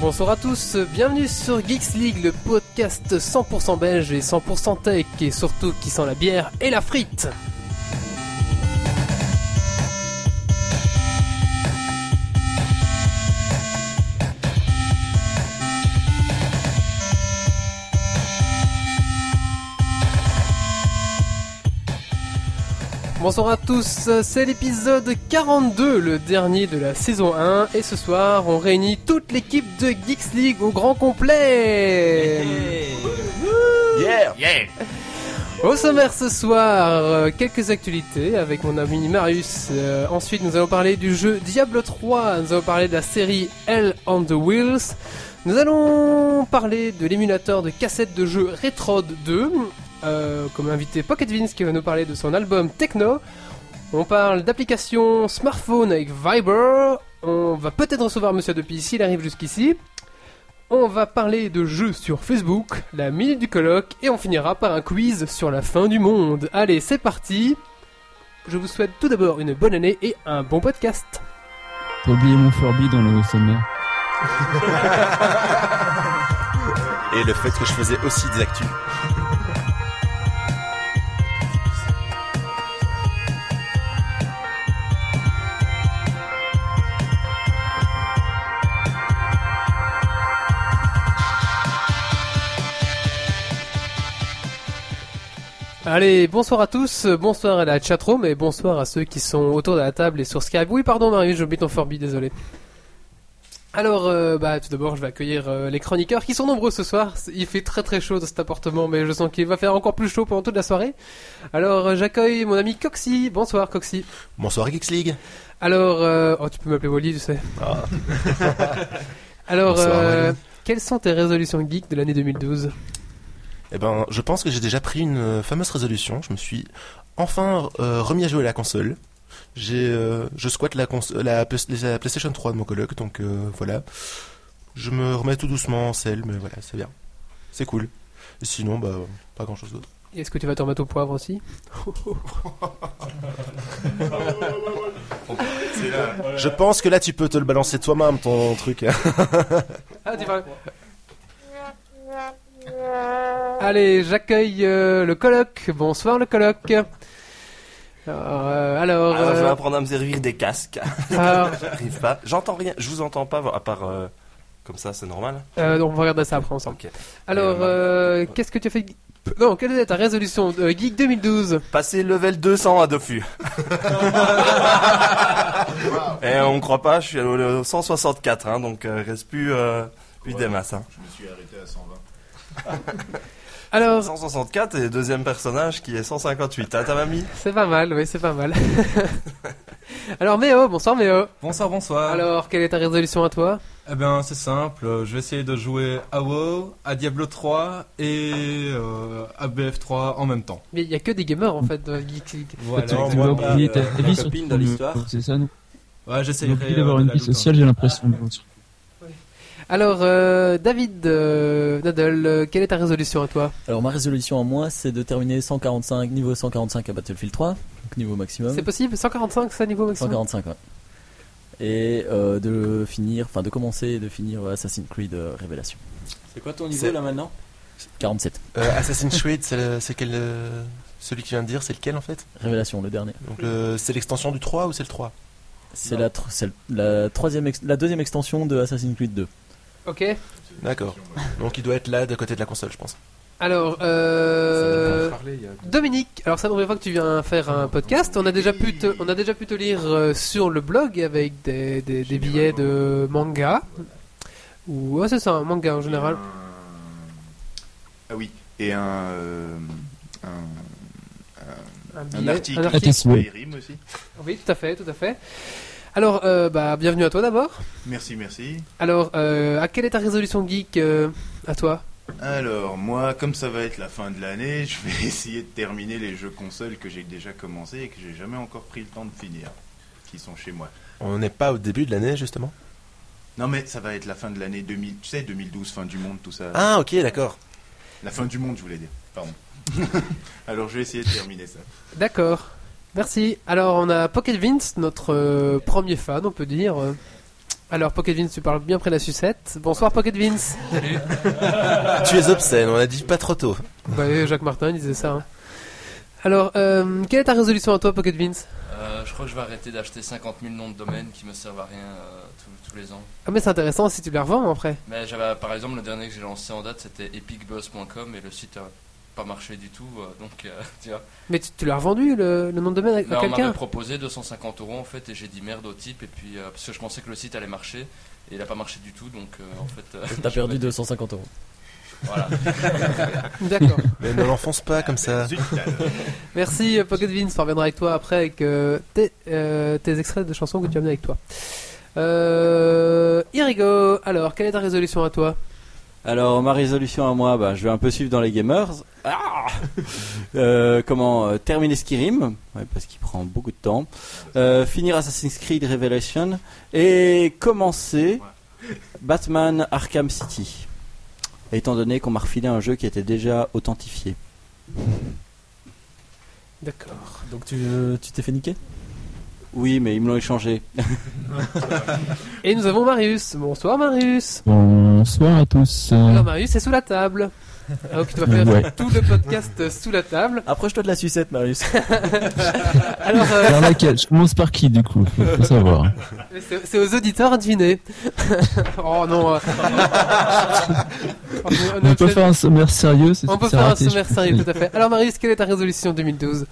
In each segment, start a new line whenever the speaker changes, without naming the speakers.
Bonsoir à tous, bienvenue sur Geeks League, le podcast 100% belge et 100% tech et surtout qui sent la bière et la frite. Bonsoir à tous, c'est l'épisode 42, le dernier de la saison 1, et ce soir on réunit toute l'équipe de Geeks League au grand complet
Yeah
Yeah
Au sommaire ce soir, euh, quelques actualités avec mon ami Marius. Euh, ensuite, nous allons parler du jeu Diablo 3. Nous allons parler de la série Hell on the Wheels. Nous allons parler de l'émulateur de cassette de jeu Retrod 2. euh, comme invité Pocket Vince qui va nous parler de son album Techno. On parle d'applications smartphone avec Viber. On va peut-être recevoir Monsieur Depi s'il arrive jusqu'ici. On va parler de jeux sur Facebook, la minute du colloque, et on finira par un quiz sur la fin du monde. Allez, c'est parti Je vous souhaite tout d'abord une bonne année et un bon podcast.
T'as oublié mon Furby dans le sommaire.
Et le fait que je faisais aussi des actus.
Allez, bonsoir à tous, euh, bonsoir à la chatroom et bonsoir à ceux qui sont autour de la table et sur Skype. Oui, pardon Marius, j'ai oublié ton Furby, désolé. Alors, euh, bah, tout d'abord, je vais accueillir euh, les chroniqueurs qui sont nombreux ce soir. C- Il fait très très chaud dans cet appartement, mais je sens qu'il va faire encore plus chaud pendant toute la soirée. Alors, euh, j'accueille mon ami Coxy. Bonsoir Coxy.
Bonsoir Geeks League.
Alors, euh, oh, tu peux m'appeler Wally, tu sais.
Ah.
Alors,
Bonsoir,
euh,
Wally.
quelles sont tes résolutions geek de l'année 2012
Eh ben, je pense que j'ai déjà pris une euh, fameuse résolution. Je me suis enfin euh, remis à jouer à la console. J'ai, euh, je squatte la, cons- la, Play- la PlayStation 3 de mon coloc, donc euh, voilà. Je me remets tout doucement en selle, mais voilà, c'est bien. C'est cool. Et sinon, bah, pas grand chose d'autre.
Est-ce que tu vas t'en mettre au poivre aussi
Je pense que là, tu peux te le balancer toi-même, ton truc. Euh,
Ah, tu vas... Allez, j'accueille euh, le coloc. Bonsoir le coloc. Alors, euh,
Ah,
alors,
Alors, Ah, je vais
euh, Ah.
apprendre à me servir des casques.
alors,
J'arrive pas. J'entends rien. Je vous entends pas, à part euh, comme ça, c'est normal.
euh, on va regarder ça après ensemble.
Ok.
Alors,
Et, euh,
euh, qu'est-ce que tu as fait Non, quelle est ta résolution de euh, geek 2012
Passer level 200 à Dofu. Et on me croit pas, je suis à le 164, hein, donc euh, reste plus, euh, plus des masses. hein.
Je me suis arrêté à 120.
Alors,
164 et deuxième personnage qui est 158, hein, ta mamie
c'est pas mal, oui, c'est pas mal. alors, Méo, bonsoir Méo.
Bonsoir, bonsoir.
Alors, quelle est ta résolution à toi
Eh ben, c'est simple. euh, Je vais essayer de jouer à WoW, à Diablo 3 et euh, à BF3 en même temps.
Mais il y a que des gamers en fait dans la Geek League.
Voilà.
T'as
exactement.
oublié-
moi,
t'as oublié
euh,
ta
la
ta vie sur
copine de
ton-
l'histoire.
C'est ça, nous.
Ah. Ouais,
T'as
j'essayerai.
oublié d'avoir
euh, de
une
la
vie
loot, hein.
sociale, j'ai l'impression. mais bon, sur-
Alors, euh, David euh, Nadal, euh, quelle est ta résolution à toi
Alors ma résolution en moi c'est de terminer 145 niveau 145 à Battlefield 3, donc niveau maximum.
C'est possible 145 ça niveau maximum
145 ouais. Et euh, de finir, enfin de commencer et de finir Assassin's Creed euh, Révélation.
C'est quoi ton
C'est-
niveau là maintenant
47.
Euh, Assassin's Creed, c'est, le- c'est quel, euh, celui qui vient de dire, c'est lequel en fait
Révélation, le dernier.
Donc, le- C'est l'extension du 3 ou c'est le 3
C'est la, tr- c'est la troisième, ex- la deuxième extension de Assassin's Creed 2.
Ok.
D'accord. Donc il doit être là, de côté de la console, je pense.
Alors, euh, Dominique, alors ça la première fois que tu viens faire un podcast. On a déjà pu te, on a déjà pu te lire euh, sur le blog avec des, des, des billets de manga. Ou ouais, c'est ça, un manga en général.
Ah oui, et un. euh, un,
Un,
un
billet-
article.
un
La question.
Et rime aussi.
Oui, tout à fait, tout à fait. Alors, euh, bah, bienvenue à toi d'abord.
Merci, merci.
Alors, euh, à quelle est ta résolution geek euh, à toi
Alors, moi, comme ça va être la fin de l'année, je vais essayer de terminer les jeux consoles que j'ai déjà commencé et que j'ai jamais encore pris le temps de finir, qui sont chez moi.
On n'est pas au début de l'année, justement
Non, mais ça va être la fin de l'année 2000, tu sais, 2012, fin du monde, tout ça.
Ah, ok, d'accord.
La fin du monde, je voulais dire. Pardon. Alors, je vais essayer de terminer ça.
D'accord. Merci. Alors on a Pocket Vince, notre euh, premier fan, on peut dire. Euh, Alors, Pocket Vince, tu parles bien près de la sucette. Bonsoir, Pocket Vince.
Tu es obscène, on a dit pas trop tôt.
Bah, euh, Jacques Martin il disait ça. hein. Alors, euh, quelle est ta résolution à toi, Pocket Vince
Euh, je crois que je vais arrêter d'acheter 50 000 noms de domaines qui me servent à rien euh, tous, tous les ans.
Ah, mais c'est intéressant si tu les revends après.
Mais j'avais, par exemple, le dernier que j'ai lancé en date, c'était epicbuzz.com et le site a pas marché du tout. euh, donc, euh, tu vois.
Mais tu, tu l'as revendu le, le nom de domaine à, à
Là, on m'avait
quelqu'un
proposé 250 euros en fait et j'ai dit merde au type et puis euh, parce que je pensais que le site allait marcher et il a pas marché du tout. Donc, euh, en fait, euh,
T'as perdu 250 euros.
voilà.
D'accord.
Mais ne l'enfonce pas comme ça.
Zut, t'as le-
Merci euh, Pocket Vince, on reviendra avec toi après avec euh, tes, euh, tes extraits de chansons que tu as amenés avec toi. Euh, Irigo, alors quelle est ta résolution à toi
Alors ma résolution à moi, bah, je vais un peu suivre dans les gamers. Ah Euh, comment euh, terminer Skyrim ouais, parce qu'il prend beaucoup de temps. Euh, finir Assassin's Creed Revelation et commencer Batman Arkham City. Étant donné qu'on m'a refilé un jeu qui était déjà authentifié.
D'accord.
Donc tu tu t'es fait niquer
Oui, mais ils me l'ont échangé.
Et nous avons Marius. Bonsoir Marius.
Bonsoir à tous. euh,
Alors Marius est sous la table. Donc tu vas faire
Ouais.
tout le podcast sous la table.
Approche-toi de la sucette, Marius.
Alors euh,
Par laquelle Je commence par qui du coup Faut faut savoir.
c'est c'est aux auditeurs à deviner. oh non. euh. On- on-
On peut faire un sommaire sérieux, c'est
on peut
c'est
faire un
raté, je
sommaire
pense.
sérieux, tout à fait. Alors Marius, quelle est ta résolution 2012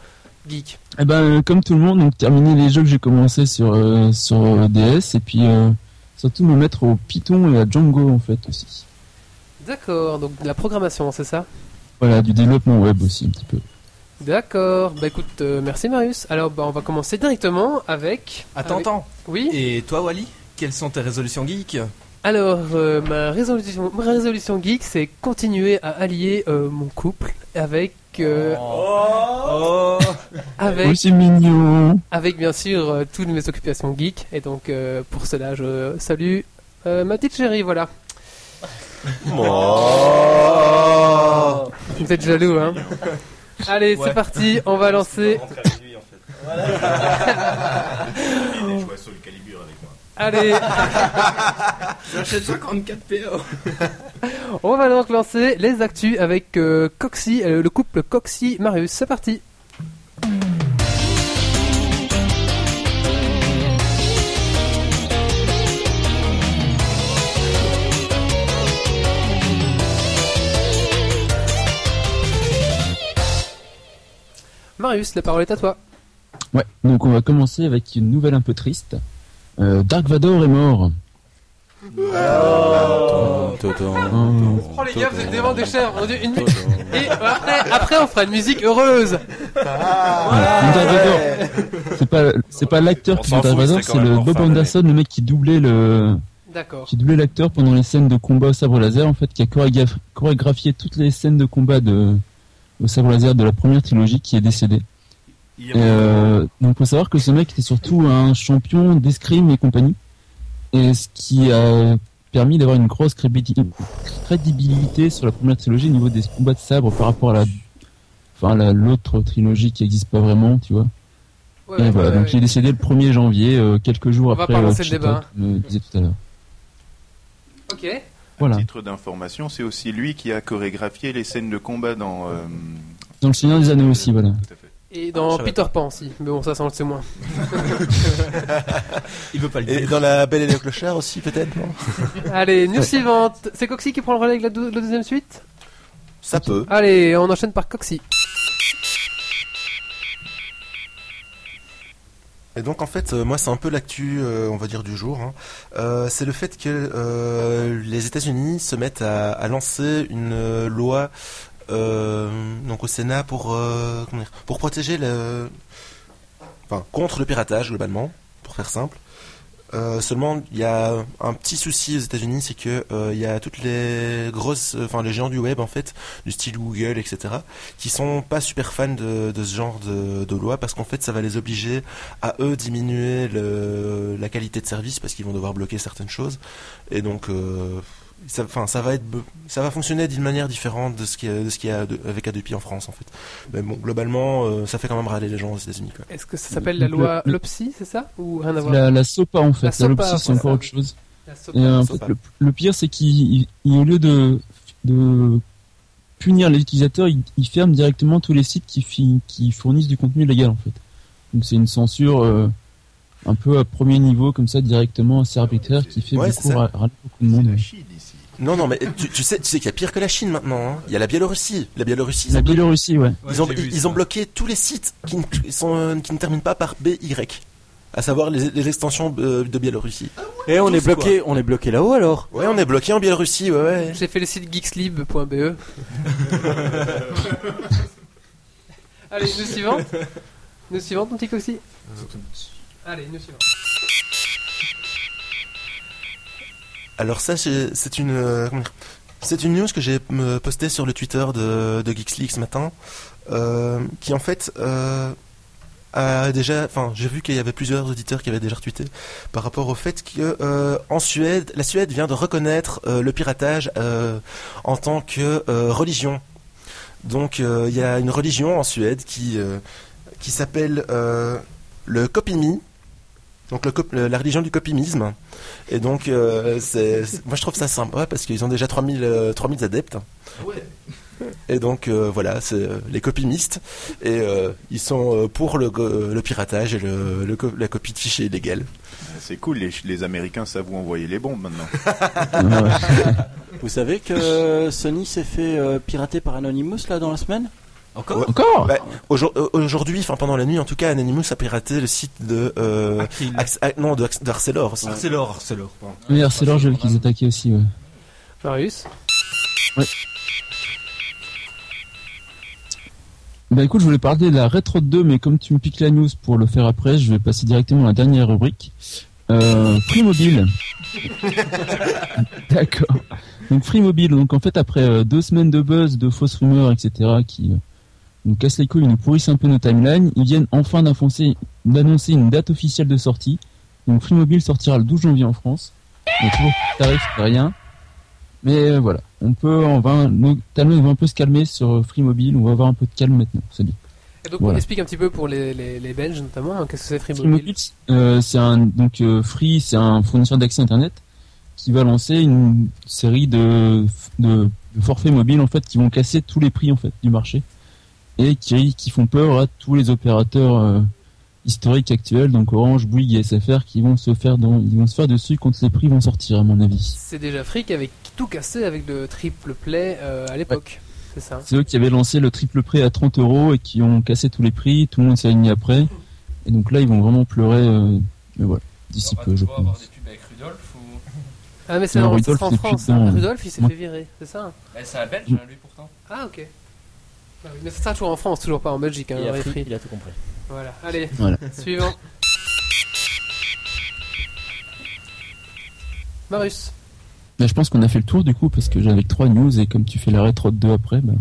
Geek.
Eh ben, euh, comme tout le monde, donc terminer les jeux que j'ai commencé sur euh, sur euh, DS et puis euh, surtout me mettre au Python et à Django en fait aussi.
D'accord, donc de la programmation, c'est ça
Voilà, du développement web aussi un petit peu.
D'accord, bah écoute, euh, merci Marius. Alors bah on va commencer directement avec...
Attends,
avec-
attends.
Oui
Et toi, Wally Quelles sont tes résolutions geek
Alors, euh, ma, résolution, ma résolution geek, c'est continuer à allier euh, mon couple avec... euh,
Oh
Oh,
avec,
c'est mignon.
avec bien sûr euh, toutes mes occupations geek. Et donc euh, pour cela, je salue euh, ma petite chérie, voilà. Oh. Vous êtes jaloux, hein Allez,
Ouais.
c'est parti, on va lancer...
Rentre avec lui, en fait.
Il y a des choix sur le calibre avec moi.
Allez
J'achète 54 PO
On va donc lancer les actus avec euh, Coxy, euh, le couple Coxy-Marius. C'est parti Marius, la parole est à toi.
Ouais, donc on va commencer avec une nouvelle un peu triste. Euh, Dark Vador est mort. Euh,
Oh les gars, vous êtes des chèvres, une Et après, après, on fera une musique heureuse.
Le Dark Vador. C'est pas c'est pas l'acteur
On
qui
s'en
joue Dark
fout,
Vador,
c'est quand
c'est
même
le
leur
Bob
fin d'année.
Anderson, le mec qui doublait le
D'accord.
qui doublait l'acteur pendant les scènes de combat au sabre laser en fait, qui a chorégraph- chorégraphié toutes les scènes de combat de au sabre laser de la première trilogie qui est décédé.
Il
Et, euh, donc faut savoir que ce mec était surtout un champion d'escrime et compagnie, et ce qui a permis d'avoir une grosse crédibili- crédibilité sur la première trilogie au niveau des combats de sabre par rapport à la, enfin la- l'autre trilogie qui n'existe pas vraiment, tu vois.
Ouais,
Et
ouais,
voilà,
ouais,
donc
ouais.
il est décédé le 1er janvier, euh, quelques jours
On va
après
pas
euh,
lancer le
Cheetah,
débat, hein.
tu le disais tout à l'heure.
Ok.
Voilà.
À titre d'information, c'est aussi lui qui a chorégraphié les scènes de combat dans. euh,
Dans le Seigneur des Anneaux aussi, voilà.
Tout à fait.
Et
Ah, je
dans
savais
Peter Pan aussi. Mais bon, ça, ça on le sait moins.
Il veut pas le
Et
dire.
dans la Belle et le Clochard aussi, peut-être, non
Allez, news suivante. C'est Coxy qui prend le relais avec la, dou- la deuxième suite
Ça peut.
Allez, on enchaîne par Coxy.
Et donc en fait, euh, moi c'est un peu l'actu, euh, on va dire du jour. hein. Euh, c'est le fait que euh, les États-Unis se mettent à, à lancer une euh, loi euh, donc au Sénat pour euh, comment dire, pour protéger le, enfin contre le piratage globalement, pour faire simple. Euh, seulement, il y a un petit souci aux États-Unis, c'est que euh, il y a toutes les grosses, euh, enfin les géants du web en fait, du style Google, etc., qui sont pas super fans de, de ce genre de, de loi parce qu'en fait, ça va les obliger à eux diminuer le, la qualité de service parce qu'ils vont devoir bloquer certaines choses. Et donc, euh, ça, enfin, ça va être, be- ça va fonctionner d'une manière différente de ce qu'il y a, de ce qu'il y a de- avec Adobe en France en fait. Mais bon, globalement, euh, ça fait quand même râler les gens aux États-Unis. quoi.
Est-ce que ça s'appelle la loi Lopsy, c'est ça Ou rien à voir
La, la SOPA en fait,
La
la,
SOPA,
Lopsy, c'est
voilà.
encore autre chose. Et, euh, en fait, le, le pire, c'est qu'il, il- il- au lieu de, de punir les utilisateurs, il, il ferme directement tous les sites qui, fi- qui fournissent du contenu légal, en fait. Donc c'est une censure euh, un peu à premier niveau, comme ça, directement assez arbitraire, qui fait
Ouais, c'est
beaucoup,
ça.
ra- râler beaucoup de monde.
La
ouais.
Chine ici.
Non, non, mais tu, tu sais, tu sais qu'il y a pire que la Chine maintenant. hein. Il y a la Biélorussie. La Biélorussie, ils
La
ont,
Biélorussie, ouais.
ils ont, ils- ils ont bloqué tous les sites qui ne, qui sont, euh, qui ne terminent pas par BY, à savoir les, les extensions euh, de Biélorussie.
Et Eh, on
Tous,
est bloqué, on est bloqué là-haut alors.
Ouais, on est bloqué en Biélorussie, ouais, ouais.
J'ai fait le site geekslib.be. Allez, nous suivante. Nous suivante, mon petit coxy. Allez, nous suivante.
Alors ça, c'est c'est une, euh, comment dire, c'est une news que j'ai euh, postée sur le Twitter de, de Geeks League ce matin, euh, qui en fait euh, a déjà, enfin, j'ai vu qu'il y avait plusieurs auditeurs qui avaient déjà retweeté par rapport au fait que euh, en Suède, la Suède vient de reconnaître euh, le piratage euh, en tant que euh, religion. Donc euh, il y a une religion en Suède qui euh, qui s'appelle euh, le copimi, donc le cop- la religion du copimisme. Et donc, euh, c'est, c'est- moi je trouve ça sympa parce qu'ils ont déjà 3000, euh, 3000 adeptes. Et donc, euh, voilà, c'est euh, les copimistes. Et euh, ils sont euh, pour le, go- le piratage et le, le co- la copie de fichiers illégales.
C'est cool, les, les Américains savent où envoyer les bombes maintenant.
Ouais.
Vous savez que euh, Sony s'est fait euh, pirater par Anonymous là dans la semaine
Ouais.
Encore
Encore
Bah, aujour- euh, aujourd'hui, enfin pendant la nuit en tout cas, Anonymous a piraté le site de. euh,
Akil.
Ax- ah, non, de, Ax- de Arcelor aussi.
Arcelor, Arcelor, pardon.
Mais c'est leur jeu qu'ils attaquaient aussi, ouais.
Marius.
Bah écoute, je voulais parler de la Retro 2, mais comme tu me piques la news pour le faire après, je vais passer directement à la dernière rubrique. Euh, Free Mobile. D'accord. Donc Free Mobile, donc en fait après euh, deux semaines de buzz, de fausses rumeurs, etc., qui euh, nous cassent les couilles, nous pourrissent un peu nos timelines, ils viennent enfin d'annoncer d'annoncer une date officielle de sortie. Donc Free Mobile sortira le 12 janvier en France. Donc toujours pas de tarif, pas rien. Mais euh, voilà, on peut, on va, nos timelines vont un peu se calmer sur euh, Free Mobile, on va avoir un peu de calme maintenant, c'est bien.
Et donc, on
Voilà.
explique un petit peu pour les, les, les Belges notamment, hein, qu'est-ce que c'est Free
Free
Mobile
Mobile, euh, c'est un donc euh, Free, c'est un fournisseur d'accès internet qui va lancer une série de, de, de forfaits mobiles en fait qui vont casser tous les prix en fait du marché et qui qui font peur à tous les opérateurs euh, historiques actuels donc Orange, Bouygues et SFR qui vont se faire dans, ils vont se faire dessus quand les prix vont sortir à mon avis.
C'est déjà Free qui avait tout cassé avec le triple play euh, à l'époque. C'est ça.
C'est eux qui avaient lancé le triple prix à 30 euros et qui ont cassé tous les prix, tout le monde s'est aligné après et donc là ils vont vraiment pleurer euh, mais voilà d'ici
On va
peu je
pouvoir avoir
pense.
des pubs avec Rudolf ou.
Ah, mais c'est
Mais
en,
Rudolf,
c'est en
c'est
France.
plus dedans.
hein. Rudolf, il s'est
Ouais.
fait virer, c'est ça
Eh, c'est un belge,
Mm.
hein, lui pourtant.
Ah, ok. Ah oui, Mais c'est ça toujours en France, toujours pas en Belgique. Hein,
Il a,
les
pris-
Free.
il a tout compris.
Voilà, allez,
Voilà.
suivant. Marius.
Bah, je pense qu'on a fait le tour du coup parce que j'avais que trois news et comme tu fais la rétro de deux après, bah,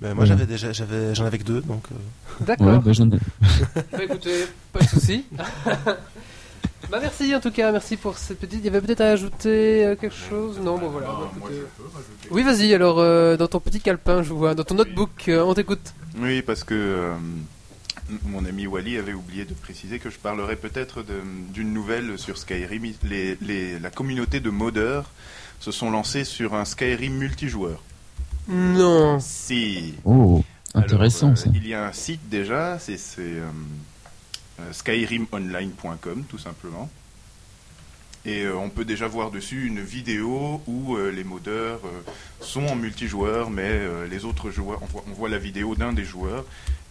Mais Bah, moi
Ouais.
j'avais déjà, j'avais, j'en avais que deux, donc. euh,
ouais,
Mm. D'accord.
bah, j'en ai.
Bah, écoutez, pas de soucis. bah merci en tout cas, merci pour cette petite. Il y avait peut-être à ajouter euh, quelque chose Non, bon voilà. bah, écoutez. Oui, vas-y, alors euh, dans ton petit calepin, je vois, dans ton notebook, euh, on t'écoute.
Oui, parce que euh, mon ami Wally avait oublié de préciser que je parlerais peut-être de- d'une nouvelle sur Skyrim. Les- les- la communauté de modeurs se sont lancés sur un Skyrim multijoueur.
Non.
Si.
Oh, intéressant
Alors, euh,
ça.
Il y a un site déjà, c'est c'est, euh, euh, skyrimonline.com tout simplement. Et euh, on peut déjà voir dessus une vidéo où euh, les modeurs euh, sont en multijoueur, mais euh, les autres joueurs, on voit, on voit la vidéo d'un des joueurs,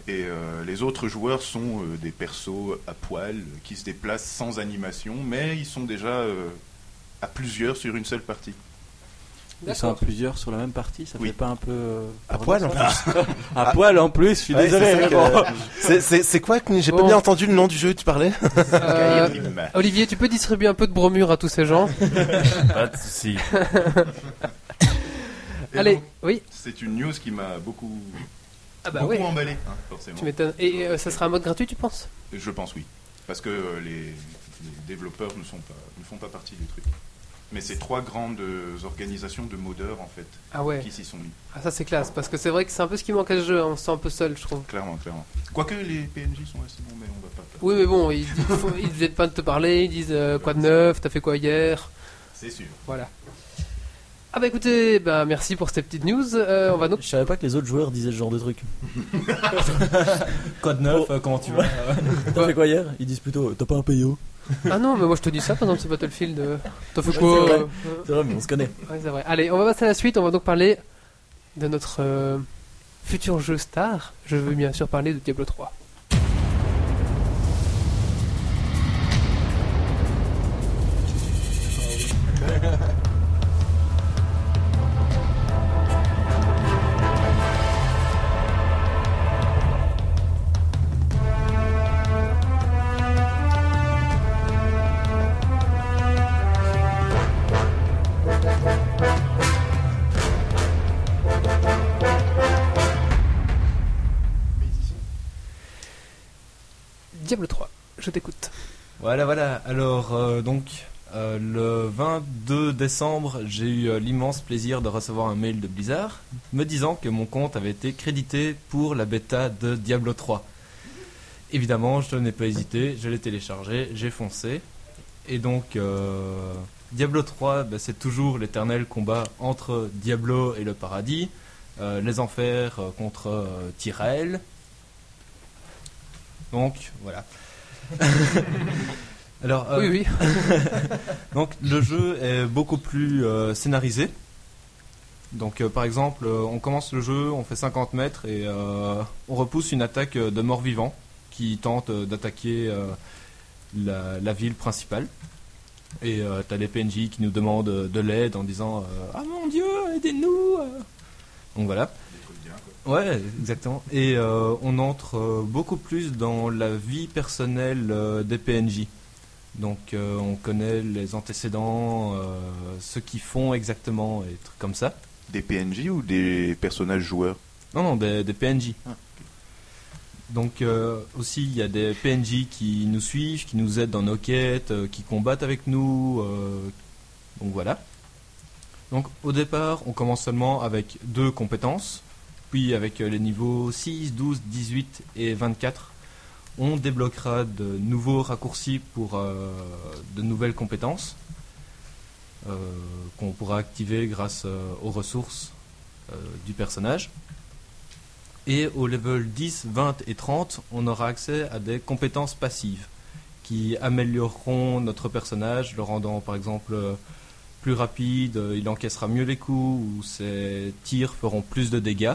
et euh, les autres joueurs sont euh, des persos à poil euh, qui se déplacent sans animation, mais ils sont déjà euh, à plusieurs sur une seule partie.
Ils sont à plusieurs sur la même partie, ça
Oui.
fait pas un peu. euh,
À poil, en
paradoxal À poil en plus, je suis
ouais,
désolé.
c'est ça
mais
que-
bon.
c'est, c'est, c'est quoi que j'ai pas
Bon.
bien entendu le nom du jeu que tu parlais
Euh,
Skyrim.
Olivier, tu peux distribuer un peu de bromure à tous ces gens
Pas de soucis.
Et
Allez,
donc,
oui.
C'est une news qui m'a beaucoup,
Ah bah
beaucoup
oui.
emballé, hein, forcément.
Tu m'étonnes. Et euh, ça sera un mode gratuit, tu penses
Je pense oui. Parce que euh, les, les développeurs ne, sont pas, ne font pas partie du truc. Mais c'est trois grandes euh, organisations de modeurs en fait
Ah ouais.
qui s'y sont mis,
Ah, ça c'est classe, parce que c'est vrai que c'est un peu ce qui manque à ce jeu, hein, on se sent un peu seul, je trouve.
clairement, clairement. Quoique les PNJ sont assez bons, mais on va pas.
Oui, mais bon, ils, ils, font- ils viennent pas de te parler, ils disent euh, quoi de neuf, t'as fait quoi hier,
C'est sûr.
voilà. Ah bah écoutez, bah merci pour cette petite news, euh, on va donc...
Je savais pas que les autres joueurs disaient ce genre de truc.
Code 9, euh, comment tu vas euh,
T'as fait quoi hier Ils disent plutôt, t'as pas un payo
Ah non, mais moi je te dis ça, par exemple, c'est Battlefield... euh, T'as fait
Ouais,
quoi
c'est vrai.
euh,
C'est vrai, mais on se connaît.
Ouais, c'est vrai. Allez, on va passer à la suite. On va donc parler de notre euh, futur jeu star. Je veux bien sûr parler de Diablo 3. Diablo 3, je t'écoute.
Voilà, voilà. Alors, euh, donc, euh, le 22 décembre, j'ai eu euh, l'immense plaisir de recevoir un mail de Blizzard me disant que mon compte avait été crédité pour la bêta de Diablo 3. Évidemment, je n'ai pas hésité, je l'ai téléchargé, j'ai foncé. Et donc, euh, Diablo 3, bah, c'est toujours l'éternel combat entre Diablo et le paradis, euh, les enfers euh, contre euh, Tyrael. Donc, voilà. Alors, euh,
Oui, oui.
donc le jeu est beaucoup plus euh, scénarisé. Donc euh, par exemple, euh, on commence le jeu, on fait 50 mètres et euh, on repousse une attaque euh, de morts-vivants qui tente euh, d'attaquer euh, la, la ville principale. Et euh, t'as les PNJ qui nous demandent euh, de l'aide en disant euh, Ah mon dieu, aidez-nous euh. Donc voilà.
Des trucs bien, quoi.
Ouais, exactement. Et euh, on entre euh, beaucoup plus dans la vie personnelle euh, des PNJ. Donc euh, on connaît les antécédents, euh, ce qu'ils font exactement et des trucs comme ça.
Des PNJ ou des personnages joueurs
Non, non, des, des PNJ.
Ah, ok.
Donc euh, aussi, il y a des PNJ qui nous suivent, qui nous aident dans nos quêtes, euh, qui combattent avec nous. euh, donc voilà. Donc au départ, on commence seulement avec deux compétences. Puis avec euh, les niveaux 6, 12, 18 et 24, on débloquera de nouveaux raccourcis pour euh, de nouvelles compétences euh, qu'on pourra activer grâce euh, aux ressources euh, du personnage. Et au level 10, 20 et 30, on aura accès à des compétences passives qui amélioreront notre personnage, le rendant par exemple euh, plus rapide, euh, il encaissera mieux les coups ou ses tirs feront plus de dégâts.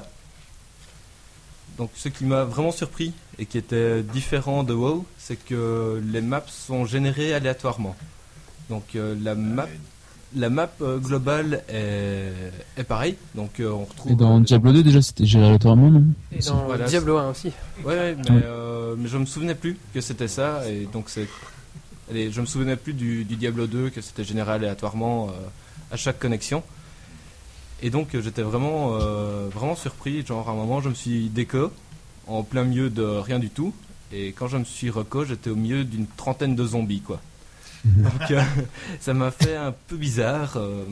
Donc ce qui m'a vraiment surpris et qui était différent de WoW, c'est que les maps sont générées aléatoirement. Donc euh, la map, la map euh, globale est, est pareille, donc euh, on retrouve
Et dans Diablo 2 déjà c'était géré aléatoirement, non
Et dans
Voilà,
Diablo 1 aussi.
Ouais, ouais, mais, euh, mais je me souvenais plus que c'était ça, et donc c'est. Allez, je me souvenais plus du, du Diablo 2, que c'était généré aléatoirement euh, à chaque connexion. Et donc euh, j'étais vraiment, euh, vraiment surpris. Genre à un moment, je me suis déco en plein milieu de rien du tout, et quand je me suis reco, j'étais au milieu d'une trentaine de zombies, quoi. Donc euh, ça m'a fait un peu bizarre. euh,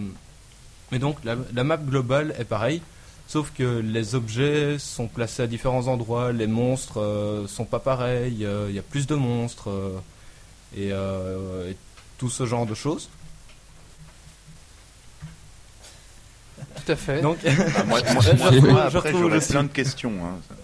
Mais donc la, la map globale est pareille. Sauf que les objets sont placés à différents endroits, les monstres euh, sont pas pareils, euh, il y a plus de monstres euh, et, euh, et tout ce genre de choses.
Tout à fait.
Donc,
Ah, moi, moi-
Je
moi,
retrouve-
moi,
je
après,
retrouve
j'aurais
le
plein de questions. hein.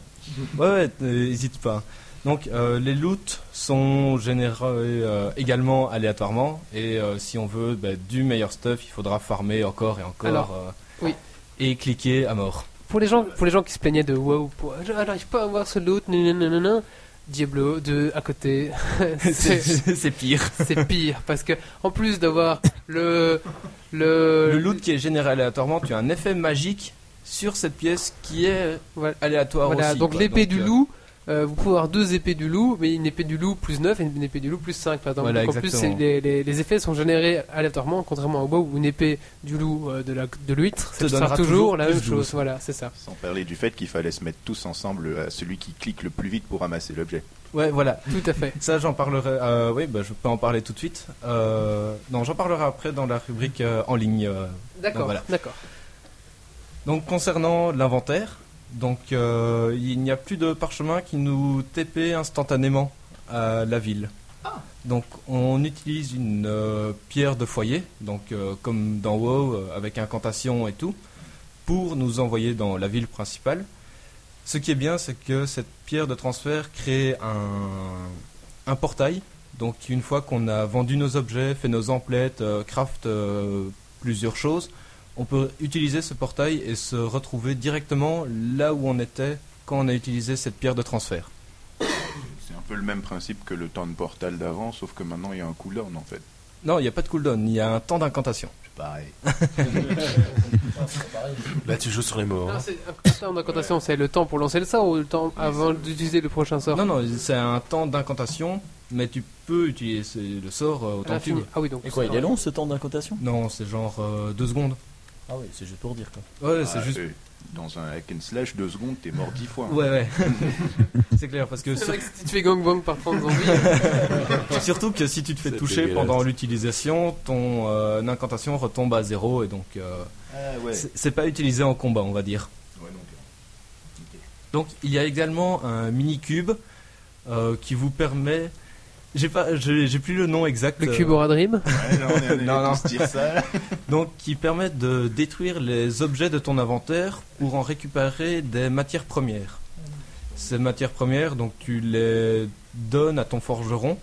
ouais, ouais, n'hésite pas. Donc, euh, les loots sont générés euh, également aléatoirement et euh, si on veut bah, du meilleur stuff, il faudra farmer encore et encore
Alors,
euh,
oui.
et cliquer à mort.
Pour les gens, pour les gens qui se plaignaient de WoW, pour, je n'arrive pas à avoir ce loot, nananana, Diablo 2 à côté,
C'est
c'est
c'est pire.
c'est pire parce que en plus d'avoir le le,
Le loot qui est généré aléatoirement, tu as un effet magique sur cette pièce qui est
Voilà.
aléatoire
Voilà,
aussi.
donc
quoi.
l'épée du
euh,
loup, euh, vous pouvez avoir deux épées du loup, mais une épée du loup plus 9 et une épée du loup plus 5 par exemple.
Voilà,
donc en plus,
exactement.
c'est- les, les- les effets sont générés aléatoirement, contrairement au WoW où une épée du loup euh, de la de l'huître
Te
ça sera
donnera
toujours,
toujours
la
plus
même
de
chose.
douze.
Voilà, c'est ça.
Sans parler du fait qu'il fallait se mettre tous ensemble à celui qui clique le plus vite pour ramasser l'objet.
Ouais, voilà.
Tout à fait.
Ça, j'en parlerai. euh, oui, bah, je peux en parler tout de suite. Euh, non, j'en parlerai après dans la rubrique euh, en ligne. euh.
D'accord,
Donc, voilà.
d'accord.
Donc, concernant l'inventaire, donc euh, il n'y a plus de parchemin qui nous TP instantanément à la ville.
Ah.
Donc, on utilise une euh, pierre de foyer, donc euh, comme dans WoW, euh, avec incantation et tout, pour nous envoyer dans la ville principale. Ce qui est bien, c'est que cette pierre de transfert crée un, un portail. Donc une fois qu'on a vendu nos objets, fait nos emplettes, euh, craft euh, plusieurs choses, on peut utiliser ce portail et se retrouver directement là où on était quand on a utilisé cette pierre de transfert.
C'est un peu le même principe que le temps de portal d'avant, sauf que maintenant il y a un cooldown en fait.
Non, il n'y a pas de cooldown, il y a un temps d'incantation.
Pareil.
Là, tu joues sur les mots. hein.
Non, c'est un temps d'incantation, c'est le temps pour lancer le sort ou le temps avant d'utiliser le prochain sort
Non, non, c'est un temps d'incantation, mais tu peux utiliser le sort euh,
À la
autant que tu
fin.
veux.
Ah oui, donc.
Et quoi, il est long ce temps d'incantation
Non, c'est genre euh, deux secondes.
Ah oui, c'est juste pour dire quoi.
Ouais, c'est juste.
Ah, euh, Dans un hack and slash, deux secondes, t'es mort dix fois. hein.
Ouais, ouais. c'est clair, parce que
C'est
sur-
vrai que si tu te fais gangbang par 30 zombies,
Surtout que si tu te fais
C'est
toucher
dégueulasse.
pendant l'utilisation, ton euh, incantation retombe à zéro et donc euh,
Ah ouais.
c'est c'est pas utilisé en combat, on va dire.
Ouais, donc,
Donc il y a également un mini cube euh, qui vous permet. J'ai pas, j'ai j'ai plus le nom exact.
le
euh,
cube aura dream.
ouais, là, on est allé
Non, non.
tous dire ça.
donc qui permet de détruire les objets de ton inventaire pour en récupérer des matières premières. Ces matières premières, donc tu les donnes à ton forgeron,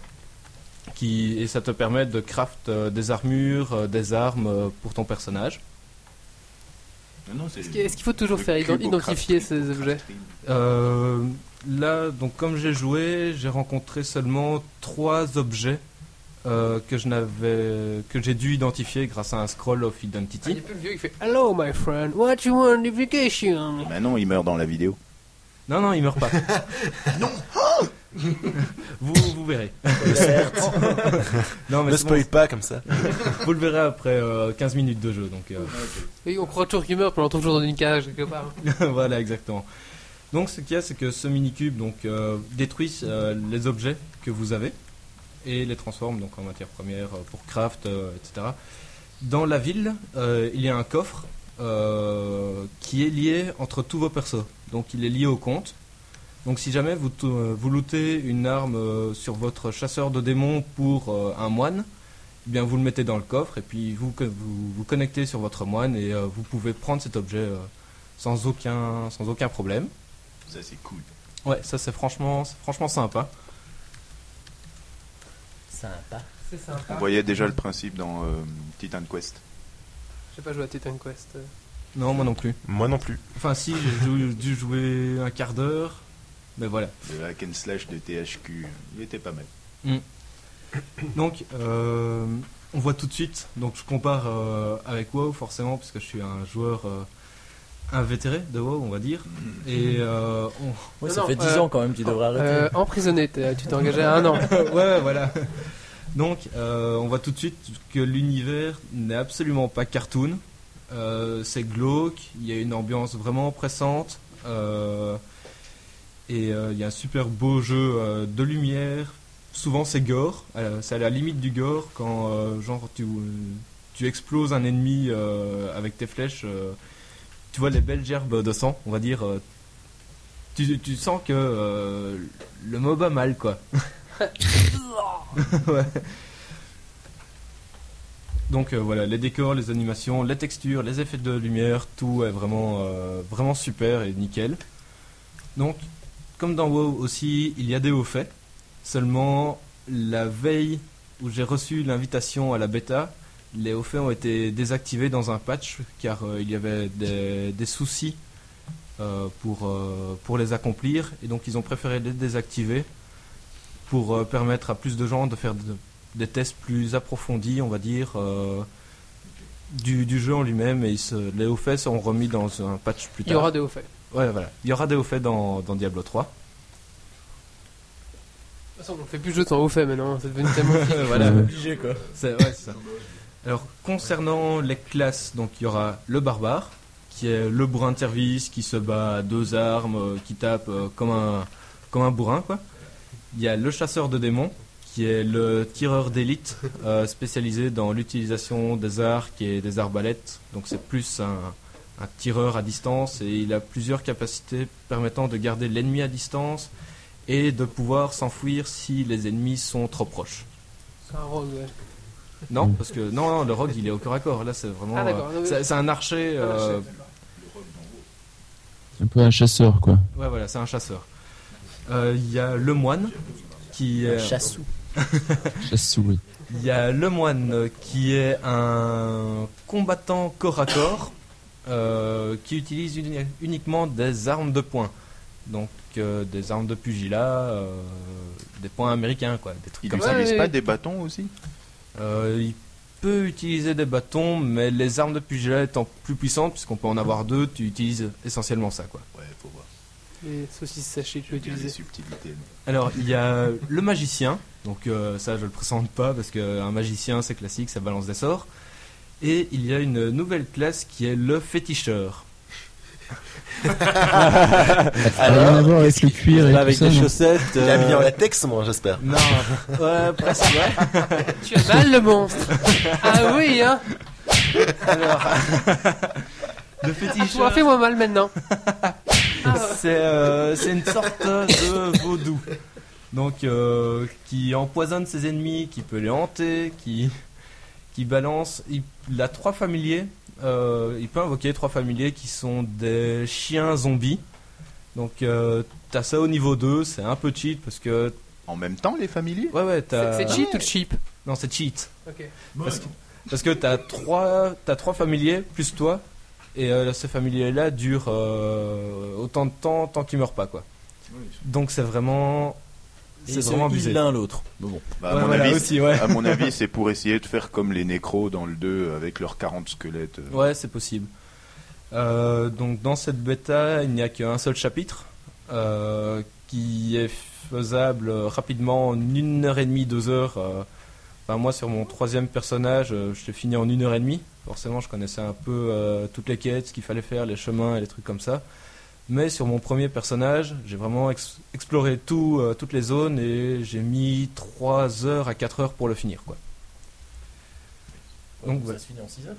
qui et ça te permet de craft euh, des armures, euh, des armes euh, pour ton personnage.
Non, non, c'est-
Est-ce qu'il- Est-ce qu'il faut toujours
le
faire ident-
cube au
identifier
crafting,
ces
au
objets
crafting.
Euh, là, donc comme j'ai joué, j'ai rencontré seulement trois objets euh, que je n'avais que j'ai dû identifier grâce à un scroll of
Ah, Il n'y
identity.
a plus le vieux qui fait Hello my friend, what you want duplication
Bah non, il meurt dans la vidéo.
Non, non, il meurt pas. non. vous, vous verrez. non, mais
Euh, Ne
c'est bon,
spoil pas comme ça.
vous le verrez après euh, 15 minutes de jeu, donc. euh,
Et on croit toujours qu'il meurt, puis on l'entend toujours dans une cage quelque part.
voilà, exactement. Donc, ce qu'il y a, c'est que ce minicube donc, euh, détruit euh, les objets que vous avez et les transforme donc, en matière première euh, pour craft, euh, etc. Dans la ville, euh, il y a un coffre euh, qui est lié entre tous vos persos. Donc, il est lié au compte. Donc, si jamais vous, tou- euh, vous lootez une arme euh, sur votre chasseur de démons pour euh, un moine, eh bien, vous le mettez dans le coffre et puis vous co- vous, vous connectez sur votre moine et euh, vous pouvez prendre cet objet euh, sans aucun, sans aucun problème.
Ça, c'est cool.
Ouais, ça c'est franchement, c'est franchement sympa.
Sympa.
C'est sympa.
On voyait déjà le principe dans euh, Titan Quest.
J'ai pas joué à Titan Quest. euh.
Non, moi non plus.
Moi non plus.
Enfin, si, j'ai jou- dû jouer un quart d'heure, mais voilà.
Le hack and slash de THQ, il était pas mal.
Mm. Donc, euh, on voit tout de suite. Donc, je compare euh, avec WoW forcément, parce que je suis un joueur euh, invétéré de WoW, on va dire. Et euh, on-
Non,
Ouais, ça
non,
fait 10
euh,
ans quand même, tu devrais arrêter.
Euh, emprisonné, t'es- tu t'es engagé à un an.
ouais, voilà. Donc, euh, on voit tout de suite que l'univers n'est absolument pas cartoon. Euh, c'est glauque, il y a une ambiance vraiment oppressante. euh, et euh, il y a un super beau jeu euh, de lumière. Souvent, c'est gore. euh, c'est à la limite du gore quand, euh, genre, tu, tu exploses un ennemi euh, avec tes flèches. euh, tu vois les belles gerbes de sang, on va dire. euh, tu, tu sens que euh, le mob a mal, quoi. Ouais. Donc euh, voilà, les décors, les animations, les textures, les effets de lumière, tout est vraiment, euh, vraiment super et nickel. Donc, comme dans WoW aussi, il y a des hauts faits. Seulement, la veille où j'ai reçu l'invitation à la bêta, les hauts faits ont été désactivés dans un patch car euh, il y avait des, des soucis euh, pour, euh, pour les accomplir et donc ils ont préféré les désactiver pour euh, permettre à plus de gens de faire de- des tests plus approfondis, on va dire, euh, du, du jeu en lui-même. Et ils se- les hauts faits seront remis dans un patch plus
Il
tard.
y aura des hauts faits.
Ouais, voilà. Il y aura des hauts faits dans, dans Diablo 3.
De toute façon, on fait plus de jeux sans hauts faits maintenant, c'est devenu tellement.
voilà.
obligé quoi.
C'est ouais, c'est ça. Alors, concernant les classes, donc il y aura le barbare, qui est le bourrin de service, qui se bat à deux armes, euh, qui tape euh, comme, un, comme un bourrin, quoi. Il y a le chasseur de démons, qui est le tireur d'élite euh, spécialisé dans l'utilisation des arcs et des arbalètes. Donc c'est plus un, un tireur à distance et il a plusieurs capacités permettant de garder l'ennemi à distance et de pouvoir s'enfuir si les ennemis sont trop proches.
C'est un rogue, ouais.
Non, parce que non, non, le rogue il est au corps à corps. Là c'est vraiment,
Ah, d'accord. Ah,
euh,
Non, mais-
c'est c'est un archer. euh,
Un peu un chasseur, quoi.
ouais voilà, c'est un chasseur. Euh, Il y a le moine qui est
Chassou.
Chassou, oui.
Il y a le moine euh, qui est un combattant corps à corps euh, qui utilise uni- uniquement des armes de poing. Donc euh, des armes de pugilat, euh, des poings américains, quoi, des trucs
Il
comme ça.
n'utilise
Ouais,
pas
ouais.
des bâtons aussi
Euh, il peut utiliser des bâtons, mais les armes de pugilat étant plus puissantes, puisqu'on peut en avoir deux, tu utilises essentiellement ça. quoi.
Ouais, faut voir.
Les saucisses sachets, tu peux
Il y a des
utiliser.
subtilités. mais-
Alors, il y a le magicien. Donc, euh, ça, je le présente pas parce qu'un magicien, c'est classique, ça balance des sorts. Et il y a une nouvelle classe qui est le féticheur.
rien à voir avec le cuir et
Là,
tout
avec
ça,
des
non
chaussettes.
Il a mis en
euh,
latex, moi, j'espère.
Non, ouais, presque, ouais.
Tu as mal le monstre Ah oui, hein
Le
Tu m'as
féticheur,
fait moins Ah, mal maintenant. Ah,
c'est euh, c'est une sorte de vaudou. Donc, euh, qui empoisonne ses ennemis, qui peut les hanter, qui, qui balance. Il, il a trois familiers. euh, il peut invoquer trois familiers qui sont des chiens zombies. Donc, euh, t'as ça au niveau 2, c'est un peu cheat parce que.
En même temps, les familiers
Ouais, ouais,
C'est
t'as.
c'est cheap ou cheap
euh, Non, c'est cheat.
Ok.
Parce que, parce que t'as trois, t'as trois familiers plus toi, et euh, ces familiers-là durent euh, autant de temps tant qu'ils meurent pas, quoi. Donc c'est vraiment,
Et
c'est
ils se
vraiment
lient
abusé.
l'un l'autre. Mais bon.
Bah,
Ouais,
à, mon
voilà,
avis,
aussi, ouais.
à mon avis, c'est pour essayer de faire comme les nécros dans le 2 avec leurs 40 squelettes. euh,
Ouais, c'est possible. Euh, donc dans cette bêta, il n'y a qu'un seul chapitre euh, qui est faisable euh, rapidement en une heure et demie, deux heures. euh. Enfin, moi, sur mon troisième personnage, euh, je l'ai fini en une heure et demie. Forcément, je connaissais un peu euh, toutes les quêtes, ce qu'il fallait faire, les chemins et les trucs comme ça. Mais sur mon premier personnage, j'ai vraiment ex- exploré tout, euh, toutes les zones et j'ai mis 3 heures à 4 heures pour le finir. Quoi. Donc, voilà.
se finit en 6 heures.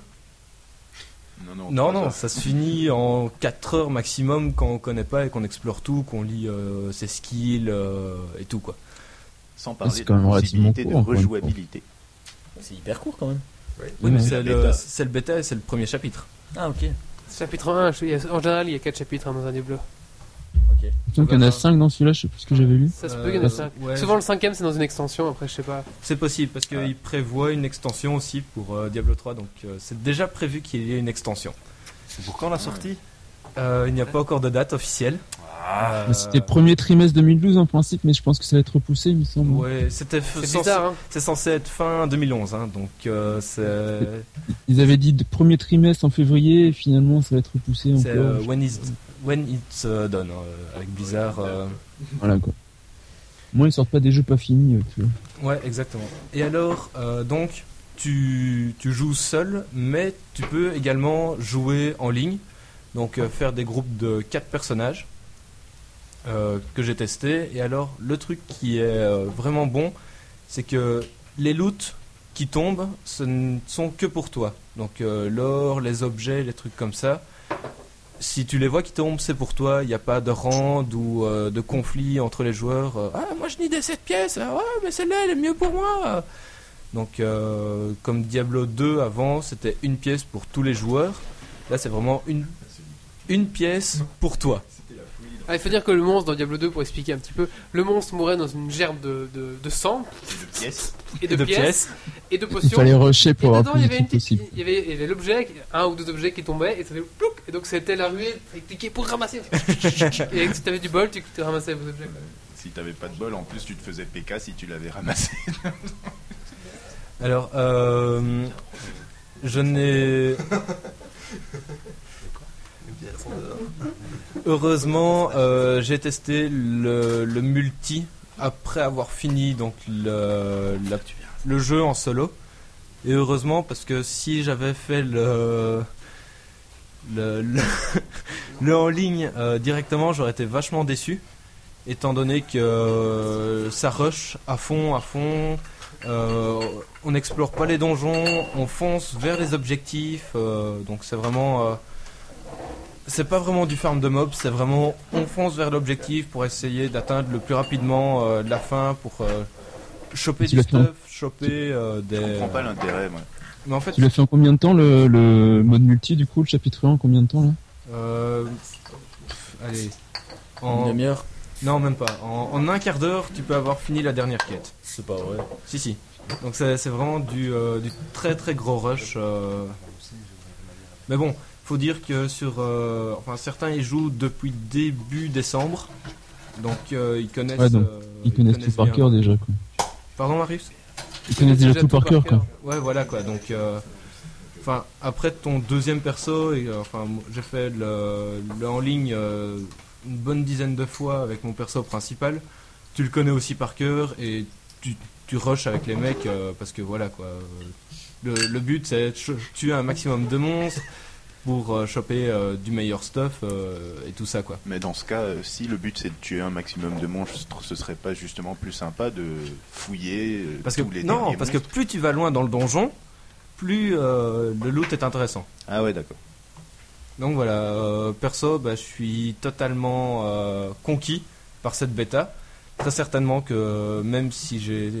non,
Non,
trois
non,
heures.
ça se finit en 4 heures maximum quand on connaît pas et qu'on explore tout, qu'on lit euh, ses skills euh, et tout quoi.
Sans
C'est
parler de
quand même relativement
possibilité de
court, encore une fois.
rejouabilité.
C'est hyper court quand même.
Oui, mais
Ouais.
La
c'est le,
bêta.
c'est le bêta et c'est le premier chapitre.
Ah, ok.
Chapitre 1, je- il y a- en général, il y a 4 chapitres hein, dans un Diablo.
Donc il y en a 5 dans celui-là, je sais plus ce que j'avais lu.
Ça se peut, il y en a
Euh,
5.
ouais,
Souvent, le cinquième, c'est dans une extension, après, je sais pas.
C'est possible parce qu'il prévoit une extension aussi pour euh, Diablo 3, donc euh, c'est déjà prévu qu'il y ait une extension.
C'est pour quand la sortie
Euh, il n'y a pas encore de date officielle.
Ah.
Euh,
bah, C'était premier trimestre 2012 en principe, mais je pense que ça va être repoussé, il me semble.
Ouais, c'était f-
C'est
censé,
bizarre, hein.
c'est censé être fin 2011, hein, donc euh, c'est
Ils avaient dit de premier trimestre en février, et finalement ça va être repoussé encore.
c'est, euh, when is when it's euh, done euh, avec Blizzard. euh,
Voilà quoi. Moi ils sortent pas des jeux pas finis, euh, tu vois.
Ouais, exactement. Et alors, euh, donc, tu, tu joues seul, mais tu peux également jouer en ligne. Donc, euh, faire des groupes de 4 personnages euh, que j'ai testé. Et alors, le truc qui est euh, vraiment bon, c'est que les loots qui tombent, ce ne sont que pour toi. Donc, euh, l'or, les objets, les trucs comme ça. Si tu les vois qui tombent, c'est pour toi. Il n'y a pas de rende ou euh, de conflit entre les joueurs. Euh, ah, moi je nidais cette pièce. Ah, ouais, mais celle-là, elle est mieux pour moi. Donc, euh, comme Diablo 2 avant, c'était une pièce pour tous les joueurs. Là, c'est vraiment une, une pièce pour toi.
Ah, il faut dire que le monstre dans Diablo 2, pour expliquer un petit peu, le monstre mourait dans une gerbe de, de, de sang
De pièces.
et de, pièces, et de
Il
potions.
fallait rusher
Et
pour avoir
dedans,
plus
il y
de
avait une
trucs
petite,
possible.
il y avait, il y avait l'objet, un ou deux objets qui tombaient, et ça fait plouc, et donc c'était la ruée, et cliquer pour ramasser. et si t'avais du bol, tu tu ramassais vos objets.
Si t'avais pas de bol, en plus, tu te faisais PK si tu l'avais ramassé.
Alors, euh, je n'ai. Heureusement, euh, j'ai testé le, le multi après avoir fini donc le, la- le jeu en solo. Et heureusement, parce que si j'avais fait le. Le, le- le en ligne euh, directement, j'aurais été vachement déçu. étant donné que euh, ça rush à fond, à fond. euh, on n'explore pas les donjons, on fonce vers les objectifs. euh, donc c'est vraiment. euh, c'est pas vraiment du farm de mobs, c'est vraiment on fonce vers l'objectif pour essayer d'atteindre le plus rapidement euh, la fin pour euh, choper
Tu
du
l'as fait en-
stuff, choper euh, des.
Je comprends pas l'intérêt, moi.
Mais en fait,
Tu l'as fait en combien de temps le, le mode multi du coup, le chapitre 1 en combien de temps là
euh, pff, allez.
Une
En-
demi-heure
Non, même pas. En, en un quart d'heure, tu peux avoir fini la dernière quête.
C'est pas vrai.
Si, si. Donc c'est c'est vraiment du, euh, du très très gros rush. euh. Mais bon, faut dire que sur. euh, enfin, certains y jouent depuis début décembre. Donc euh, ils connaissent.
Ouais, donc,
euh,
Ils connaissent tout par
bien.
cœur déjà quoi.
Pardon, Marius
Ils connaissent déjà tout par cœur quoi.
Ouais, voilà quoi. Donc, euh, enfin, après ton deuxième perso, et, euh, enfin, moi, j'ai fait le, le en ligne euh, une bonne dizaine de fois avec mon perso principal. Tu le connais aussi par cœur et tu, tu rushes avec les mecs euh, parce que
Ah,
voilà quoi. euh, Le, le but c'est de ch- tuer un maximum de monstres pour euh, choper euh, du meilleur stuff euh, et tout ça quoi.
Mais dans ce cas, euh, si le but c'est de tuer un maximum de monstres, ce serait pas justement plus sympa de fouiller euh,
Parce que
tous les
non,
derniers
parce que
monstres
plus tu vas loin dans le donjon, plus euh, le loot est intéressant.
Ah ouais, d'accord.
Donc voilà, euh, perso, bah, je suis totalement euh, conquis par cette bêta. Très certainement que euh, même si j'ai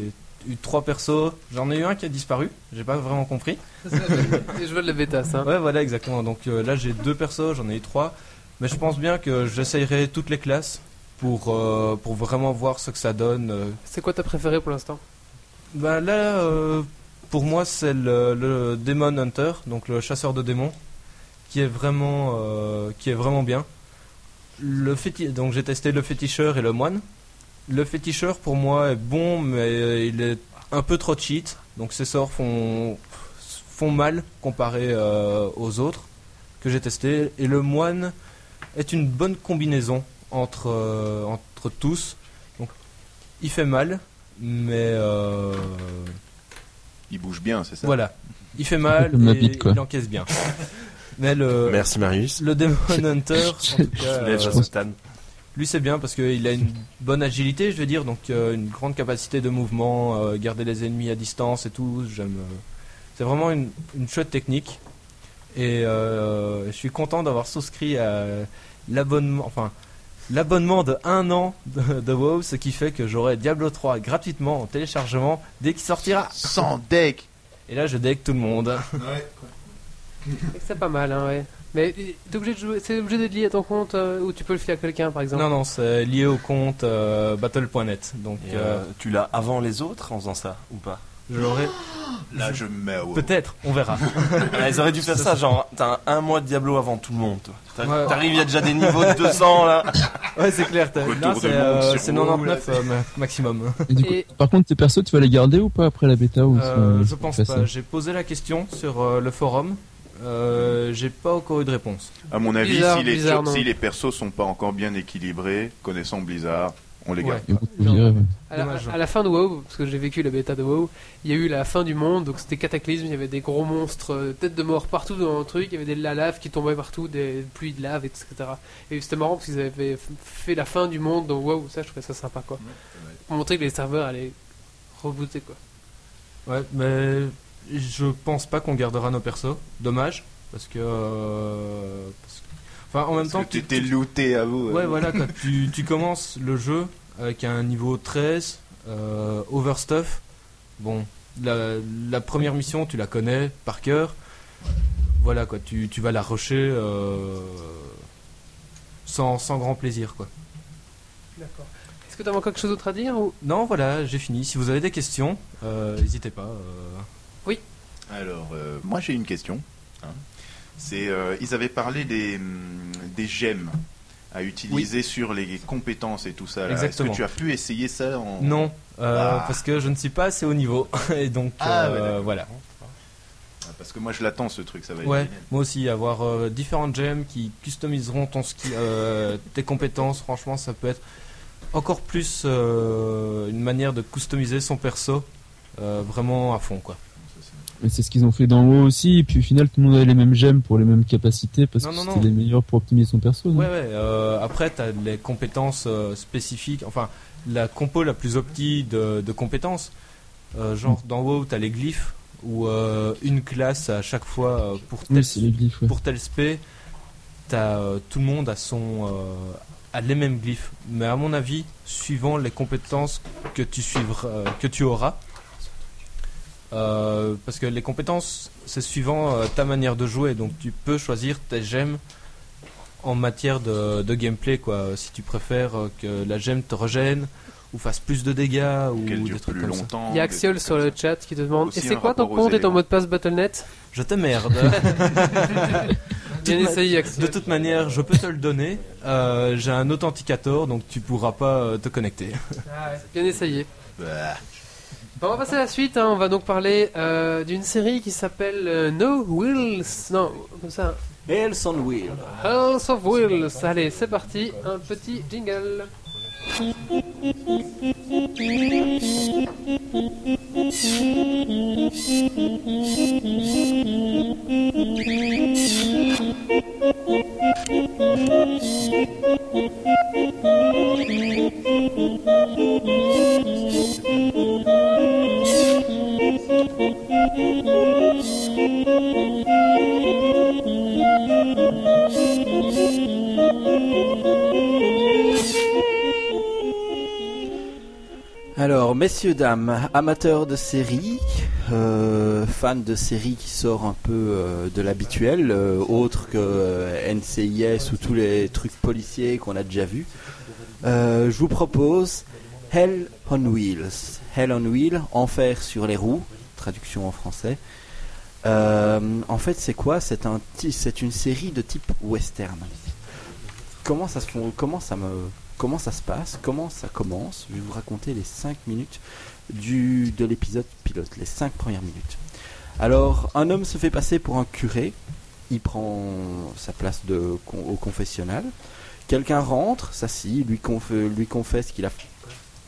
eu trois persos, j'en ai eu un qui a disparu, j'ai pas vraiment compris.
Je veux de la bêta, ça.
Ouais, voilà, exactement. Donc euh, là, j'ai deux persos, j'en ai eu trois. Mais je pense bien que j'essayerai toutes les classes pour, euh, pour vraiment voir ce que ça donne. euh.
C'est quoi ta préférée pour l'instant
Bah là, euh, pour moi, c'est le, le Demon Hunter, donc le chasseur de démons, qui est vraiment, euh, qui est vraiment bien. Le féti- donc j'ai testé le féticheur et le moine. Le féticheur pour moi est bon, mais il est un peu trop cheat, donc ses sorts font, font mal comparé euh, aux autres que j'ai testés. Et le moine est une bonne combinaison entre, euh, entre tous. Donc il fait mal, mais euh,
Il bouge bien, c'est ça
voilà, il fait mal
comme la
et
bite, quoi.
il encaisse bien. Mais le,
Merci Marius.
Euh, le Demon Hunter, en tout cas,
Lève
euh,
Satan.
lui c'est bien parce qu'il a une bonne agilité, je veux dire, donc euh, une grande capacité de mouvement, euh, garder les ennemis à distance et tout. J'aime. euh, c'est vraiment une, une chouette technique. Et euh, je suis content d'avoir souscrit à l'abonnement, enfin l'abonnement de un an de, de WoW, ce qui fait que j'aurai Diablo 3 gratuitement en téléchargement dès qu'il sortira.
Sans deck
Et là je deck tout le monde.
C'est pas mal, hein, ouais. Mais t'es obligé de jouer, c'est obligé d'être lié à ton compte euh, ou tu peux le filer à quelqu'un, par exemple
Non non, c'est lié au compte euh, battle.net, donc
Et,
euh,
euh, tu l'as avant les autres en faisant ça ou pas
je l'aurai
Là, je me mets à wow.
peut-être, on verra.
Ah, Ils auraient dû faire ça, genre t'as un mois de Diablo avant tout le monde. toi. T'arri-
Ouais.
T'arrives, il y a déjà des niveaux de 200 là.
Euh, Ouais, c'est clair. t'as-
Retour
Là,
de
c'est
monde
euh,
sur
c'est
roue,
99 euh, ma- maximum.
Et du coup,
Et-
par contre tes persos tu vas les garder ou pas après la bêta ou
Euh,
ils sont- hein.
je pense
ils sont
pas. J'ai posé la question sur euh, le forum. Euh, J'ai pas encore eu de réponse.
À mon avis,
Blizzard,
si, les
Blizzard, non.
si les persos sont pas encore bien équilibrés, connaissant Blizzard, on les garde.
Et
Ouais.
vous vous virez, ouais.
À la,
Dommage.
à la fin de WoW, parce que j'ai vécu la bêta de WoW, il y a eu la fin du monde, donc c'était cataclysme, il y avait des gros monstres, euh, têtes de mort partout dans le truc, il y avait de la lave qui tombait partout, des pluies de lave, etc. Et c'était marrant parce qu'ils avaient f- fait la fin du monde dans WoW, ça je trouvais ça sympa quoi. Pour montrer que les serveurs allaient rebooter quoi.
Ouais, mais je pense pas qu'on gardera nos persos. Dommage, parce que. euh, parce que- Enfin, en même
Parce
temps,
que
tu-
t'étais looté à vous. euh.
Ouais, voilà, quoi. tu, tu commences le jeu avec un niveau 13, euh, overstuff. Bon, la, la première mission, tu la connais par cœur. Voilà, quoi, tu, tu vas la rusher euh, sans, sans grand plaisir, quoi.
D'accord. Est-ce que t'avais encore quelque chose d'autre à dire ou...
Non, voilà, j'ai fini. Si vous avez des questions, euh, n'hésitez pas. euh.
Alors, euh, moi j'ai une question. hein. C'est, euh, ils avaient parlé des, hum, des gemmes à utiliser sur les compétences et tout ça. là. Est-ce que
Exactement.
tu as pu essayer ça en...
Non, euh,
Ah.
parce que je ne suis pas assez haut niveau. Et donc,
Ah,
euh,
ouais, d'accord.
voilà.
Ah, Parce que moi je l'attends ce truc, ça va être
Ouais,
génial.
moi aussi, avoir euh, différentes gemmes qui customiseront ton ski, euh, tes compétences, franchement, ça peut être encore plus euh, une manière de customiser son perso euh, vraiment à fond, quoi.
Mais c'est ce qu'ils ont fait dans WoW aussi, et puis au final tout le monde avait les mêmes gemmes pour les mêmes capacités parce
Non,
que
non,
c'était
non.
les meilleurs pour optimiser son perso. non
Ouais, ouais, euh, après, tu as les compétences euh, spécifiques, enfin, la compo la plus opti de, de compétences. Euh, genre, dans WoW, tu as les glyphes, où euh, une classe à chaque fois euh, pour tel,
Oui, c'est les glyphes, ouais.
pour tel spé, t'as, euh, tout le monde a, son, euh, a les mêmes glyphes. Mais à mon avis, suivant les compétences que tu, suivras, euh, que tu auras, euh, parce que les compétences, c'est suivant euh, ta manière de jouer, donc tu peux choisir tes gemmes en matière de, de gameplay, quoi. Si tu préfères euh, que la gemme te régène ou fasse plus de dégâts ou
qu'elle dure
des trucs
plus
comme ça.
longtemps.
Il y a Axiol sur le chat qui te demande
Aussi
Et c'est
un
quoi ton
rapport aux
compte et ton
éléments.
mot de passe Battle.net
Je te merde.
Bien
Toute ma-
essayé,
De
Axiol.
toute manière, je peux te le donner. Euh, J'ai un authenticator, donc tu pourras pas euh, te connecter.
Bien essayé.
Bah.
Bon, on va passer à la suite. hein. On va donc parler euh, d'une série qui s'appelle euh, No Wills. Non, comme ça.
Hells on Wheel.
House of Wills. Allez, c'est parti. Un petit jingle.
Alors, messieurs, dames, amateurs de séries, euh, fans de séries qui sort un peu euh, de l'habituel, euh, autre que euh, NCIS ou tous les trucs policiers qu'on a déjà vus, euh, je vous propose Hell on Wheels. Hell on Wheels, enfer sur les roues, traduction en français. Euh, en fait, c'est quoi C'est un ti- c'est une série de type western. Comment ça se fon- Comment ça me comment ça se passe, comment ça commence. Je vais vous raconter les 5 minutes du, de l'épisode pilote, les 5 premières minutes. Alors, un homme se fait passer pour un curé, il prend sa place de, con- au confessionnal. Quelqu'un rentre, s'assit, lui, conf- lui confesse qu'il a,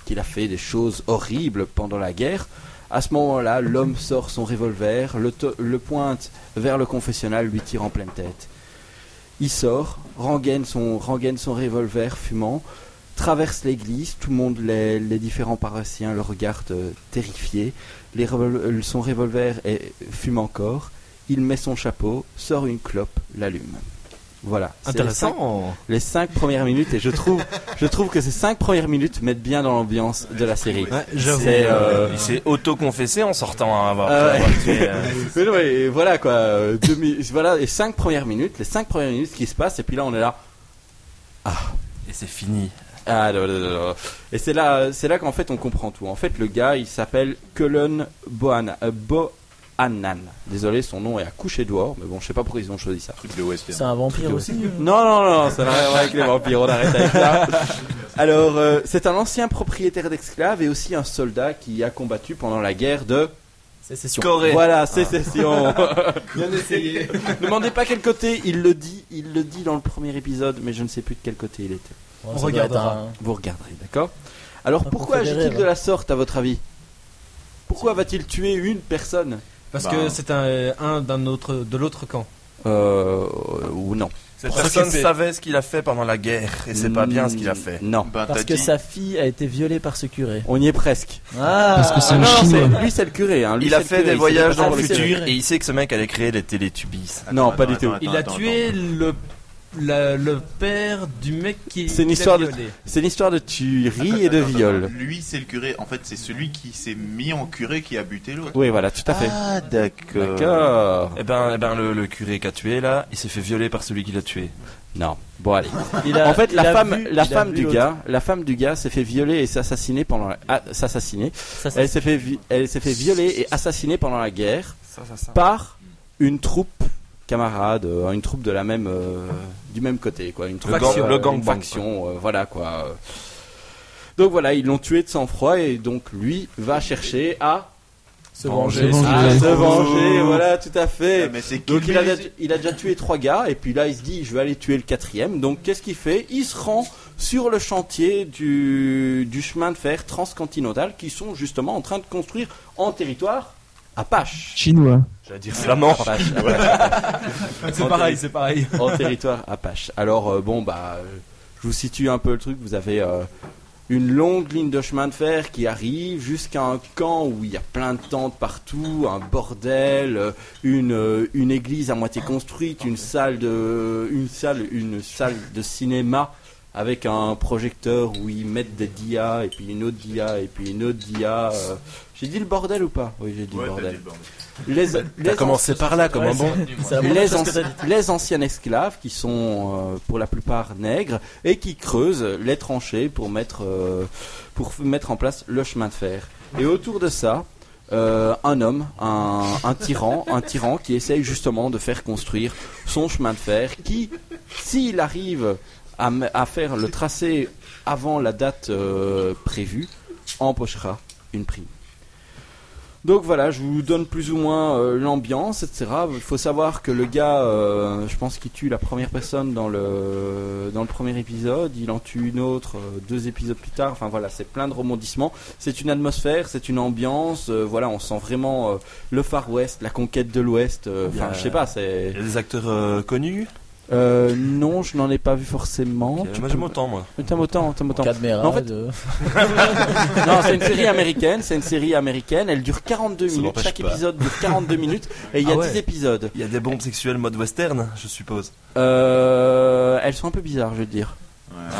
qu'il a fait des choses horribles pendant la guerre. À ce moment-là, l'homme sort son revolver, le, to- le pointe vers le confessionnal, lui tire en pleine tête. Il sort, rengaine son, rengaine son revolver fumant, traverse l'église, tout le monde, les, les différents paroissiens le regardent euh, terrifié, les revol- euh, son revolver est- fume encore, il met son chapeau, sort une clope, l'allume. Voilà. C'est les cinq- Les cinq premières minutes, et je trouve, je trouve que ces cinq premières minutes mettent bien dans l'ambiance de la série.
Ouais, j'avoue.
C'est, euh,
Il s'est auto-confessé en sortant hein, avoir,
Ah ouais.
avoir tué, euh,
Mais non, mais voilà quoi. euh, deux mi- voilà les cinq premières minutes, les cinq premières minutes qui se passent, et puis là on est là.
et c'est fini.
Ah, non, non, non, non. Et c'est là, c'est là qu'en fait on comprend tout. En fait, le gars, il s'appelle Colon Bohan- euh, Bohannan. Désolé, son nom est à coucher dehors, mais bon, je sais pas pourquoi ils ont choisi ça.
Truc de western.
C'est un vampire aussi. euh
Non, non, non, ça n'a rien à voir avec les vampires, on arrête avec ça. Alors, euh, c'est un ancien propriétaire d'esclaves et aussi un soldat qui a combattu pendant la guerre de...
Sécession.
Corée.
Voilà, sécession. Bien essayé. Demandez pas quel côté, il le dit, il le dit dans le premier épisode, mais je ne sais plus de quel côté il était.
On
regardera. Ah,
Vous regarderez, d'accord Alors
Un
pourquoi
confédéré,
agit-il
là.
de la sorte, à votre avis Pourquoi va-t-il tuer une personne
Parce
Bah.
que c'est un, un d'un autre, de l'autre camp.
Euh. Ou non.
Cette
Pour
personne
s'occuper.
savait ce qu'il a fait pendant la guerre et c'est pas bien ce qu'il a fait.
Mm,
Bah,
Non.
Ben,
Parce
t'as
que
dit-
sa fille a été violée par ce curé.
On y est presque.
Ah
Parce que c'est un
non,
chinois.
c'est- lui c'est le curé. hein, lui,
Il a
c'est le
fait
curé,
des
il s'est
voyages
déplacé
dans le
pour
futur
curé.
et il sait que ce mec allait créer des télétubies.
Attends,
Non, pas
attends,
du tout.
attends,
Il a
attends,
tué le, la- le père du mec qui.
C'est une
qui l'a
histoire de-
violé.
C'est une histoire de tuerie
attends.
et
Attends,
de
attends,
viol.
attends. Lui, c'est le curé. En fait, c'est celui qui s'est mis en curé qui a buté l'autre.
Oui, voilà, tout à fait.
Ah, d'accord.
D'accord.
Eh ben, eh ben le, le curé qu'a tué là, il s'est fait violer par celui qui l'a tué.
Non. Bon allez.
Il a-
en fait,
il
la
a
femme,
vu-
la
il a
femme
vu
du
l'autre.
gars, la femme du gars s'est fait violer et s'assassiner pendant la... ah, s'assassiner.
Ça, c'est-
Elle s'est fait, vi- elle s'est fait violer et assassiner pendant la guerre.
Ça, ça, ça.
par une troupe camarade, euh, une troupe de la même, euh, du même côté, quoi, une troupe,
gang-
euh,
le gang
une
bang,
faction, euh, voilà quoi. Donc voilà, ils l'ont tué de sang-froid et donc lui va chercher à
se
venger.
venger.
Se
à
venger.
Ah, se venger, voilà, tout à
Ah,
fait.
mais c'est qui
Donc il a,
lui
déjà- il a déjà tué trois gars et puis là il se dit je vais aller tuer le quatrième. Donc qu'est-ce qu'il fait Il se rend sur le chantier du, du chemin de fer transcontinental qui sont justement en train de construire en territoire apache.
Chinois.
J'allais dire
Flamand.
Ah,
Apache, Apache,
C'est pareil, c'est pareil.
en territoire Apache. Alors euh, bon bah, euh, je je vous situe un peu le truc, vous avez euh, une longue ligne de chemin de fer qui arrive jusqu'à un camp où il y a plein de tentes partout, un bordel, euh, une, euh, une église à moitié construite, une salle de, une salle, une salle de cinéma avec un projecteur où ils mettent des dias et puis une autre dia et puis une autre dia. euh. J'ai dit le bordel ou pas Oui, j'ai dit le bordel. Les,
T'as
les
commencé par là comme un bon.
C'est vraiment
les,
quelque chose que
anci- les anciens esclaves qui sont euh, pour la plupart nègres et qui creusent les tranchées pour mettre, euh, pour f- mettre en place le chemin de fer. Et autour de ça, euh, un homme, un, un tyran, un tyran qui essaye justement de faire construire son chemin de fer qui, s'il arrive à, m- à faire le tracé avant la date euh, prévue, empochera une prime. Donc voilà, je vous donne plus ou moins euh, l'ambiance, etc. Il faut savoir que le gars, euh, je pense qu'il tue la première personne dans le, dans le premier épisode, il en tue une autre euh, deux épisodes plus tard, enfin voilà, c'est plein de rebondissements. C'est une atmosphère, c'est une ambiance, euh, voilà, on sent vraiment euh, le Far West, la conquête de l'Ouest, euh, enfin
Bien.
je sais pas, c'est...
Il y a des acteurs euh, connus
Euh, non, je n'en ai pas vu forcément.
Ok,
Tu
Moi
peux-
j'aime autant moi.
T'aimes autant, t'aimes autant.
Cadmera,
En fait-
euh.
de-
Non, c'est une série américaine, c'est une série américaine, elle dure 42
Ça
minutes,
n'empêche
chaque
pas.
épisode dure 42 minutes et il y a
Ah ouais.
10 épisodes.
Il y a des bombes sexuelles mode western, je suppose.
Euh, elles sont un peu bizarres, je veux dire.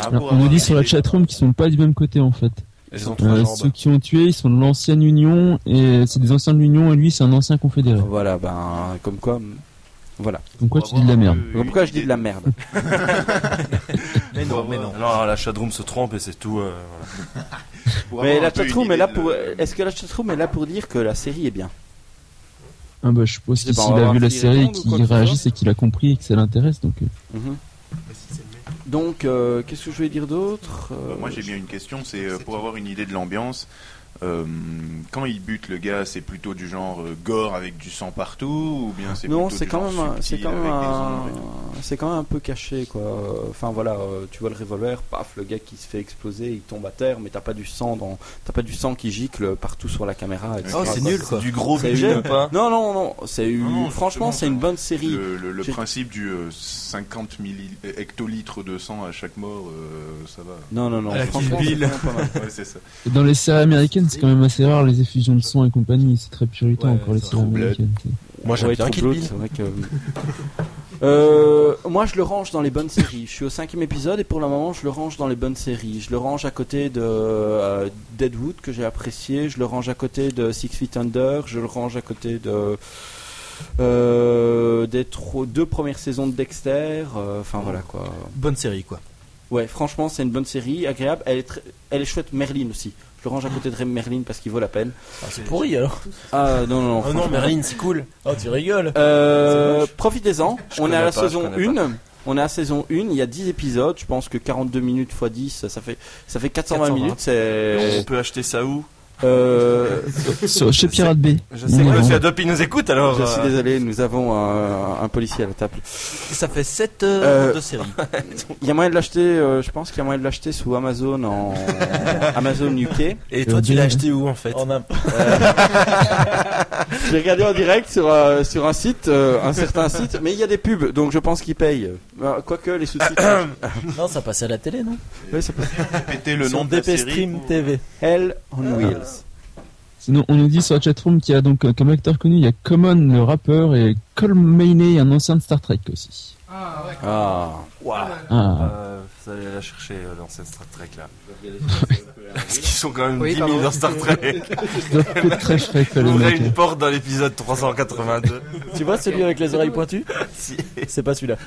Alors, on nous dit sur la chatroom qu'ils sont pas du même côté en fait.
Ils ont trois
Euh,
jambes.
ceux qui ont tué, ils sont de l'ancienne Union et c'est des anciens de l'Union et lui c'est un ancien confédéré.
Voilà, ben, comme quoi. m- Voilà.
Donc quoi
Pour
tu dis de la
avoir
merde
un peu
Donc, pourquoi
une
je dis de
idée-
la merde
Mais non, mais non.
Alors la chatroom se trompe et c'est tout. euh, voilà.
pour
Mais
avoir un
la
peu une
chatroom est
idée
là
de
pour.
le-
Est-ce que la chatroom est là pour dire que la série est bien
Ah bah je suppose
Je sais
qu'il
pas, on va
a
voir
vu la
s'il
série et
répond ou quoi
qu'il
que ce
réagisse et qu'il a compris et que ça l'intéresse donc. euh,
Mhm. Donc, euh, qu'est-ce que je voulais dire d'autre Euh,
Euh, Moi j'ai bien une question, c'est euh, pour avoir une idée de l'ambiance. euh, quand il bute le gars, c'est plutôt du genre euh, gore avec du sang partout ou bien c'est
Non,
plutôt
c'est
du
quand
genre
même, un- c'est
subtil
quand même,
avec des
un-
ombres et tout
c'est quand même un peu caché, quoi. Euh, Enfin voilà, euh, tu vois le revolver, paf, le gars qui se fait exploser, il tombe à terre, mais t'as pas du sang dans, t'as pas du sang qui gicle partout sur la caméra. etc.
Oh, c'est nul quoi.
Du gros
C'est
budget
une-
ou pas
Non, non, non, c'est une-
Non, non,
franchement,
justement,
c'est une bonne série.
Le, le- le
J'ai-
principe du euh, 50 milli- hectolitres de sang à chaque mort, euh, ça va.
Non, non, non,
À la
franchement,
Kill
c'est
Bill.
vraiment pas mal.
Ouais, c'est ça.
Et Dans les séries américaines, c'est quand même assez rare les effusions de sang et compagnie, c'est très puritain
Ouais,
encore les
c'est
séries
vrai.
américaines. c'est-
Moi j'aime
Ouais,
bien
True
Kill
Blood,
Bill.
c'est vrai que- Euh, moi, je le range dans les bonnes séries. Je suis au cinquième épisode et pour le moment, je le range dans les bonnes séries. Je le range à côté de euh, Deadwood que j'ai apprécié. Je le range à côté de Six Feet Under. Je le range à côté de euh, des tro- deux premières saisons de Dexter. Euh, Enfin voilà quoi.
Bonne série quoi.
Ouais, franchement, c'est une bonne série, agréable. Elle est, tr- elle est chouette. Merlin aussi. Je le range à côté de Merlin parce qu'il vaut la peine.
C'est pourri alors.
Ah non non. non
Oh non,
franchement.
Merlin, c'est cool.
Oh, tu rigoles.
Euh, profitez-en. On est à la
connais pas,
saison
je connais
1. On est à la saison 1, il y a 10 épisodes, je pense que 42 minutes x 10, ça fait, ça fait 420,
420.
minutes,
On
c'est...
peut acheter ça où
Euh,
Sur- Chez
Je
Pirate Bay.
Je sais que
Non.
Monsieur Adopi nous écoute alors.
je suis
euh,
désolé, nous avons un, un policier à la table.
Ça fait 7 heures
Euh,
de série.
Il y a moyen de l'acheter, euh, je pense qu'il y a moyen de l'acheter sous Amazon en Amazon Euh, UK.
Et toi, tu l'as acheté où en fait
En imp...
J'ai regardé en direct sur, euh, sur un site, euh, un certain site, mais il y a des pubs, donc je pense qu'ils payent. Euh, Quoique les sous-titres...
Non, ça passait à la télé, non
Ouais, ça peut-
Péter le
Sur
nom de la
DP
série
Stream
pour-
TV.
Hell on
Ah.
Wheels.
Sinon, on nous dit sur la chatroom qu'il y a donc euh, comme acteur connu, il y a Common le rappeur et Cole Mayney, un ancien de Star Trek aussi.
Ah...
Waouh.
Ah,
Euh, Vous allez la chercher euh, l'ancienne Star Trek là. Parce qu'ils sont quand même
Oui,
10 000
pardon.
dans Star Trek.
ils doivent être très frais, les
Ouvrez
mecs.
une porte dans l'épisode 382.
Tu vois celui avec les oreilles pointues
Si.
C'est pas celui-là.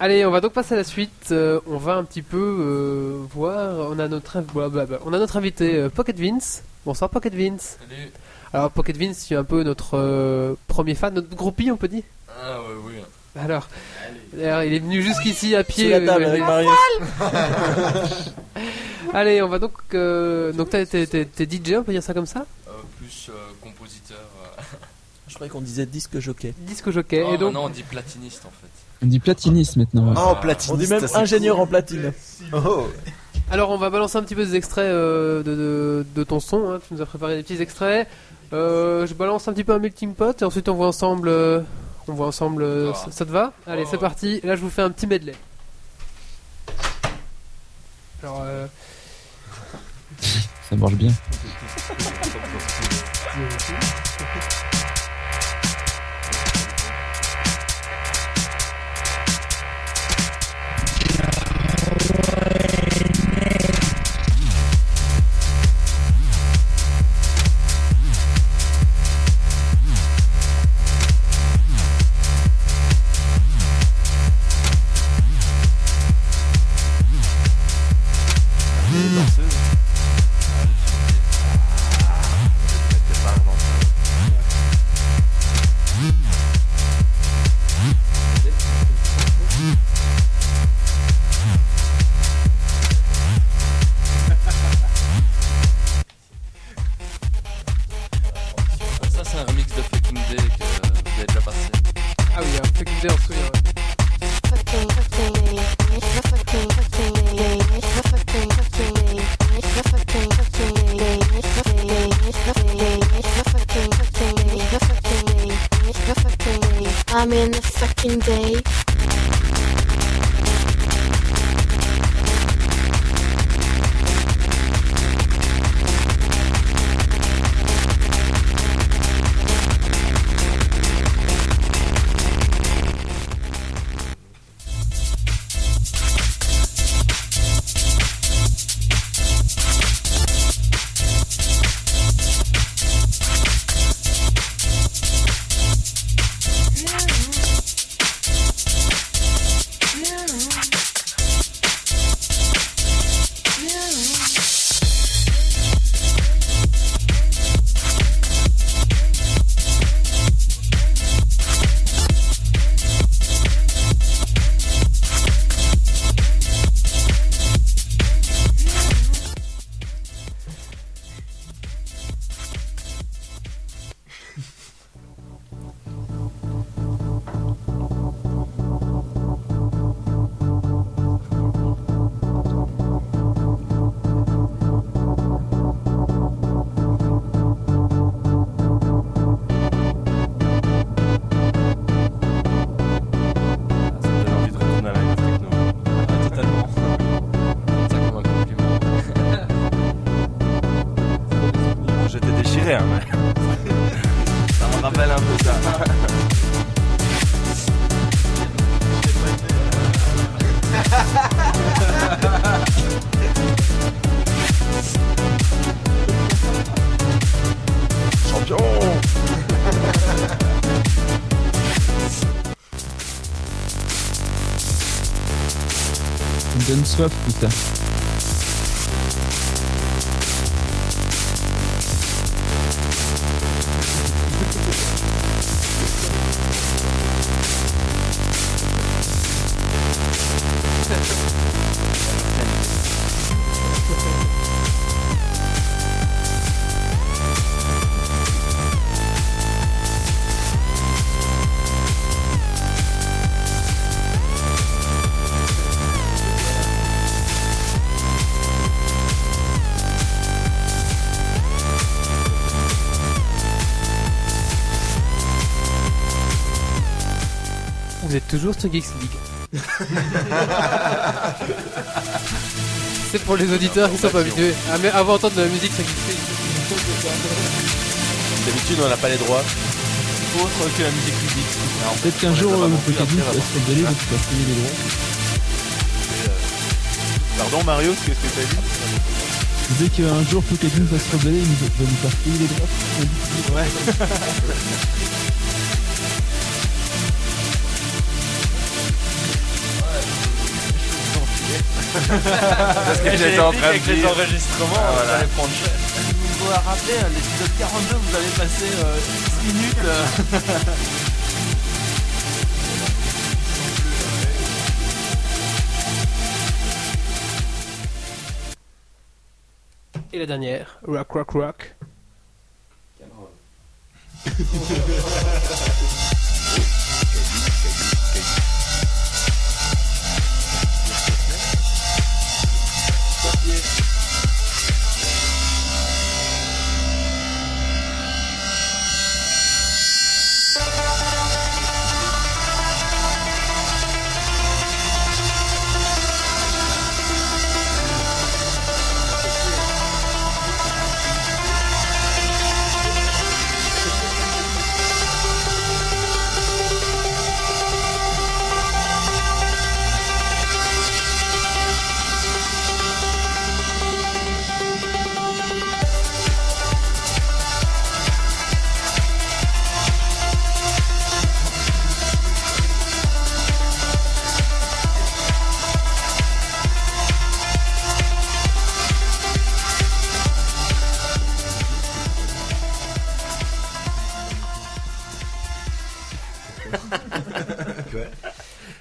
Allez, on va donc passer à la suite. Euh, on va un petit peu euh, voir. On a notre, inv- blablabla. on a notre invité euh, Pocket Vince. Bonsoir Pocket Vince.
Salut.
Alors Pocket Vince, tu es un peu notre euh, premier fan, notre groupie, on peut dire.
Ah ouais, oui.
Alors, alors, il est venu jusqu'ici à
Sous
pied.
la
euh,
table avec Marius.
Allez, on va donc. euh, donc t'es- t'es t'es- t'es DJ, on peut dire ça comme ça
Euh, plus euh, compositeur. euh.
Je croyais qu'on disait disque jockey.
Disco jockey.
Oh, Non,
et donc,
maintenant, on dit Ah, platiniste en fait.
On dit platiniste maintenant. ouais.
Oh,
On
platiniste.
dit même
ça, c'est
ingénieur en platine.
Oh.
alors on va balancer un petit peu des extraits euh, de, de, de ton son. hein. Tu nous as préparé des petits extraits. Euh, je balance un petit peu un melting pot et ensuite on voit ensemble. euh, on voit ensemble. euh,
Ça va.
ça, ça te va Allez,
Ouais,
c'est
ouais.
parti. Là, je vous fais un petit medley.
euh,
ça marche bien.
Ça, c'est un remix de Fucking Day que vous avez déjà passé.
Ah oui, un truc bizarre, on se souvient.
I'm in the fucking day.
Ça me donne envie de retourner à la live techno.
totalement.
Ça comme un compliment.
J'étais déchiré, hein, mais. ça me rappelle un peu ça. Champion
Ça me donne soif tout ça.
Vous êtes toujours sur Geeks League. C'est pour les auditeurs qui sont pas habitués. Ah, mais avant d'entendre de la musique sur Geeks League.
D'habitude, on n'a pas les droits.
Autre que la musique publique.
Peut-être qu'un jour, euh, vous pouvez dire, est-ce que vous allez vous faire payer les droits
Pardon Mario, qu'est-ce que t'as dit
Je disais qu'un jour, Pokémon va se rebeller et nous- va nous faire payer les droits.
Parce que j'étais en train de dire.
enregistrements, euh,
Ah, voilà.
prendre cher. Vous vous rappelez, euh, l'épisode 42, vous avez passé 6 minutes. euh.
Et la dernière, Rock Rock Rock.
J'ai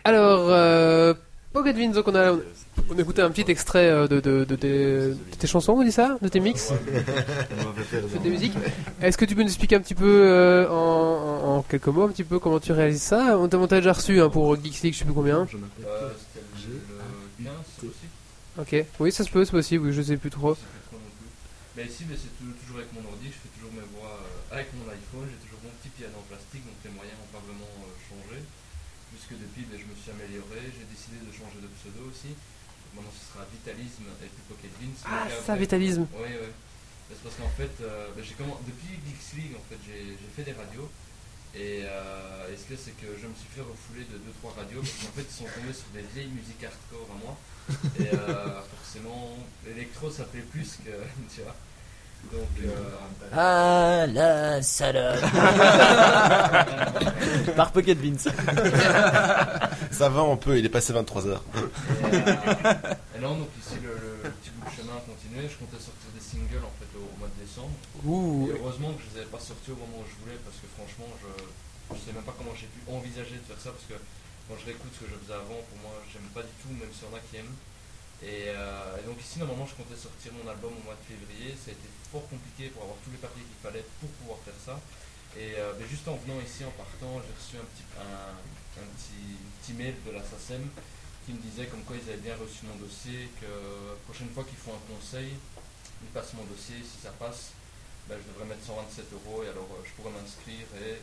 Alors, euh, Pocket Vince, donc on a, on a écouté un petit extrait euh, de, de- de tes, de tes chansons, on dit ça De tes mix De tes musiques Est-ce que tu peux nous expliquer un petit peu, euh, en, en- en quelques mots, un petit peu comment tu réalises ça On t'a on t'a déjà reçu hein, pour Geeks League, je sais plus combien.
Euh,
Ok, oui, ça se peut, c'est possible, oui, je sais plus trop.
Mais ici, mais c'est tou- toujours avec mon ordi, je fais toujours mes voix euh, avec mon iPhone, j'ai toujours mon petit piano en plastique, donc les moyens n'ont pas vraiment euh, changé. Puisque depuis, ben, je me suis amélioré, j'ai décidé de changer de pseudo aussi. Maintenant, ce sera Vitalisme et puis Pocket Vince.
Ah,
Donc,
c'est
après-
ça, Vitalisme.
Oui, oui. C'est parce qu'en fait, euh, ben, j'ai commen- depuis Geeks League, en fait, j'ai j'ai fait des radios. Et euh, est-ce que c'est que je me suis fait refouler de 2-3 radios parce qu'en fait ils sont tombés sur des vieilles musiques hardcore à moi. Et euh, forcément, l'électro ça plaît plus que. Tu vois Donc. euh,
Ah la salope Par Pocket Vince.
Ça va, on peut, il est passé 23h.
Et, euh, et non, donc ici le, le petit bout de chemin a continué. Je comptais sortir des singles en fait au, au mois de décembre.
Ouh.
Et heureusement que je les avais pas sortis au moment où je voulais parce que franchement, je, je sais même pas comment j'ai pu envisager de faire ça parce que quand je réécoute ce que je faisais avant, pour moi, j'aime pas du tout, même s'il y en a qui aiment. Et, euh, et donc ici, normalement, je comptais sortir mon album au mois de février. Ça a été fort compliqué pour avoir tous les papiers qu'il fallait pour pouvoir faire ça. Et euh, mais juste en venant ici, en partant, j'ai reçu un petit, un, un petit, petit mail de la SACEM qui me disait comme quoi ils avaient bien reçu mon dossier, que la prochaine fois qu'ils font un conseil, ils passent mon dossier, si ça passe, ben, je devrais mettre 127 euros et alors euh, je pourrais m'inscrire et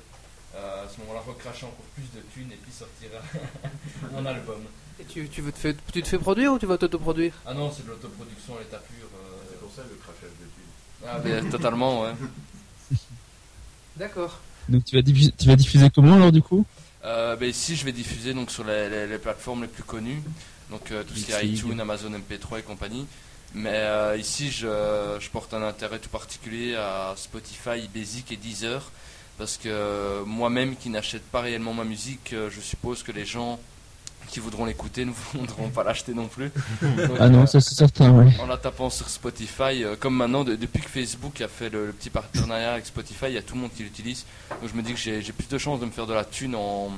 euh, à ce moment-là recracher encore plus de thunes et puis sortir mon album.
Et tu, tu veux te fais- tu te fais produire ou tu vas t'autoproduire
Ah non, c'est de l'autoproduction à l'état pur. euh.
C'est pour ça le crachage de thunes.
Ah, ben, totalement, ouais.
D'accord.
Donc tu vas, diffuser, tu vas diffuser comment alors du coup
Euh, ben, ici, je vais diffuser donc sur les, les- les plateformes les plus connues, donc euh, tout ce qui est
Geeks League.
iTunes, Amazon MP3 et compagnie. Mais euh, ici, je, je porte un intérêt tout particulier à Spotify, Basic et Deezer, parce que euh, moi-même qui n'achète pas réellement ma musique, euh, je suppose que les gens qui voudront l'écouter ne voudront pas l'acheter non plus. Donc,
Ah non,
euh,
ça c'est certain, ouais.
en la tapant sur Spotify, euh, comme maintenant, de- depuis que Facebook a fait le, le petit partenariat avec Spotify, il y a tout le monde qui l'utilise. Donc je me dis que j'ai j'ai plus de chances de me faire de la thune en,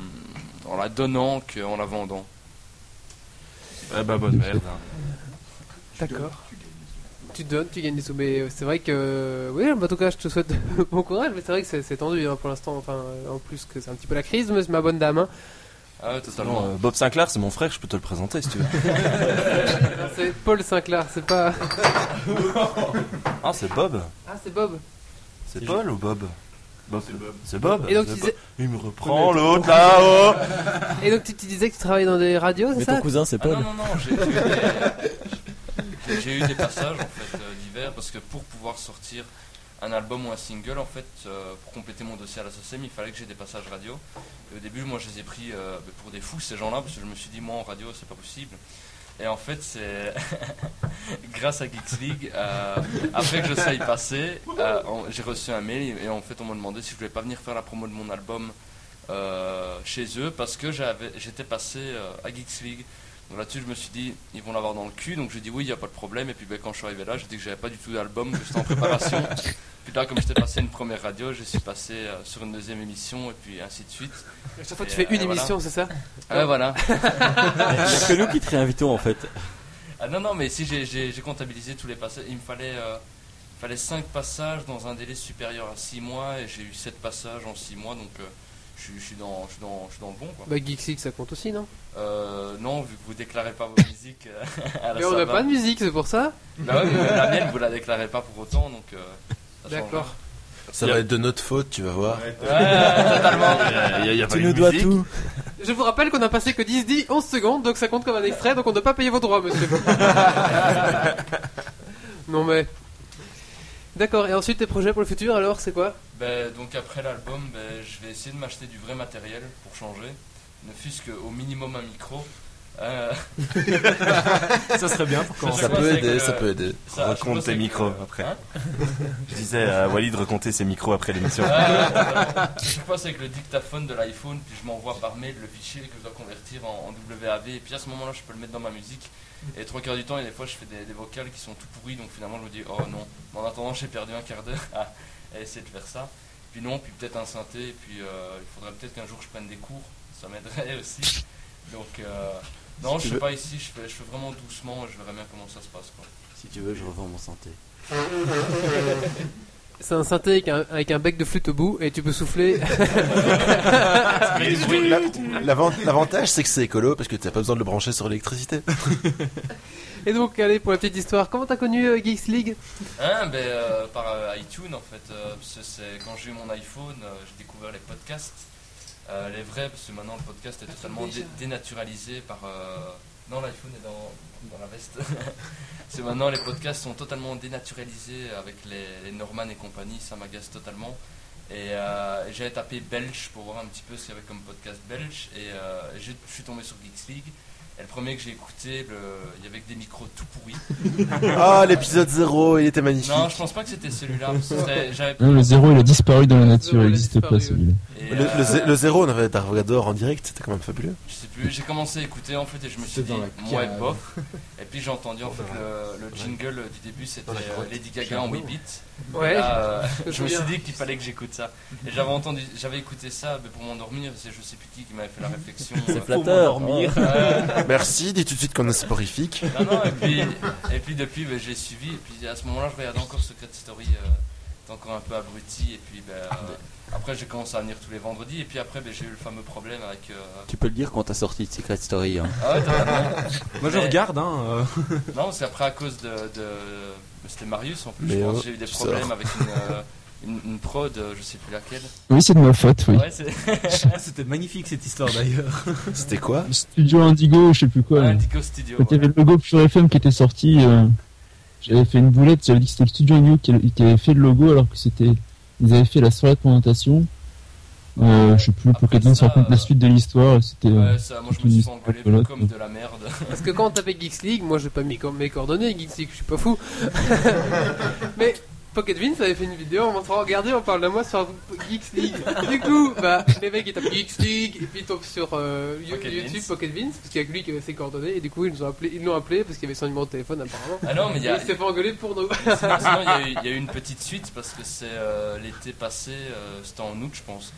en la donnant qu'en la vendant.
Ah bah bonne merde. hein.
D'accord. Tu donnes, tu gagnes des sous. Mais euh, c'est vrai que. Oui, en tout cas, je te souhaite bon courage. Mais c'est vrai que c'est- c'est tendu hein, pour l'instant. Enfin, euh, en plus que c'est un petit peu la crise, mais c'est ma bonne dame. hein.
Ah, ouais, totalement.
Non, euh, Bob Sinclair, c'est mon frère, je peux te le présenter si tu veux.
C'est Paul Sinclair, c'est pas.
Ah, c'est Bob
Ah, c'est Bob.
C'est Paul ou Bob Bob.
C'est Bob.
C'est Bob
Et donc,
C'est
tu
Bob.
disais-
Il me reprend l'autre là-haut
Et donc, tu, tu disais que tu travailles dans des radios, c'est
Mais ton
ça
cousin, c'est
Ah
Paul.
non, non, non, j'ai j'ai eu, des- j'ai eu des passages en fait euh, divers parce que pour pouvoir sortir un album ou un single, en fait, euh, pour compléter mon dossier à la SOCEM, il fallait que j'ai des passages radio. Et au début, moi, je les ai pris euh, pour des fous, ces gens-là, parce que je me suis dit, moi, en radio, c'est pas possible. Et en fait, c'est grâce à Geeks League, euh, après que je sois y passer, euh, en- j'ai reçu un mail et en fait, on m'a demandé si je voulais pas venir faire la promo de mon album euh, chez eux parce que j'avais, j'étais passé euh, à Geeks League. Donc là-dessus, je me suis dit, ils vont l'avoir dans le cul. Donc j'ai dit oui, il n'y a pas de problème. Et puis ben, quand je suis arrivé là, j'ai dit que j'avais pas du tout d'album, que j'étais en préparation. puis là, comme j'étais passé une première radio, je suis passé euh, sur une deuxième émission et puis ainsi de suite.
À chaque fois, tu
Et,
fais
euh,
une
voilà.
émission, c'est ça
Ah ouais, voilà.
Il n'y a que nous qui te réinvitons en fait.
Ah non, non, mais si j'ai- j'ai j'ai comptabilisé tous les passages, il me fallait, euh, il fallait 5 passages dans un délai supérieur à 6 mois et j'ai eu 7 passages en 6 mois. Donc euh, je suis- je suis dans, je suis dans, je suis dans le bon. Quoi.
Bah, Geeks League, ça compte aussi, non
Euh, non, vu que vous déclarez pas vos musiques euh, à la
Mais on n'a
Savane.
pas de musique, c'est pour ça
Bah ouais, mais la mienne, vous la déclarez pas pour autant, donc. euh, ça change
D'accord.
Ça va être de notre faute, tu vas voir.
rien. Ouais, totalement.
Il y a- il y a pas
Tu
eu de
nous dois
musique.
tout.
Je vous rappelle qu'on a passé que 10, 10, 11 secondes, donc ça compte comme un extrait, donc on ne doit pas payer vos droits, monsieur. non, mais. D'accord, et ensuite tes projets pour le futur, alors, c'est quoi
Ben, donc après l'album, ben, je vais essayer de m'acheter du vrai matériel pour changer, ne fût-ce qu'au minimum un micro. Euh,
Ça serait bien pour
commencer.
Ça
Moi,
peut
c'est
aider,
que-
ça peut aider.
ça, je
Recompte
pense
tes
que-
micros, après.
Hein
Je disais à Wally de recompter ses micros après l'émission.
Ah, je passe avec le dictaphone de l'iPhone, puis je m'envoie par mail le fichier que je dois convertir en, en WAV, et puis à ce moment-là, je peux le mettre dans ma musique. Et trois quarts du temps, et des fois, je fais des, des vocales qui sont tout pourries, donc finalement, je me dis, oh non, Mais en attendant, j'ai perdu un quart d'heure à, à essayer de faire ça. Puis non, puis peut-être un synthé, et puis euh, il faudrait peut-être qu'un jour je prenne des cours, ça m'aiderait aussi. Donc euh, non,
Si
je
tu
sais
veux.
pas ici, je fais, je fais vraiment doucement, je verrai bien comment ça se passe quoi.
Si tu veux, je revends mon santé.
C'est un synthé avec un, avec un bec de flûte au bout et tu peux souffler.
La- l'avant- L'avantage, c'est que c'est écolo parce que t'as pas besoin de le brancher sur l'électricité.
et donc, allez, pour la petite histoire, comment t'as connu euh, Geeks League
Hein, ben, euh, par euh, iTunes en fait, euh, parce que c'est quand j'ai eu mon iPhone, euh, j'ai découvert les podcasts, euh, les vrais, parce que maintenant le podcast est totalement dé- dénaturalisé par. euh, Non, l'iPhone est dans, dans la veste. parce que maintenant les podcasts sont totalement dénaturalisés avec les, les Norman et compagnie, ça m'agace totalement. Et euh, et j'avais tapé belge pour voir un petit peu ce qu'il y avait comme podcast belge, et euh, je je suis tombé sur Geeks League. Et le premier que j'ai écouté, le- il y avait que des micros tout pourris.
Ah, l'épisode 0, il était magnifique.
Non, je pense pas que c'était celui-là. parce que c'était- j'avais-
Non, le zéro, il a disparu dans la nature, il n'existe pas celui-là.
Et,
Le,
euh,
le zé- le zéro, on avait Darvador en direct, c'était quand même fabuleux.
Je sais plus, j'ai commencé à écouter en fait et je me suis
C'est
dit,
dans la
moi
cave.
bof. Et puis j'ai entendu en fait le, le jingle du début, c'était
Dans la
euh,
grotte.
Lady Gaga en 8 bit.
Ouais.
je me suis dit qu'il fallait que j'écoute ça. Et j'avais entendu, j'avais écouté ça mais pour m'endormir, c'est je sais plus qui qui m'avait fait la réflexion.
C'est
euh,
flatteur.
hein.
euh,
Merci, dis tout de suite qu'on est sporifique.
non, non, et puis, et puis depuis, ben, j'ai suivi. Et puis à ce moment-là, je regardais encore Secret Story, euh, t'es encore un peu abruti. Et puis ben,
Ah,
euh, après, j'ai commencé à venir tous les vendredis. Et puis après, ben, j'ai eu le fameux problème avec. euh,
Tu peux le dire quand t'as sorti de Secret Story. hein.
Ah ouais, totalement.
Moi je
Mais-
regarde, hein. euh,
Non, c'est après à cause de. de... C'était Marius en plus,
Mais
je
euh,
pense.
oh,
J'ai eu des
tu
problèmes
sors.
avec une, euh, une, une prod, euh, je sais plus laquelle.
Oui, c'est de ma faute, oui.
Ouais, c'est.
C'était magnifique cette histoire d'ailleurs.
C'était quoi
Studio Indigo, je sais plus quoi.
Ah,
mais-
Indigo Studio.
Quand il y
ouais.
avait le logo Pure FM qui était sorti, euh, j'avais fait une boulette, j'avais dit que c'était le Studio New qui, qui avait fait le logo alors que c'était. Ils avaient fait la soirée de présentation. Euh, je sais plus pour
Après
quelqu'un se
ça,
raconte
euh,
la suite de l'histoire. C'était. euh,
Ouais, ça, moi je me suis fait engueuler
Voilà.
comme de la merde.
Parce que quand on tapait Geeks League, moi j'ai pas mis co- mes coordonnées Geeks League, je suis pas fou. Mais Pocket Vince avait fait une vidéo en montrant Regardez, on parle de moi sur Geeks League. Du coup, bah, les mecs ils tapent Geeks League et puis ils tombent sur euh, You-
Pocket
YouTube
Vince.
Pocket Vince parce qu'il y a que lui qui avait ses coordonnées et du coup ils nous ont appelé, ils l'ont appelé parce qu'il avait son numéro de téléphone apparemment.
Ah non, mais il y
Et
a.
il s'est fait engueuler pour nous.
Sinon, sinon, il y, a eu- il y a eu une petite suite parce que c'est euh, l'été passé, euh, c'était en août, je pense.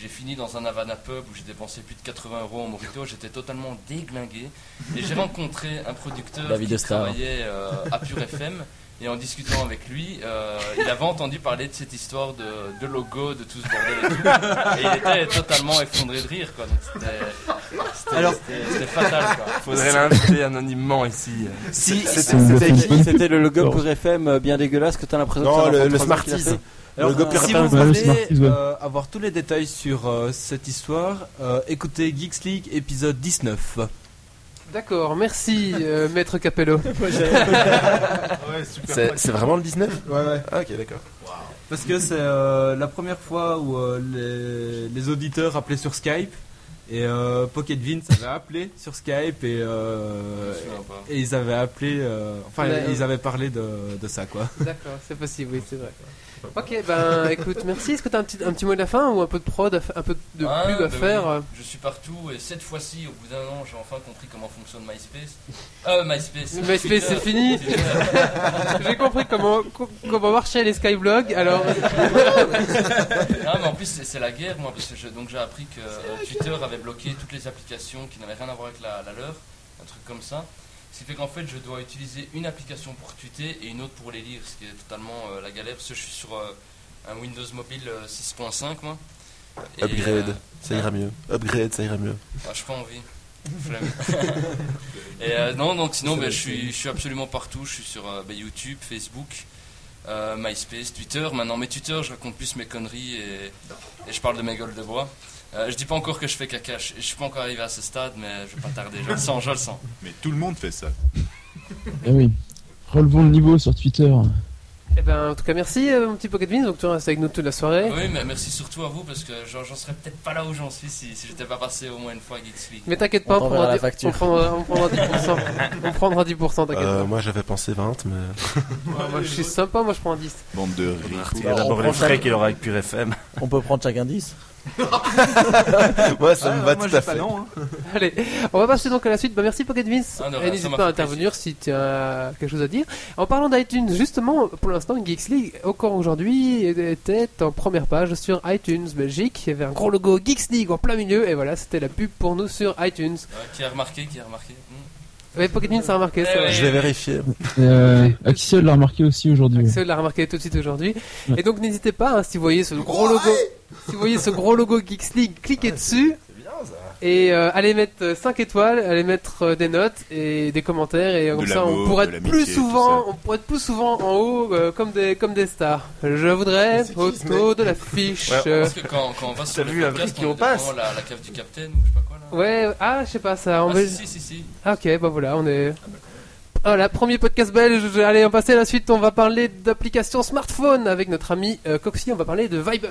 J'ai fini dans un Havana pub où j'ai dépensé plus de 80 euros en Morito. J'étais totalement déglingué. Et j'ai rencontré un producteur
David
qui
Star.
travaillait euh, à Pure FM. Et en discutant avec lui, euh, il avait entendu parler de cette histoire de, de logo, de tout ce bordel et tout. Et il était totalement effondré de rire. Quoi. Donc c'était, c'était-
Alors-
c'était- c'était fatal. Quoi.
Faudrait l'inviter anonymement ici.
Si,
Ça me
c'était
fait une
qui
bonne-
C'était le logo
Non.
pour FM euh, bien dégueulasse que t'as l'impression que
Non,
ça
le,
rentre
le
trois ans qu'il a
Smarties.
fait.
Alors,
Alors,
Go Pure
si
FM.
vous
Ouais, le
voulez
Smarties, ouais.
euh, avoir tous les détails sur euh, cette histoire, euh, écoutez Geeks League épisode 19.
D'accord, merci euh, Maître Capello.
Ouais, super.
C'est c'est vraiment le 19
Ouais, ouais.
Ah, ok, d'accord.
Parce que c'est euh, la première fois où euh, les, les auditeurs appelaient sur Skype. Et euh, Pocket Vince avait appelé sur Skype et, euh,
Je me souviens pas.
et ils avaient appelé, euh, enfin
Ouais.
ils avaient parlé de, de ça quoi.
D'accord, c'est possible, oui, c'est vrai. Ok, ben écoute, merci. Est-ce que t'as un petit, un petit mot de la fin ou un peu de prod, à fa- un peu de
Ah,
pub à
bah
faire
oui.
euh,
Je suis partout et cette fois-ci, au bout d'un an, j'ai enfin compris comment fonctionne MySpace. Euh, MySpace.
MySpace, c'est fini.
Twitter.
J'ai compris comment, co- comment marchaient les skyblogs, alors
Ah, mais en plus, c'est- c'est la guerre, moi, parce que je- donc j'ai appris que euh, Twitter avait bloqué toutes les applications qui n'avaient rien à voir avec la, la leur, un truc comme ça. Ce qui fait qu'en fait, je dois utiliser une application pour tweeter et une autre pour les lire, ce qui est totalement euh, la galère, parce que je suis sur euh, un Windows Mobile euh, 6.5, moi. Et, euh,
Upgrade, ça ira mieux. Upgrade, ça ira mieux.
Ah, je pas envie. Flemme. Et euh, non, donc sinon, ben, je, suis, je suis absolument partout. Je suis sur euh, ben, YouTube, Facebook, euh, MySpace, Twitter. Maintenant, mes Twitter, je raconte plus mes conneries et, et je parle de mes gueules de bois. Euh, je dis pas encore que je fais caca. Je, je suis pas encore arrivé à ce stade, mais je vais pas tarder. Je le sens, je le sens.
Mais tout le monde fait ça.
eh oui. Relevons le niveau sur Twitter.
Eh ben, en tout cas, merci, euh, mon petit Pocket Beans. Donc, tu restes avec nous toute la soirée.
Oui, mais merci surtout à vous parce que genre, j'en serais peut-être pas là où j'en suis si, si j'étais pas passé au moins une fois à Geeks League.
Mais t'inquiète
On
pas, on,
t'enverra
prendra
la
dix-
facture.
on prendra, on prendra 10%. on prendra 10%, t'inquiète
Euh,
pas.
moi, j'avais pensé 20, mais.
Ah, moi, je suis sympa, moi, je prends 10.
Bande de riches.
Il y a d'abord les frais qu'il aura avec Pure FM.
On peut prendre chaque indice.
Moi, ça
Ah,
me va tout à fait.
hein.
Allez, on va passer donc à la suite. Bah, merci Pocket Vince.
hein. Ah, de rien,
Et
ça
n'hésite
m'a
pas à
fait plaisir.
intervenir si tu as quelque chose à dire. En parlant d'iTunes, justement, pour l'instant, Geeks League, encore aujourd'hui, était en première page sur iTunes Belgique. Il y avait un gros logo Geeks League en plein milieu. Et voilà, c'était la pub pour nous sur iTunes.
Euh, qui a remarqué, qui a remarqué Hmm.
Oui, Pocket Vince a remarqué ça.
Eh
ouais.
oui.
Je vais vérifier.
Euh, Axel l'a remarqué aussi aujourd'hui.
Axel l'a remarqué tout de suite aujourd'hui.
Ouais.
Et donc n'hésitez pas, hein, si vous voyez ce gros logo, si vous voyez ce gros logo Geeks League, cliquez dessus. Et euh, allez mettre 5 étoiles, allez mettre euh, des notes et des commentaires et comme ça on
l'amour,
pourra
de
être
l'amitié,
plus
tout
souvent,
ça.
on pourra être plus souvent en haut euh, comme des comme des stars. Je voudrais
c'est qui, ce
photo de la fiche.
Ouais,
Euh,
Parce que quand, quand on va sur
T'as
le
vu la
podcast,
brique qui
on est
repasse
devant la, la cave du capitaine ou je sais pas quoi là.
Ouais, ah je sais pas ça. on
Ah,
va-
si, si, si, si.
Ah, ok, bah voilà, on est. Voilà, premier podcast belge. Allez, on passe à la suite. On va parler d'applications smartphone avec notre ami euh, Coxy. On va parler de Viber.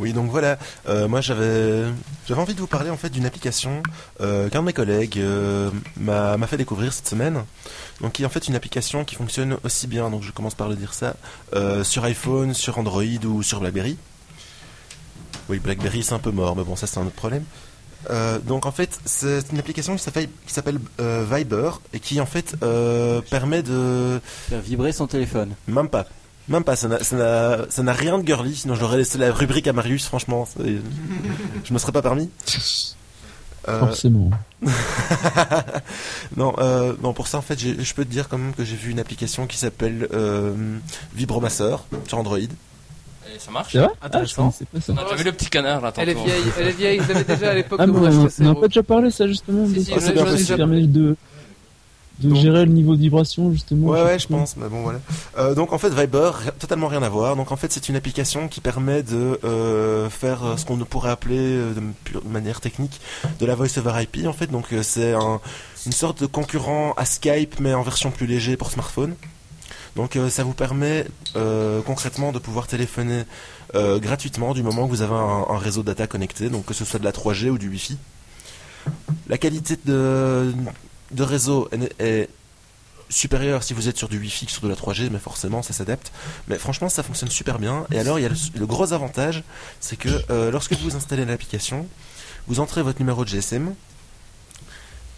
Oui, donc voilà. Euh, moi, j'avais, j'avais envie de vous parler en fait d'une application euh, qu'un de mes collègues euh, m'a, m'a fait découvrir cette semaine. Donc, qui est en fait une application qui fonctionne aussi bien. Donc, je commence par le dire ça euh, sur iPhone, sur Android ou sur BlackBerry. Oui, BlackBerry c'est un peu mort, mais bon, ça c'est un autre problème. Euh, donc en fait, c'est une application qui s'appelle, qui s'appelle euh, Viber et qui en fait euh, permet de
Faire vibrer son téléphone.
même pas. Même pas, ça n'a- ça n'a ça n'a rien de girly, sinon j'aurais laissé la rubrique à Marius, franchement. c'est- Je me serais pas permis. Euh,
Forcément.
non, euh, non, pour ça, en fait, j'ai- je peux te dire quand même que j'ai vu une application qui s'appelle euh, Vibromasseur sur Android.
Et ça marche
C'est vrai Ah, je
Intéressant.
connaissais pas ça.
On a déjà vu le petit canard là tantôt.
Elle est vieille, elle est vieille. Ils avaient déjà à l'époque
Ah,
de
mais
Orange
on on n'a
Casero.
pas déjà parlé ça justement.
Si,
de-
si,
Ah, c'est
Ça
bien possible.
permet de, de
Donc-
gérer le niveau de vibration justement.
Ouais, ouais, je pense. Mais bon, voilà. Euh, donc, en fait, Viber, ri- totalement rien à voir. Donc, en fait, c'est une application qui permet de euh, faire euh, ce qu'on ne pourrait appeler, euh, de, m- pure- de manière technique, de la voice over IP. En fait, donc, euh, c'est un- une sorte de concurrent à Skype, mais en version plus léger pour smartphone. Donc, euh, ça vous permet euh, concrètement de pouvoir téléphoner euh, gratuitement du moment que vous avez un, un réseau data connecté, donc que ce soit de la 3G ou du Wi-Fi. La qualité de, de réseau est- est supérieur si vous êtes sur du Wi-Fi que sur de la 3G, mais forcément ça s'adapte. Mais franchement, ça fonctionne super bien. Et alors, il y a le, le gros avantage, c'est que euh, lorsque vous installez l'application, vous entrez votre numéro de GSM.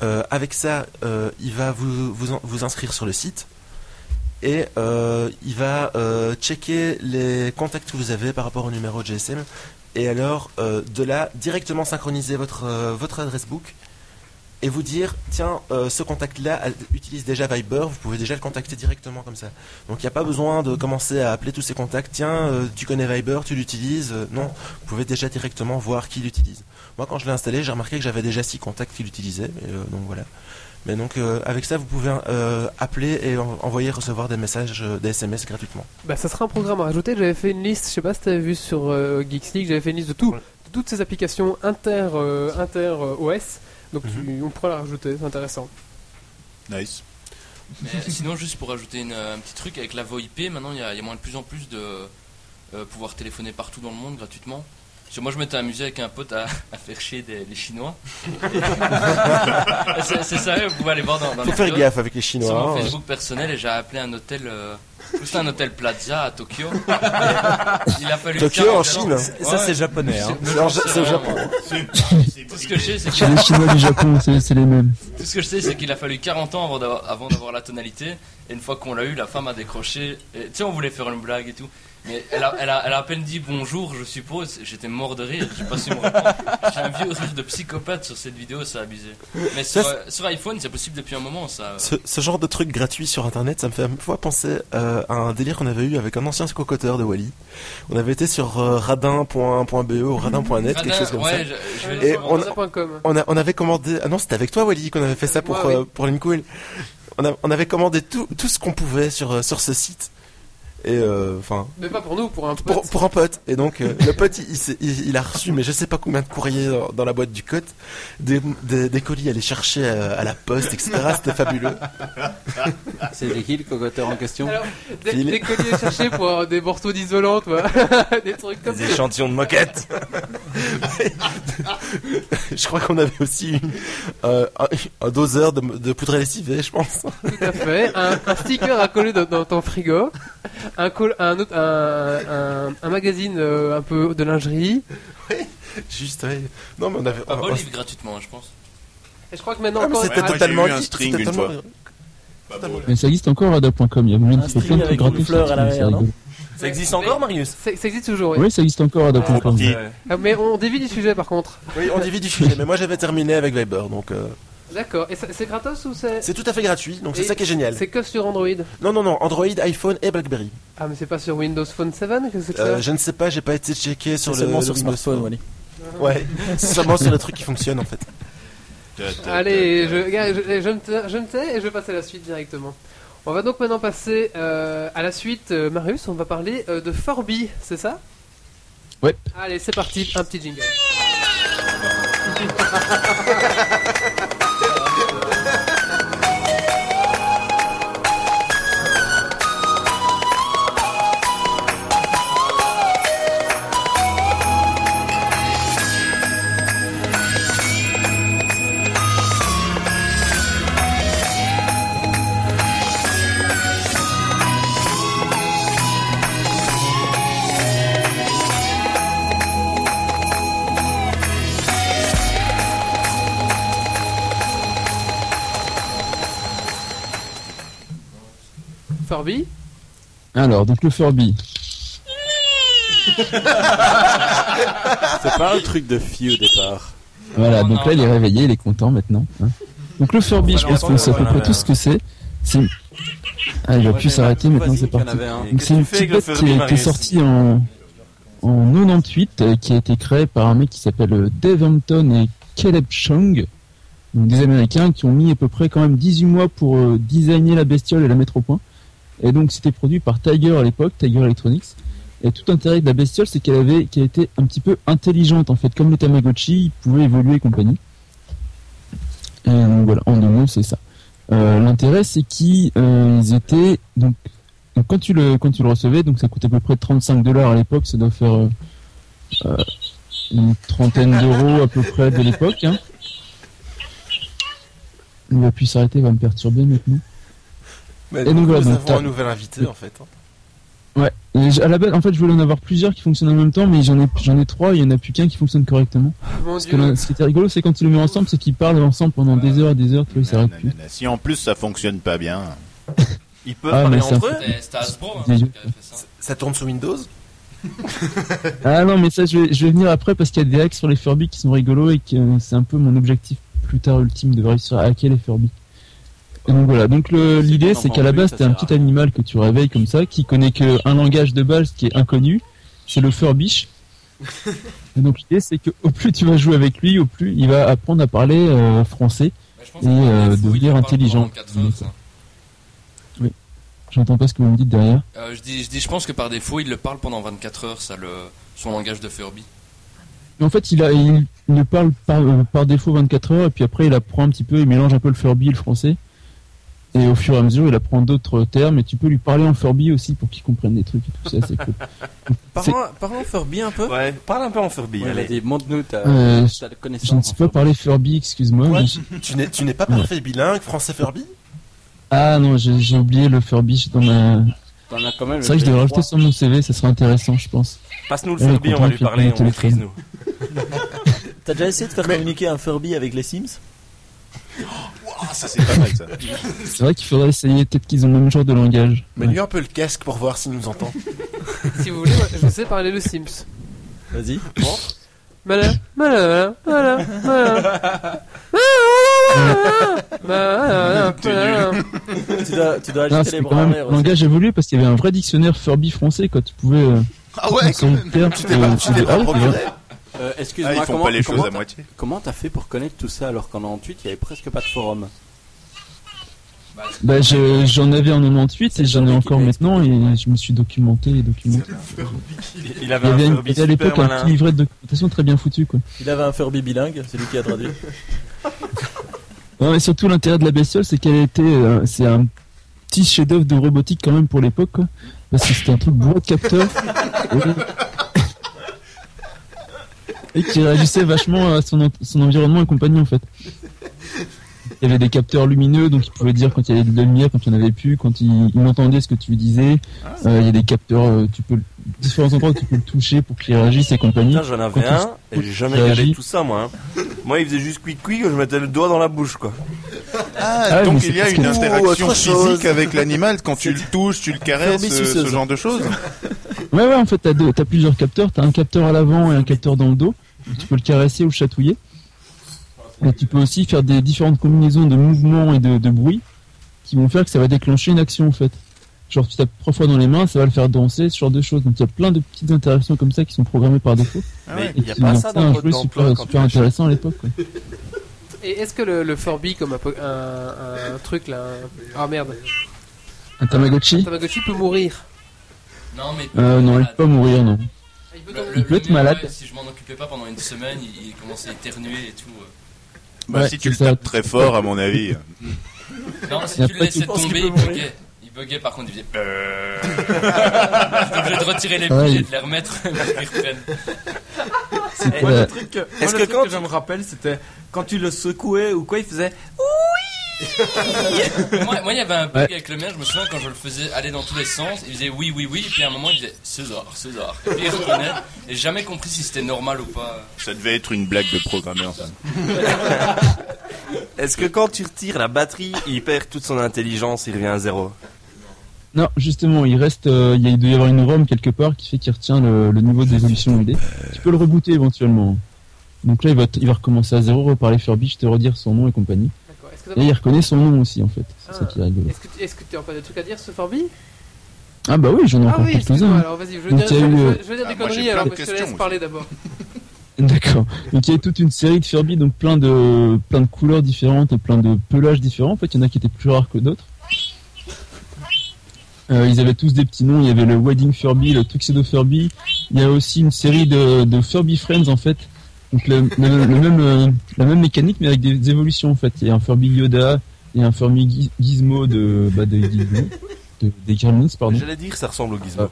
Euh, avec ça, euh, il va vous, vous, en- vous inscrire sur le site et euh, il va euh, checker les contacts que vous avez par rapport au numéro de GSM. Et alors, euh, de là, directement synchroniser votre, euh, votre adresse book et vous dire tiens euh, ce contact là utilise déjà Viber vous pouvez déjà le contacter directement comme ça donc il n'y a pas besoin de commencer à appeler tous ces contacts tiens euh, tu connais Viber tu l'utilises Euh, non vous pouvez déjà directement voir qui l'utilise moi quand je l'ai installé j'ai remarqué que j'avais déjà six contacts qui l'utilisaient mais, euh, donc voilà mais donc euh, avec ça vous pouvez euh, appeler et en- envoyer recevoir des messages euh, des SMS gratuitement
Bah, ça sera un programme à rajouter. J'avais fait une liste, je sais pas si t'avais vu sur euh, Geeks League, j'avais fait une liste de tout, de toutes ces applications inter, euh, inter euh, OS. Donc
Mhm.
tu- on pourra la rajouter, c'est intéressant.
Nice.
Mais sinon, juste pour ajouter une, euh, un petit truc, avec la voix IP, maintenant il y a, il y a moins de plus en plus de euh, pouvoir téléphoner partout dans le monde gratuitement. Parce que moi, je m'étais amusé avec un pote à, à faire chier des, les Chinois. Et- c'est c'est sérieux, vous pouvez aller voir dans, dans
faut
les
faire
vidéos.
gaffe avec les
Sur mon
chinois hein.
Facebook personnel, et j'ai appelé un hôtel, euh, juste un hôtel Plaza à Tokyo. Et il a fallu
Tokyo,
40
en Chine.
ans.
C'est-
Ça,
Ouais,
c'est japonais. Hein.
je-
C'est en Ja- c'est au
vraiment-
Japon.
euh, Tout ce que je sais, c'est que
Chez les Chinois du Japon, c'est c'est les mêmes.
Tout ce que je sais, c'est qu'il a fallu 40 ans avant d'avoir, avant d'avoir la tonalité. Et une fois qu'on l'a eu, la femme a décroché. Et, tu sais, on voulait faire une blague et tout. Mais elle a, elle a, elle a à peine dit bonjour, je suppose. J'étais mort de rire. J'ai pas su me reprendre. J'ai un vieux rire de psychopathe sur cette vidéo, ça a abusé. Mais sur,
Ça,
euh, sur iPhone, c'est possible depuis un moment, ça. euh,
Ce, ce genre de truc gratuit sur internet, ça me fait à fois penser euh, à un délire qu'on avait eu avec un ancien cocoteur de Wally. On avait été sur euh, radin.be ou radin.net, quelque chose comme
ouais,
ça.
je- je vais-
Et on-
Radin.com.
On, a, on avait commandé. Ah non, c'était avec toi, Wally, qu'on avait fait ça
Avec
pour,
moi, oui.
euh, pour Linkwell. On, a- on avait commandé tout, tout ce qu'on pouvait sur, euh, sur ce site. Et euh, enfin,
Mais pas pour nous, pour un pote.
pour, pour un pote. Et donc, euh, le pote, il, s'est- il- il a reçu, mais je sais pas combien de courriers dans, dans la boîte du code, des, des, des colis à aller chercher euh, à, à la poste, etc. C'était fabuleux.
euh, C'était qui le cocoteur en question
Alors, des,
Phil.
des colliers cherchés pour euh, des morceaux d'isolant, toi. des trucs comme
Des
ça.
échantillons de moquettes.
Je crois qu'on avait aussi une- euh, un, un doseur de, de poudre à lessiver, je pense.
Tout à fait. Un, un sticker à coller dans, dans ton frigo. Un, col- un, autre- un, un- un magazine euh, un peu de lingerie.
Juste, ouais. Non, mais on avait. on- on-
Olive gratuitement, hein, je pense.
Et je crois que maintenant
Ah, mais
encore.
c'était
ah,
Moi, j'ai
totalement.
eu un string
c'était
une Bah,
totalement-
Mais ça existe encore Ada.com. Il y a même il
Un
faut
string
plein de
avec
trucs
une
gratuits.
fleur
sur
à l'arrière,
Steam,
non
c'est
Ça existe encore, Marius
ça, ça existe toujours, oui.
rigolo. Oui, ça existe encore Ada.com.
Ouais.
Ah, Mais on dévie du sujet par contre.
Oui, on divise du sujet, mais moi j'avais terminé avec Viber, donc euh,
D'accord. Et ça- c'est gratos ou c'est.
c'est tout à fait gratuit, donc c'est
Et
ça qui est génial.
C'est que sur Android.
Non, non, non, Android, iPhone et Blackberry.
Ah, mais c'est pas sur Windows Phone 7 que c'est que ça
Euh, je ne sais pas, j'ai pas été checké sur
C'est
le.
seulement
le
sur
Windows
smartphone,
Phone.
Wally.
Ouais, c'est seulement sur les trucs qui fonctionnent en fait.
Allez, je, gars, je, je me tais, je me tais et je vais passer à la suite directement. On va donc maintenant passer euh, à la suite, euh, Marius, on va parler euh, de Forbi, c'est ça
Ouais.
Allez, c'est parti, un petit jingle. Forbi
Alors, donc le Furby.
C'est pas un truc de fille au départ.
Voilà,
Non,
donc
non,
là il
non.
est réveillé, il est content maintenant. hein. Donc le Furby,
va
je pense
l'entendre,
qu'on sait à peu
voilà,
près
là.
tout ce que c'est. C'est- Ah, il va
Moi,
plus
j'ai-
s'arrêter,
Vas-y,
maintenant c'est
qu'il y en
parti.
avait un.
Donc
Qu'est-ce
c'est
que
une
tu fais
petite
avec le
boîte
Furby,
qui, est- qui est
Marius
sortie en, en 98, euh, qui a été créée par un mec qui s'appelle euh, Dave Hampton et Caleb Chung, donc des Américains qui ont mis à peu près quand même 18 mois pour euh, designer la bestiole et la mettre au point. Et donc c'était produit par Tiger à l'époque, Tiger Electronics. Et tout intérêt de la bestiole, c'est qu'elle avait, qu'elle était un petit peu intelligente en fait, comme les Tamagotchi, ils pouvaient évoluer et compagnie. Et Euh, donc voilà, en deux mots, c'est ça. Euh, L'intérêt, c'est qu'ils euh, ils étaient donc donc quand tu le quand tu le recevais, donc ça coûtait à peu près 35 dollars à l'époque, ça doit faire euh, euh, une trentaine d'euros à peu près de l'époque. Hein. Il va plus s'arrêter, il va me perturber maintenant.
Mais
Et
du
donc
coup,
voilà,
nous
donc
avons
t'as-
un nouvel invité en fait. hein.
Ouais. Et j- à la base, en fait, je voulais en avoir plusieurs qui fonctionnent en même temps, mais j'en ai j'en ai trois, il y en a plus qu'un qui fonctionne correctement.
Mon
Parce que
dieu,
là, ce qui était rigolo, c'est quand tu le mets ensemble, c'est qu'ils parlent ensemble pendant des heures et des heures, tu vois, ils s'arrêtent plus.
Si en plus ça fonctionne pas bien.
Ils peuvent
Ah,
parler
mais ça-
entre eux
C'était c'était Hasbro hein,
Des
qui
yeux.
avait fait ça.
Ça tourne sous Windows
Ah non, mais ça, je vais, je vais venir après parce qu'il y a des hacks sur les Furby qui sont rigolos et que euh, c'est un peu mon objectif plus tard ultime de réussir à hacker les Furby. Et donc voilà, donc le- l'idée c'est qu'à la base t'es un petit animal que tu réveilles comme ça qui connaît que un langage de base qui est inconnu, c'est le Furbish. Et donc l'idée c'est que au plus tu vas jouer avec lui, au plus il va apprendre à parler euh, français.
Mais Bah, je pense
Et,
que
euh,
Netflix,
devenir
ils en parlent
intelligent.
pendant quatre heures, ça.
J'entends pas ce que vous me dites derrière.
Euh, je, dis, je dis, je pense que par défaut, il le parle pendant 24 heures, ça, le, son langage de Furby.
Mais en fait il, a, il ne parle par, euh, par défaut 24 heures et puis après il apprend un petit peu, il mélange un peu le Furby et le français. Et au fur et à mesure il apprend d'autres termes et tu peux lui parler en Furby aussi pour qu'il comprenne des trucs et tout ça, c'est cool.
Parlons, parlons Furby un peu.
Ouais, parle un peu en Furby.
Ouais,
allez.
vas-y, montre-nous ta,
Euh,
ta connaissance.
Je ne sais pas parler Furby, excuse-moi.
Quoi
mais-
Tu n'es tu n'es pas parfait bilingue, français Furby
Ah non, j'ai j'ai oublié le Furby je suis dans ma...
T'en as quand même.
C'est vrai que je devrais rajouter sur mon CV, ça serait intéressant je pense.
Passe-nous le
Ouais,
Furby, on
content,
va lui
puis
parler,
prendre
on
le
maîtrise nous.
T'as déjà essayé de faire communiquer un Furby avec les Sims Oh,
Ah, ça c'est pas mal ça.
C'est vrai qu'il faudrait essayer, peut-être qu'ils ont le même genre de langage.
Mais
Ouais.
lui un peu le casque pour voir s'il nous entend.
si vous voulez, moi, je sais parler le Sims.
Vas-y.
Malin, malin, malin, malin. Malin, malin, malin.
tu dois, tu dois
Ah,
Non,
agiter
c'était
les
quand
bras en
même
l'air
un
aussi.
langage évolué parce qu'il y avait un vrai dictionnaire Furby français quand tu pouvais... euh,
Ah ouais
sur le terme,
Tu t'es pas,
euh,
tu t'es
tu-
pas
ah ouais,
procuré
Euh,
Oh, Ah,
Excuse-moi,
ils font
comment,
pas les
comment
choses à
t'as-
moitié.
comment t'as fait pour connaître tout ça alors qu'en 98 il y avait presque pas de forum
Bah, je- j'en avais en 98 et j'en
Furby
ai
qui
encore
l'a
maintenant et je me suis documenté et documenté.
Il,
euh, Il y
avait
avait,
un
une-
Furby hein.
il y avait à
super
l'époque un
malin.
petit livret de documentation très bien foutu quoi.
Il avait un Furby bilingue, c'est lui qui a traduit.
Non, mais surtout l'intérêt de la bestiole, c'est qu'elle était, euh, c'est un petit chef-d'œuvre de robotique quand même pour l'époque, quoi. parce que c'était un truc bourré de capteurs et, et qui réagissait vachement à son, en- son environnement et compagnie en fait. Il y avait des capteurs lumineux, donc il pouvait dire quand il y avait de la lumière, quand il n'y en avait plus, quand il, il entendait ce que tu lui disais.
Ah,
Euh, il y a des capteurs, euh, tu peux le- différents endroits où tu peux le toucher pour qu'il réagisse et compagnie.
Putain, j'en
Quand
avais
il-
un et j'ai jamais
il
regardé
réagit.
tout ça, moi. hein. Moi, il faisait juste quick quick, je mettais le doigt dans la bouche, quoi.
Ah
Ah,
ouais, mais
donc
c'est
il y a
parce
une
que-
Ou
interaction
autre chose.
physique avec l'animal quand tu le touches, tu le caresses,
Furby
euh, ce
suceuse.
genre de choses.
Ouais, ouais, en fait, t'as, deux, t'as plusieurs capteurs. T'as un capteur à l'avant et un capteur dans le dos. Tu peux le caresser ou le chatouiller. Et tu peux aussi faire des différentes combinaisons de mouvements et de, de bruits qui vont faire que ça va déclencher une action, en fait. Genre, tu tapes trois fois dans les mains, ça va le faire danser, ce genre de choses. Donc, il y a plein de petites interactions comme ça qui sont programmées par défaut.
Ah
Mais
ouais.
il
et
n'y a
qui
pas
lançaient
ça
un
dans le
jeu
dans le
super,
plan quand tu
super
l'achètes.
intéressant à l'époque, quoi.
Et est-ce que le, le Furby, comme un, po- un- un truc là. un- Ah merde.
Un Tamagotchi?
Tamagotchi peut mourir.
Non, mais.
Euh, non, il peut pas mourir, non.
Il
Le- le-
Il peut
le
être
mec,
malade.
ouais, euh, si je m'en occupais pas pendant une semaine, il, il commençait à éternuer et tout. euh.
Bah,
Ouais,
si tu
c'est
le
ça.
tapes très fort, à mon avis. euh,
Non, si
Y a
tu le
pas-
laissais
tu penses
tomber,
qu'il peut
il
mourir
buguait. Il buguait, par contre, il faisait.
Euh.
J'étais obligé de retirer les
Ouais,
pieds
il-
et de les remettre pour qu'ils reprennent.
C'était,
Eh, Moi,
euh,
le truc, que- moi, le
Est-ce que
truc
quand
que je me rappelle, c'était quand tu le secouais ou quoi, il faisait.
Moi, moi, il y avait un bug avec le mien, je me souviens quand je le faisais aller dans tous les sens, il faisait oui, oui, oui, et puis à un moment il faisait César, César. Et puis il reprenait, et j'ai jamais compris si c'était normal ou pas.
Ça devait être une blague de programmeur, ça.
Est-ce que quand tu retires la batterie, il perd toute son intelligence, il revient à zéro
Non, justement, il reste, euh, il y a- il doit y avoir une ROM quelque part qui fait qu'il retient le, le niveau d'évolution UD. Tu peux le rebooter éventuellement. Donc là, il va, t- il va recommencer à zéro, reparler Furby, je te redire son nom et compagnie.
D'accord. Est-ce que t'as-
Et il reconnaît son nom aussi, en fait. C'est
Ah.
ça qui est rigolo.
est-ce que tu- est-ce que tu as pas des trucs à dire, ce Furby
Ah bah oui, j'en ai
Ah
encore
oui,
quelques-uns.
excuse-moi,
hein.
alors vas-y, je veux
Donc,
dire, je,
il y a eu,
veux-
euh,
je veux dire des
ah, moi, j'ai
conneries
plein
alors,
de
mais je te
questions
laisse parler d'abord.
D'accord. Donc il y a toute une série de Furby, donc plein de, plein de couleurs différentes et plein de pelages différents. En fait, il y en a qui étaient plus rares que d'autres. Euh, ils avaient tous des petits noms. Il y avait le Wedding Furby, le Tuxedo Furby. Il y a aussi une série de, de Furby Friends en fait. Donc le, le- le même, euh, la même mécanique mais avec des évolutions en fait. Il y a un Furby Yoda, il y a un Furby Giz- Gizmo de, bah, de Gizmo, de- des Gremlins pardon. Ah.
J'allais dire, ça ressemble au gizmo.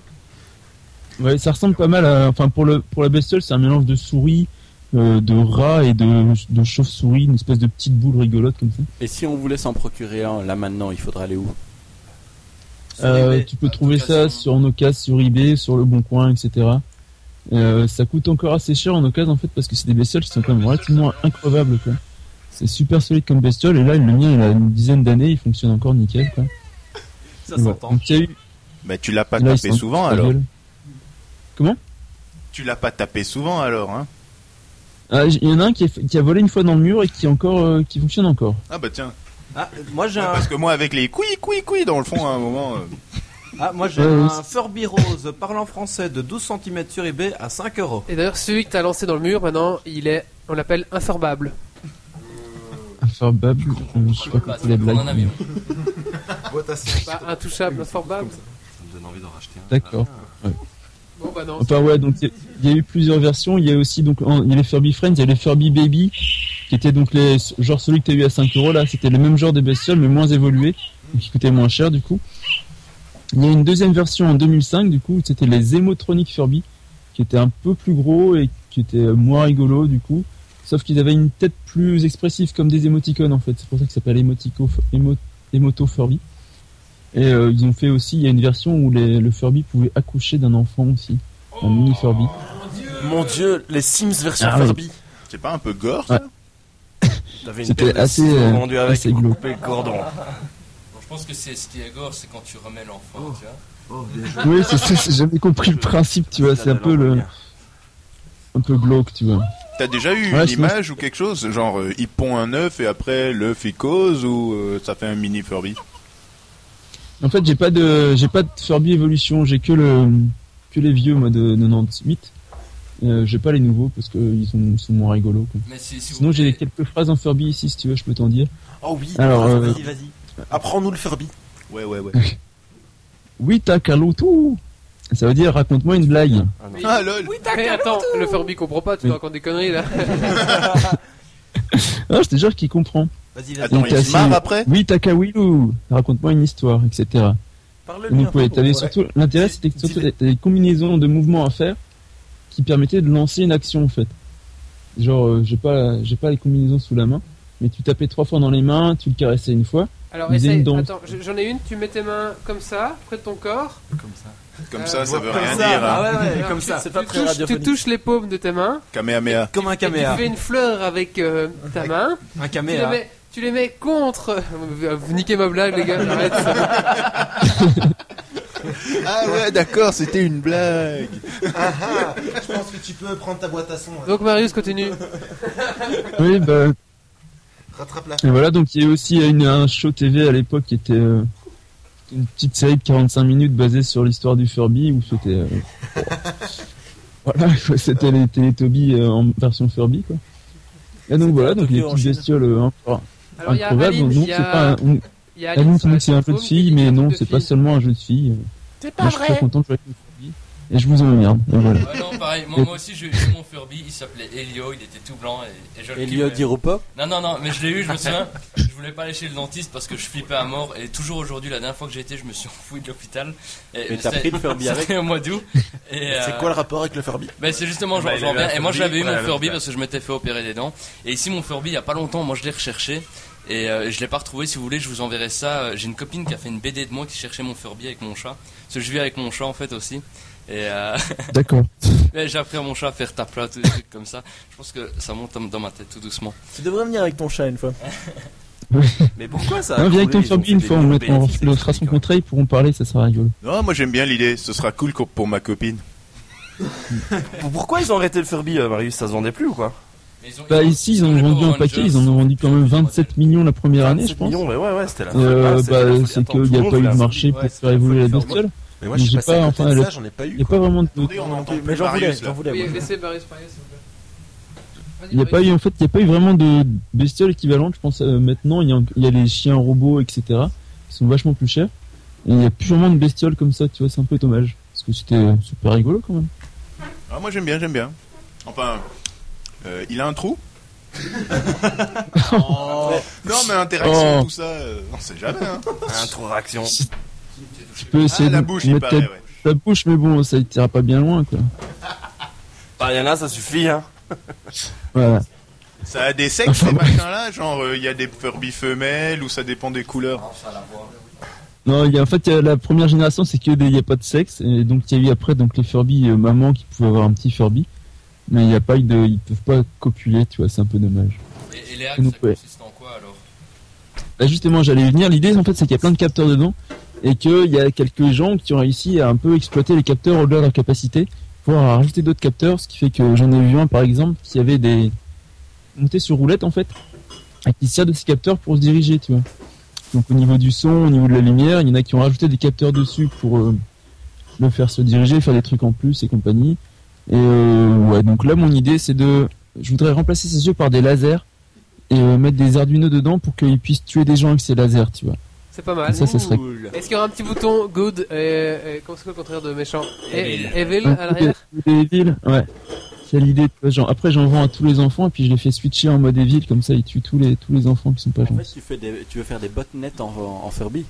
Ouais, ça ressemble pas mal à. Enfin, pour, le, pour la bestiole, c'est un mélange de souris, euh, de rat et de, de chauve-souris, une espèce de petite boule rigolote comme ça.
Et si on voulait s'en procurer un, là maintenant, il faudrait aller où
Euh, tu
Ah,
peux trouver
hein.
ça sur en occasion, sur eBay, sur Le Bon Coin, etc. Euh, ça coûte encore assez cher en occasion en fait parce que c'est des bestioles qui sont quand même relativement increvables quoi. C'est super solide comme bestiole et là le mien il a une dizaine d'années, il fonctionne encore nickel quoi.
Ça
Ouais.
s'entend.
Donc, il y a eu-
Bah, tu l'as pas
là, ils
tapé
sont-
souvent,
ils sont
alors.
violents.
Tu l'as pas tapé souvent, alors, hein.
Ah, j- Il y en a un qui, est- qui a volé une fois dans le mur et qui est encore euh, qui fonctionne encore.
Ah, bah, tiens.
Ah, moi j'ai
Ouais,
un,
Parce que moi, avec les couilles, couilles, couilles, dans le fond, à un moment. euh,
ah, moi, j'ai
Ouais,
un
oui.
Furby rose parlant français de 12 cm sur eBay à 5 euros.
Et d'ailleurs, celui que t'as lancé dans le mur, maintenant, il est, on l'appelle insorbable.
Inforbable, euh, je sais pas comment
Bah,
c'est la
c'est pour
blague.
un avion.
hein.
Pas intouchable, insorbable.
Ça me donne envie d'en racheter un. Ah.
D'accord.
Bon bah non.
Enfin ouais, donc il y a- il y, a eu plusieurs versions. Il y a aussi donc en- il y a les Furby Friends, il y a les Furby Baby, qui étaient donc les genre celui que t'as eu à 5 euros là, c'était le même genre de bestiole mais moins évolué, donc qui coûtait moins cher du coup. Il y a une deuxième version en 2005 du coup, c'était les Emotronic Furby, qui étaient un peu plus gros et qui étaient euh, moins rigolos du coup, sauf qu'ils avaient une tête plus expressive comme des émoticônes en fait. C'est pour ça que ça s'appelle Emotico Emo- Emoto Furby. Et euh, ils ont fait aussi, il y a une version où les- le Furby pouvait accoucher d'un enfant aussi, un mini Furby.
Mon dieu, les Sims version
Ah oui.
Furby.
C'est pas un peu gore,
Ouais.
ça
T'avais une
C'était
paire de
assez,
ciseaux
euh,
vendus avec
assez
pour
glauque.
couper le cordon.
Bon, je pense que c'est ce qui est gore, c'est quand tu remets l'enfant, tu vois.
Oui, c'est ça, j'ai jamais compris le principe, tu vois, c'est un peu le, un peu glauque, tu vois.
T'as déjà eu
Ouais,
une
sinon-
image ou quelque chose Genre, euh, il pond un œuf et après l'œuf il cause ou euh, ça fait un mini Furby
En fait, j'ai pas de, j'ai pas de Furby Evolution, j'ai que le, que les vieux, moi, de 98. Euh, j'ai pas les nouveaux parce que ils sont, sont moins rigolos, quoi.
Mais si, si vous
Sinon, j'ai
voulez-
Ah
quelques phrases en Furby ici, si tu veux, je peux t'en dire.
Oh oui,
Alors, euh,
vas-y.
Apprends-nous le Furby.
Ah, Ouais, ouais, ouais.
Oui, tout Ça veut dire raconte-moi une blague.
Ah, lol
Mais attends, le Furby comprend pas, tu
Oui.
racontes des conneries là.
Ah, je te jure qu'il comprend.
Vas-y, vas-y.
Attends,
Donc,
il
euh,
se marre
si-
après
Oui, Takawilou, raconte-moi une histoire, etc.
Parle-lui.
Vous
un peu,
pouvez étaler
ouais.
surtout. L'intérêt, c'était que surtout des combinaisons de mouvements à faire qui permettaient de lancer une action en fait. Genre, euh, j'ai pas, j'ai pas les combinaisons sous la main, mais tu tapais trois fois dans les mains, tu le caressais une fois.
Alors
Disais
essaye,
une danse.
attends, je- j'en ai une, tu mets tes mains comme ça, près de ton corps.
Comme
Euh,
ça, ça veut
Comme
rien
ça,
dire. hein.
ah ouais, ouais,
Alors,
comme
tu-
ça.
tu
C'est pas très
touches- Tu
radiophonique.
touches les paumes de tes mains,
Kamehameha.
Comme un
et tu
caméa.
fais une fleur avec euh, ta main.
Un
Tu les
caméa.
mets, tu les mets contre. euh, Vous niquez ma blague, les gars, j'arrête.
Ah ouais, d'accord, c'était une blague.
Ah, Je pense que tu peux prendre ta boîte à son.
Donc Marius continue.
Oui, bah,
Rattrape-la.
et voilà. Donc, il y a eu aussi une, un show TV à l'époque qui était euh, une petite série de 45 minutes basée sur l'histoire du Furby où c'était. euh, voilà, quoi, c'était les Teletubbies euh, en version Furby, quoi. Et donc, voilà, donc les
Tokyo en
petites
Chine.
bestioles euh, encore
Alors il y a
improbables.
Aline,
donc,
il
non,
y
c'est
a,
pas. un-
il y a
La
Aline
limite,
sur la
c'est un jeu de
plateforme
fille,
qui dit
mais
un
non,
truc de
c'est pas
fille.
seulement un jeu de fille.
C'est pas
Moi, je suis très
vrai.
content de jouer avec une fille. Et je vous emmerde. Et Ah, voilà.
Ouais, non, pareil, moi, moi aussi j'ai eu mon Furby, il s'appelait Elio, il était tout blanc et, et je le
Elio
kiffais.
dit Rupa.
Non, non, non, mais je l'ai eu, je me souviens. Je voulais pas aller chez le dentiste parce que je flippais à mort. Et toujours aujourd'hui, la dernière fois que j'ai été, je me suis enfoui de l'hôpital. Et
Mais t'as
c'était-
pris le Furby avec.
C'était au mois d'août. Et, euh,
C'est quoi le rapport avec le Furby
ben, c'est justement, je
Bah, il
rejoins
avait
bien.
un
Et moi,
Furby,
j'avais eu
voilà,
mon
le
Furby
plat.
parce que je m'étais fait opérer des dents. Et ici, mon Furby, il y a pas longtemps, moi, je l'ai recherché. Et euh, je l'ai pas retrouvé. Si vous voulez, je vous enverrai ça. Euh, J'ai une copine qui a fait une BD de moi qui cherchait mon Furby avec mon chat. Parce que je vis avec mon chat, en fait, aussi. Et euh,
D'accord.
mais j'ai appris à mon chat à faire tapla, tout des trucs comme ça. Je pense que ça monte dans ma tête tout doucement.
Tu devrais venir avec ton chat une fois.
Mais pourquoi ça a
Non, viens avec
coulé,
ton
ils ont
Furby
fait
une
des
fois, on,
nouveaux
le mettra- on
bénéfices
le fera son
économiques,
contrat, ils pourront parler, ça sera rigolo.
Non, moi j'aime bien l'idée, ce sera cool co- pour ma copine.
hein. Pourquoi ils ont arrêté le Furby, euh, Marius Ça se vendait plus ou quoi
Mais ils ont-
Bah,
ils ont-
ici, ils
ont
ont
les
vendu
Power
un paquet,
Rangers.
ils en ont vendu quand même
Ils ont
27 millions la première année, je
27
pense.
millions, mais ouais, ouais, c'était
Euh,
la folie, c'était la
bah,
folie.
c'est
Attends,
qu'il
tout
n'y
le
a
monde
pas eu
voulait
de
un
marché
Furby.
pour faire évoluer la bestiole.
Mais moi, je
J'ai
suis passé à
pas,
côté
enfin,
de
le-
ça, j'en ai pas
Il
eu.
n'y a
quoi.
pas vraiment de.
Attendez, on entend
Mais
plus
j'en voulais,
Marius
j'en
là.
voulais.
Oui,
moi.
laissez Marius parler, s'il vous plaît. Vas-y,
Il n'y a pas
Marius.
eu, en fait, il n'y a pas eu vraiment de bestiole équivalente, je pense, euh, maintenant. Il y, a, il y a les chiens robots, etc., qui sont vachement plus chers. Et il n'y a plus vraiment de bestioles comme ça, tu vois, c'est un peu dommage. Parce que c'était euh, super rigolo quand même.
Ah, moi j'aime bien, j'aime bien. Enfin, euh, il a un trou Non, mais interaction,
Oh.
tout ça, euh, on sait jamais. Hein.
Introraction.
Tu peux essayer
Ah, la
de
bouche, il
mettre ta,
paraît, ouais.
ta bouche, mais bon, ça ira pas bien loin, quoi.
Bah, y en a, ça suffit, hein.
Voilà.
Ça a des sexes, ces machins-là, genre euh, il y a des Furby femelles ou ça dépend des couleurs.
Non, il y a, en fait, il y a la première génération, c'est que des- il n'y a pas de sexe, et donc il y a eu après donc les Furby euh, maman qui pouvaient avoir un petit Furby, mais il n'y a pas eu de, ils peuvent pas copuler, tu vois, c'est un peu dommage.
Et, et les hacks,
Nous,
ça
ouais.
consiste en quoi alors
Là, justement, j'allais y venir. L'idée, en fait, c'est qu'il y a plein de capteurs dedans et qu'il y a quelques gens qui ont réussi à un peu exploiter les capteurs au-delà de leur capacité pour rajouter d'autres capteurs, ce qui fait que j'en ai vu un, par exemple, qui avait des montées sur roulette, en fait, et qui se sert de ces capteurs pour se diriger, tu vois. Donc, au niveau du son, au niveau de la lumière, il y en a qui ont rajouté des capteurs dessus pour euh, le faire se diriger, faire des trucs en plus et compagnie. Et euh, ouais, donc là, mon idée, c'est de... Je voudrais remplacer ses yeux par des lasers et euh, mettre des Arduino dedans pour qu'ils puissent tuer des gens avec ces lasers, tu vois.
C'est pas mal.
Ça, ça serait
Est-ce qu'il y aura un petit bouton good et, et comment c'est quoi le contraire de méchant
Evil.
Et- Evil à l'arrière
des villes, ouais. C'est l'idée. tu vois, Genre, après, j'en vends à tous les enfants et puis je les fais switcher en mode villes comme ça, ils tuent tous les tous les enfants qui sont pas
En
gentils.
fait, tu, fais des, tu veux faire des botnets en, en Furby.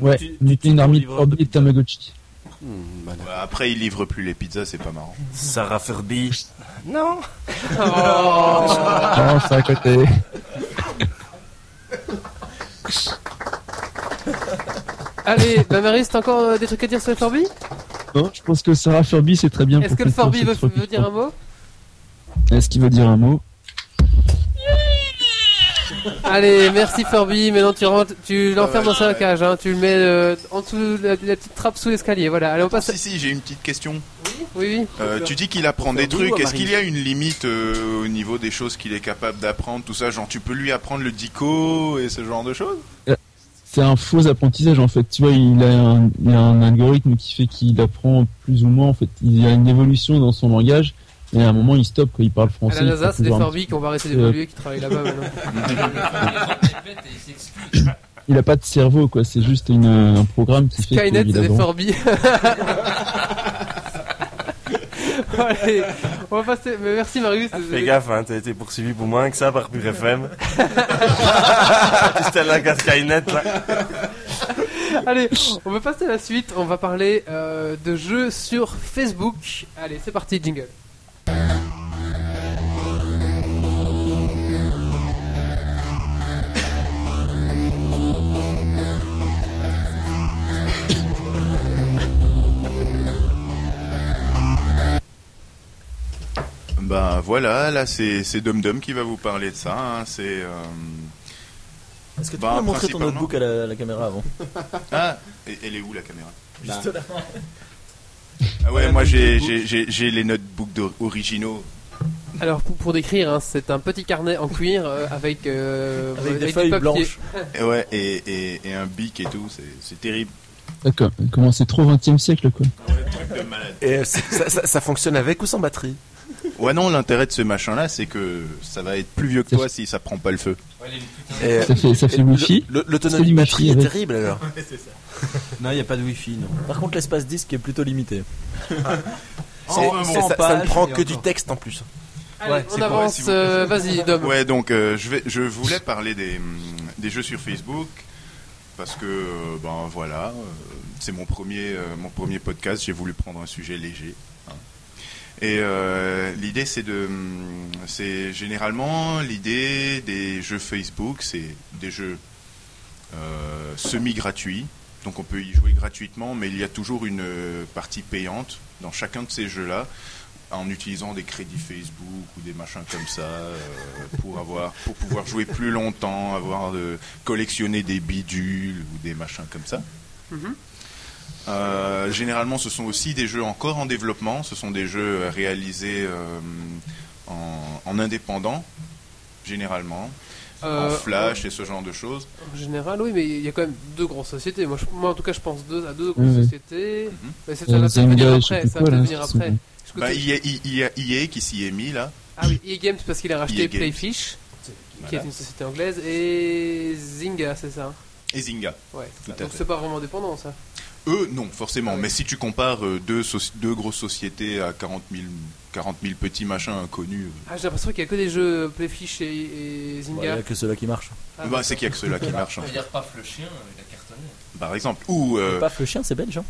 Ouais.
tu- tu
Mettez
tues
une
ton
armée de
livreur
Furby
de
et de Tamagotchi.
Hmm, bah,
Ouais, après, ils livrent plus les pizzas, c'est pas marrant.
Sarah Furby. Non.
Ah, c'est à côté.
Allez, bah Marius, t'as encore euh, des trucs à dire sur le Furby
Non, je pense que Sarah Furby c'est très bien.
Est-ce
pour
que le
comprendre
Furby
cette
veut,
reprise.
veut dire un mot
Est-ce qu'il veut dire un mot
Allez, merci Furby. Maintenant tu rentres, tu l'enfermes dans sa cage, hein. tu le mets euh, en dessous de la, la petite trappe sous l'escalier. Voilà. Allez, on passe.
Si, si, j'ai une petite question.
Oui, oui.
Euh, tu dis qu'il apprend des
Furby ou
trucs.
à
Est-ce qu'il y a
Marie
une limite euh, au niveau des choses qu'il est capable d'apprendre, tout ça Genre, tu peux lui apprendre le dico et ce genre de choses
Euh, C'est un faux apprentissage en fait. Tu vois, il a un, il a un algorithme qui fait qu'il apprend plus ou moins. En fait, il y a une évolution dans son langage et à un moment il stoppe quand il parle
À
français.
la
il
NASA,
faut
c'est des
pouvoir un
Furby qui vont arrêter
Euh,
d'évoluer qui travaillent là-bas maintenant.
Le Furby, il rentre les bêtes et il s'excuse.
il a pas de cerveau, quoi. C'est juste une, euh, un programme qui fait. que,
Skynet et
évidemment-
Forbi. Allez, on va passer. Mais merci Marius.
Fais gaffe, hein, t'as été poursuivi pour moins que ça par Pure FM. Juste à la Skynet, là.
Allez, on va passer à la suite. On va parler euh, de jeux sur Facebook. Allez, c'est parti, jingle.
Ben voilà, là c'est c'est Dum Dum qui va vous parler de ça. hein, C'est. euh,
Est-ce que tu
ben,
peux montrer ton
principalement-
notebook à la, à la caméra avant Bah.
Ah, et- elle est où la caméra
Juste
Là.
là.
Ah ouais,
Voilà,
moi
ton
j'ai-
notebook.
j'ai j'ai- j'ai les notebooks d'or- originaux.
Alors pour, pour décrire, hein, c'est un petit carnet en cuir euh, avec, euh,
Avec des
du
feuilles
papier.
blanches.
Et ouais, et, et, et un bic et tout, c'est- c'est terrible.
D'accord. Comment c'est trop 20 e siècle, quoi.
Et euh, ça, ça- ça fonctionne avec ou sans batterie
Ouais non, l'intérêt de ce machin-là, c'est que ça va être plus vieux que toi si ça prend pas le feu.
Et-
Ça fait- ça fait
et le-
wifi.
le-
Ça fait
L'autonomie
du
batterie
wifi
est
avec.
terrible alors.
Non, il n'y a pas de wifi, non.
Par contre, l'espace disque est plutôt limité.
C'est-
un
c'est-
mot.
ça, ça ne
Pages,
prend
et
que du
encore.
texte en plus.
Allez,
Ouais,
on
c'est
avance.
si vous-
euh, Vas-y, Dom.
Ouais, donc euh, je, vais, je voulais parler des, hum, des jeux sur Facebook parce que, euh, ben voilà, euh, c'est mon, premier euh, mon premier podcast, j'ai voulu prendre un sujet léger. hein. Et euh, l'idée, c'est de. hum, C'est généralement l'idée des jeux Facebook, c'est des jeux euh, semi-gratuits. Donc on peut y jouer gratuitement, mais il y a toujours une euh, partie payante dans chacun de ces jeux-là en utilisant des crédits Facebook ou des machins comme ça euh, pour avoir pour pouvoir jouer plus longtemps, avoir de collectionner des bidules ou des machins comme ça.
Mhm.
Euh, généralement, ce sont aussi des jeux encore en développement. Ce sont des jeux euh, réalisés euh, en, en indépendant, généralement, en
Euh,
flash et ce genre de choses.
En général, oui, mais il y a quand même deux grosses sociétés. Moi, je- moi en tout cas, je pense deux, à deux grosses
Oui, oui.
sociétés. Mais c'est- ça
Euh,
va peut-être venir
Zynga, je sais
après.
plus
Ça va
quoi,
hein,
peut-être
là,
venir
c'est
après.
bon.
Je
Mhm. Bah,
coûte-
il y a- il y a il y a EA qui s'y est mis là.
Ah oui, EA Games parce qu'il a racheté
EA E Games.
Playfish, qui est
Voilà.
une société anglaise, et Zynga, c'est ça.
Et Zynga.
Ouais.
Ah, Tout à
Donc
fait.
c'est pas vraiment dépendant ça.
Eux, non, forcément. Mais si tu compares euh, deux, soci- deux grosses sociétés à 40 000, 40 000 petits machins inconnus, euh,
Ah, j'ai l'impression qu'il y a que des jeux Playfish et, et
Bon, Bah, Il n'y
Zynga.
a que ceux-là qui marchent.
Ah,
bah, c'est qu'il y a que ceux-là qui marchent, hein.
D'ailleurs, paf le chien, il a cartonné.
par exemple. Ou, euh,
Paf le chien, c'est belge. Hein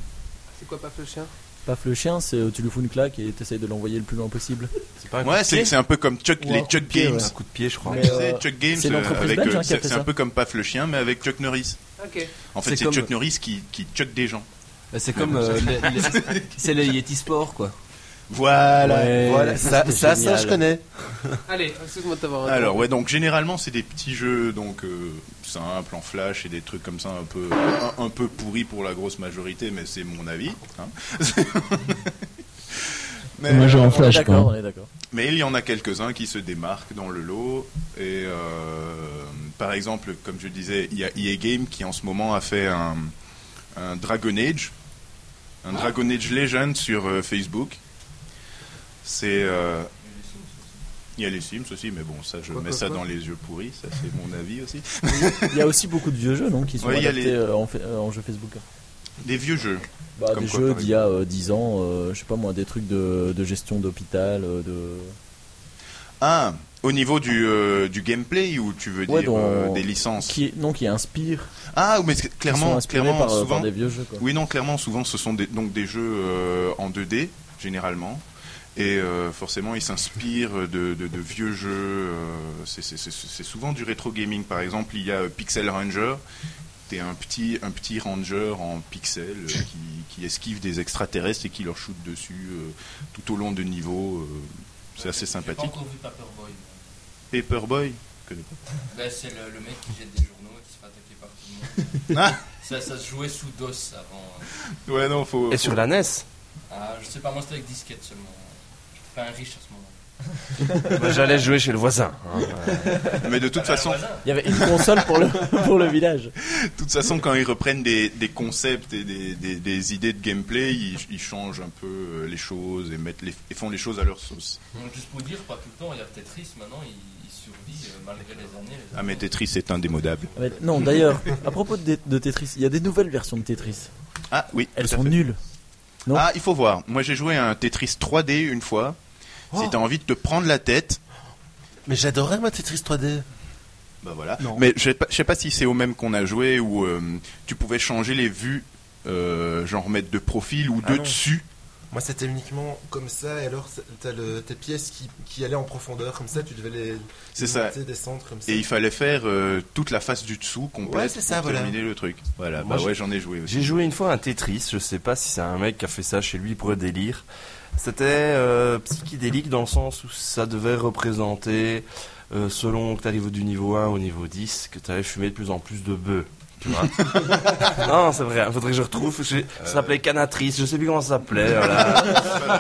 C'est quoi Paf le chien
Paf le chien, c'est euh, tu lui fous une claque et t'essayes de l'envoyer le plus loin possible.
C'est pas un
ouais,
coup de pied
c'est c'est un peu comme Chuck,
Ou un
les
coup de
Chuck
pied,
Games.
ouais.
Un coup de pied, je crois.
Mais,
Tu sais,
euh,
Chuck Games,
c'est l'entreprise
avec,
belge,
euh,
hein, qui a
c'est
fait
c'est un
ça.
peu comme Paf le chien, mais avec Chuck Norris.
Ok.
En
C'est
fait, c'est
comme- euh,
Chuck Norris qui, qui Chuck des gens.
Bah, C'est comme euh, les- les- c'est le Yeti Sport, quoi.
Voilà.
Ouais,
Voilà, ça,
c'est
ça, ça,
génial.
je connais.
Allez, excuse-moi de t'avoir.
Alors ouais donc généralement c'est des petits jeux donc euh, simples en flash et des trucs comme ça un peu un, un peu pourris pour la grosse majorité mais c'est mon avis. hein. Mais,
Moi, j'ai en
euh,
On est
flash,
d'accord,
quoi.
on est d'accord.
Mais il y en a quelques-uns qui se démarquent dans le lot. Et euh, par exemple, comme je disais, il y a EA Game qui en ce moment a fait un, un Dragon Age, un Dragon Age Legend sur euh, Facebook. C'est. euh, il y a les Sims aussi, mais bon, ça, je
Quoi,
mets
quoi,
ça
quoi
dans les yeux pourris, ça c'est mon avis aussi.
Il y a aussi beaucoup de vieux jeux non, qui sont
Ouais, il y a
adaptés
les-
euh, en, fa- euh, en jeu Facebook.
hein.
Des vieux jeux.
Bah,
Comme
des
quoi,
jeux
par
d'il y a euh, 10 ans, euh, je sais pas moi, des trucs de, de gestion d'hôpital, euh, de.
Ah, au niveau du, euh, du gameplay, ou tu veux
Ouais,
dire
dans-
euh, des licences
Qui, non, qui inspirent,
Ah, mais c'est-
qui sont
clairement,
inspirés
clairement
par, euh, par
souvent.
des vieux jeux. Quoi.
Oui, non, clairement, souvent ce sont des, donc des jeux euh, en 2D, généralement. Et euh, forcément, ils s'inspirent de, de- de vieux jeux. euh, c'est- c'est c'est- c'est souvent du rétro gaming. Par exemple, il y a euh, Pixel Ranger. T'es un petit, un petit ranger en pixel euh, qui, qui esquive des extraterrestres et qui leur shoot dessus euh, tout au long de niveaux. euh, c'est assez
J'ai
sympathique.
pas encore vu Paperboy. moi.
Paperboy
Bah, c'est le, le mec qui jette des journaux et qui se fait attaquer par tout le monde. ça, ça se jouait sous DOS avant. euh.
Ah. Ouais, non, faut.
Et sur
E
la NES
Ah, je sais pas, moi c'était avec disquette seulement. J'étais pas un riche à ce moment.
Moi, Bah, J'allais jouer chez le voisin. hein.
Mais de toute façon,
Il y avait une console pour le, pour le village.
De toute façon, quand ils reprennent des, des concepts et des, des- des idées de gameplay, ils, ils changent un peu euh, les choses et, mettent les, et font les choses à leur sauce.
Donc, juste pour dire, pas tout le temps, il y a Tetris maintenant, il, il se survit euh, malgré les années. les
Ah, mais Tetris est indémodable.
Ouais, Ah, Non, d'ailleurs, à propos de, de Tetris, il y a des nouvelles versions de Tetris.
Ah oui.
Elles
tout à
sont
fait.
nulles. Non
Ah, il faut voir. Moi, j'ai joué à un Tetris 3D une fois.
Oh
Si t'as envie de te prendre la tête.
Mais j'adorais ma Tetris 3D.
Bah voilà. Mais je sais pas, je sais pas si c'est au même qu'on a joué où euh, tu pouvais changer les vues, euh, genre mettre de profil ou
Ah
de
non.
dessus.
Moi, c'était uniquement comme ça, et alors ça- t'as le- tes pièces qui, qui allaient en profondeur, comme ça, tu devais les,
C'est
les
ça.
monter, descendre comme ça.
Et il fallait faire euh, toute la face du dessous complète
Ouais, c'est ça,
pour
voilà.
terminer le truc. Voilà,
Moi,
bah ouais,
j'ai-
j'en ai joué aussi.
J'ai joué une fois à un Tetris, je sais pas si c'est un mec qui a fait ça chez lui pour un délire. C'était euh, psychédélique dans le sens où ça devait représenter, euh, selon que t'arrives du niveau 1 au niveau 10, que t'avais fumé de plus en plus de bœufs. Tu vois non, c'est vrai, hein, faudrait que je retrouve. j'ai- Ça s'appelait Canatrice, je sais plus comment ça s'appelait. voilà.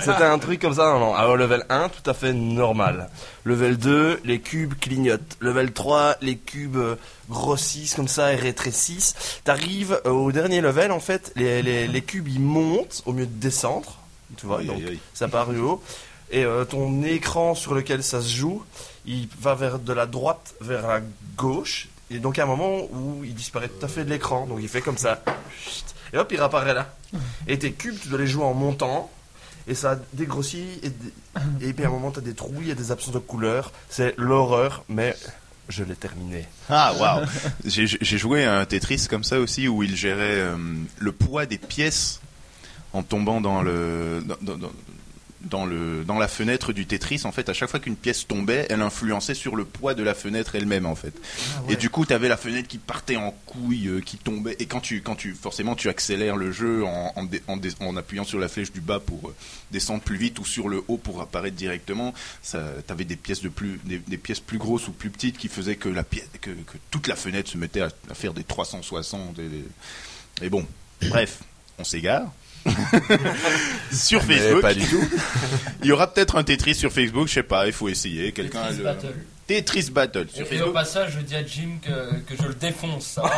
C'était un truc comme ça. Non, non. Alors, level 1, tout à fait normal. Level 2, les cubes clignotent. Level 3, les cubes euh, grossissent comme ça et rétrécissent. T'arrives euh, au dernier level, en fait, les, les- les cubes ils montent au mieux de descendre. Tu vois,
Aïe,
donc
aïe, aïe.
ça part du haut. Et euh, ton écran sur lequel ça se joue, il va vers de la droite vers la gauche. Et donc, à un moment où il disparaît tout à fait de l'écran. Donc, il fait comme ça. Chut. Et hop, il réapparaît là. Et tes cubes, tu dois les jouer en montant. Et ça dégrossit. Et, dé- et puis, à un moment, t'as des trous, il y a des absences de couleurs. C'est l'horreur, mais je l'ai terminé.
Ah waouh J'ai j'ai joué à un Tetris comme ça aussi où il gérait euh, le poids des pièces en tombant dans le dans, dans- dans le dans la fenêtre du Tetris. En fait, à chaque fois qu'une pièce tombait, elle influençait sur le poids de la fenêtre elle-même en fait. Et du coup, t'avais la fenêtre qui partait en couille, euh, qui tombait. Et quand tu quand tu forcément tu accélères le jeu en en, dé- en dé- en appuyant sur la flèche du bas pour euh, descendre plus vite ou sur le haut pour apparaître directement, ça t'avais des pièces de plus des, des pièces plus grosses ou plus petites qui faisaient que la pièce que, que toute la fenêtre se mettait à, à faire des 360 et, des- et bon, bref, on s'égare. sur
Mais
Facebook,
pas du tout.
Il y aura peut-être un Tetris sur Facebook, je sais pas, il faut essayer. Quelqu'un a
Tetris
le-
Battle.
Tetris Battle
Et,
sur
et
Facebook.
au passage, je dis à Jim que, que je le défonce. ça va.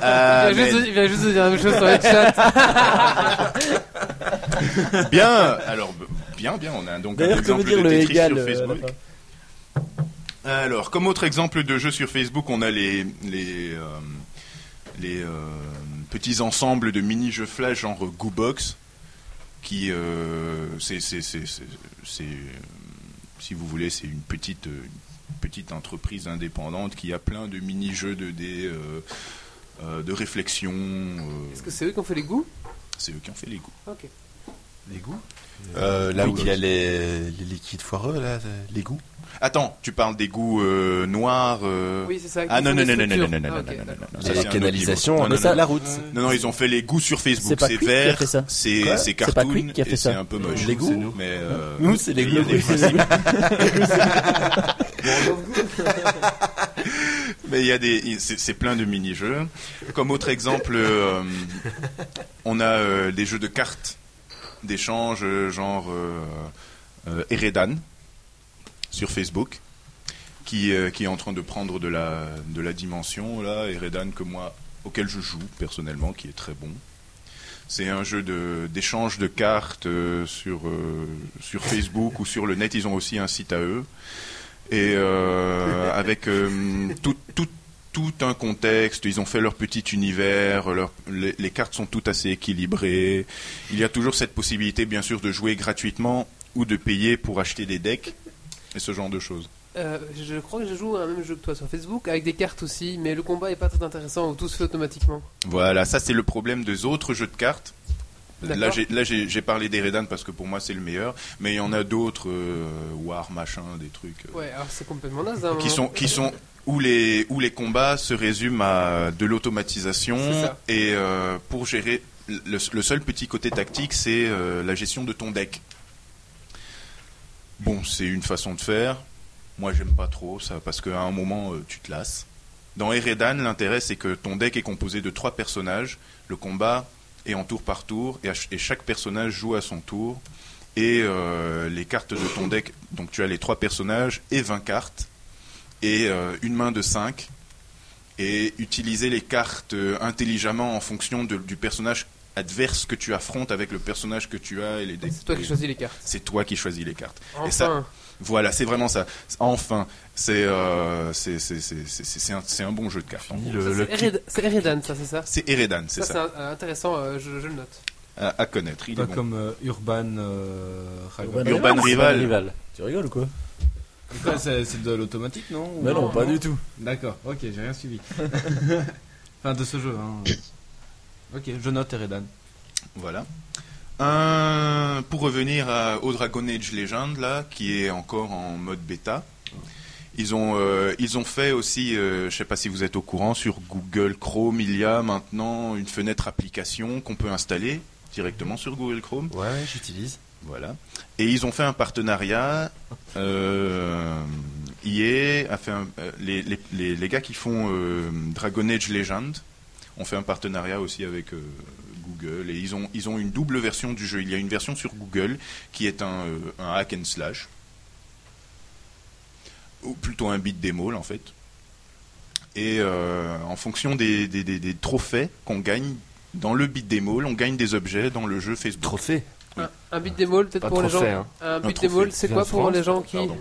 Ah,
il, vient juste,
mais-
de- il vient juste de dire la même chose sur le chat.
Bien, alors b- bien, bien, on a donc un
D'ailleurs, que
exemple
veut dire
de
le
Tetris
égal
sur
euh, à la
Facebook.
fin
Alors, comme autre exemple de jeu sur Facebook, on a les les euh, les euh, petits ensembles de mini-jeux flash genre Goobox, qui euh, c'est c'est c'est c'est- c'est, euh, si vous voulez c'est une petite euh, une petite entreprise indépendante qui a plein de mini-jeux de dés euh, euh, de réflexion. euh,
Est-ce que c'est eux qui ont fait les goûts
c'est eux qui ont fait les goûts.
Ok.
Les goûts Là où il y a les, les liquides foireux, là, les goûts.
Attends, tu parles des goûts euh, noirs. euh,
Oui, c'est ça,
Ah
qui
non
font
non
des
non non non non
structures.
non non
Ah,
non
ok,
non, non,
d'accord.
non,
Et
ça,
les
c'est un autre
canalisations,
niveau.
mais
Non,
ça,
non,
la
non.
route.
Non non, ils ont fait les goûts sur
C'est
Facebook.
pas
C'est
Quick qui a
vert,
fait ça.
c'est
Quoi
c'est
C'est pas Quick
cartoon
qui a fait
et c'est
ça.
un peu moche.
Les goûts
C'est nous, mais euh,
Nous, c'est les
il y a
goûts.
des principes. Mais il y a des, il- c'est c'est plein de mini-jeux. Comme autre exemple, euh, on a euh, des jeux de cartes d'échange, euh, genre euh, euh, Eredan sur Facebook, qui, euh, qui est en train de prendre de la, de la dimension là. Eredan que moi, auquel je joue personnellement, qui est très bon. C'est un jeu de- d'échange de, cartes euh, sur, euh, sur Facebook ou sur le net. Ils ont aussi un site à eux. Et euh, avec euh, tout, tout, tout un contexte, ils ont fait leur petit univers, leur- les, les cartes sont toutes assez équilibrées. Il y a toujours cette possibilité, bien sûr, de jouer gratuitement ou de payer pour acheter des decks et ce genre de choses.
Euh, je crois que je joue à un même jeu que toi sur Facebook, avec des cartes aussi, mais le combat est pas très intéressant, tout se fait automatiquement.
Voilà, ça c'est le problème des autres jeux de cartes. Là,
D'accord.
j'ai- là, j'ai j'ai parlé des Redan parce que pour moi c'est le meilleur, mais il y en a d'autres, euh, War, machin, des trucs. euh,
Ouais, alors c'est complètement naze. hein,
qui
hein.
sont qui sont où les où les combats se résument à de l'automatisation
C'est ça.
et euh, pour gérer le, le seul petit côté tactique c'est euh, la gestion de ton deck. Bon, c'est une façon de faire. Moi, j'aime pas trop ça parce qu'à un moment euh, tu te lasses. Dans Eredan, l'intérêt c'est que ton deck est composé de trois personnages. Le combat est en tour par tour et, à ch- et chaque personnage joue à son tour. Et euh, les cartes de ton deck, donc tu as les trois personnages et 20 cartes et euh, une main de 5 et utiliser les cartes euh, intelligemment en fonction de- du personnage adverse que tu affrontes avec le personnage que tu as et les
C'est toi qui choisis les cartes.
C'est toi qui choisis les cartes.
Enfin.
Et ça, voilà, c'est vraiment ça. Enfin, c'est euh, c'est- c'est- c'est- c'est- c'est un, c'est un bon jeu de cartes.
Ça, c'est Ered- C'est Eredan, ça, c'est ça
euh, C'est Eredan, c'est ça.
c'est un- intéressant, euh, je, je le note.
À, à connaître. Il
Pas
est bon.
comme euh, Urban euh, Rival.
Urban Urban Rival.
Rival. Tu rigoles ou quoi
Quoi, C'est c'est de l'automatique, non Ou
Mais non, pas du tout.
D'accord, ok, j'ai rien suivi. enfin, de ce jeu. hein. Ok, je note Eredan.
Voilà. Un- Euh, pour revenir à- au Dragon Age Legend, là, qui est encore en mode bêta, ils ont, euh, ils ont fait aussi, euh, je ne sais pas si vous êtes au courant, sur Google Chrome, il y a maintenant une fenêtre application qu'on peut installer directement sur Google Chrome.
Ouais, ouais, j'utilise.
Voilà. Et ils ont fait un partenariat. Euh, EA a fait un- euh, les, les- les- les gars qui font euh, Dragon Age Legend ont fait un partenariat aussi avec euh, Google. Et ils ont, ils ont une double version du jeu. Il y a une version sur Google qui est un, euh, un hack and slash. Ou plutôt un beat des en fait. Et euh, en fonction des, des- des- des trophées qu'on gagne dans le beat des on gagne des objets dans le jeu Facebook.
Trophées
Un, un beat démol, peut-être
Pas
pour les gens.
trophée, hein.
Un
Un
beat
trophée.
démol, c'est
Viens
quoi
de
pour
France.
les gens qui.
Pardon.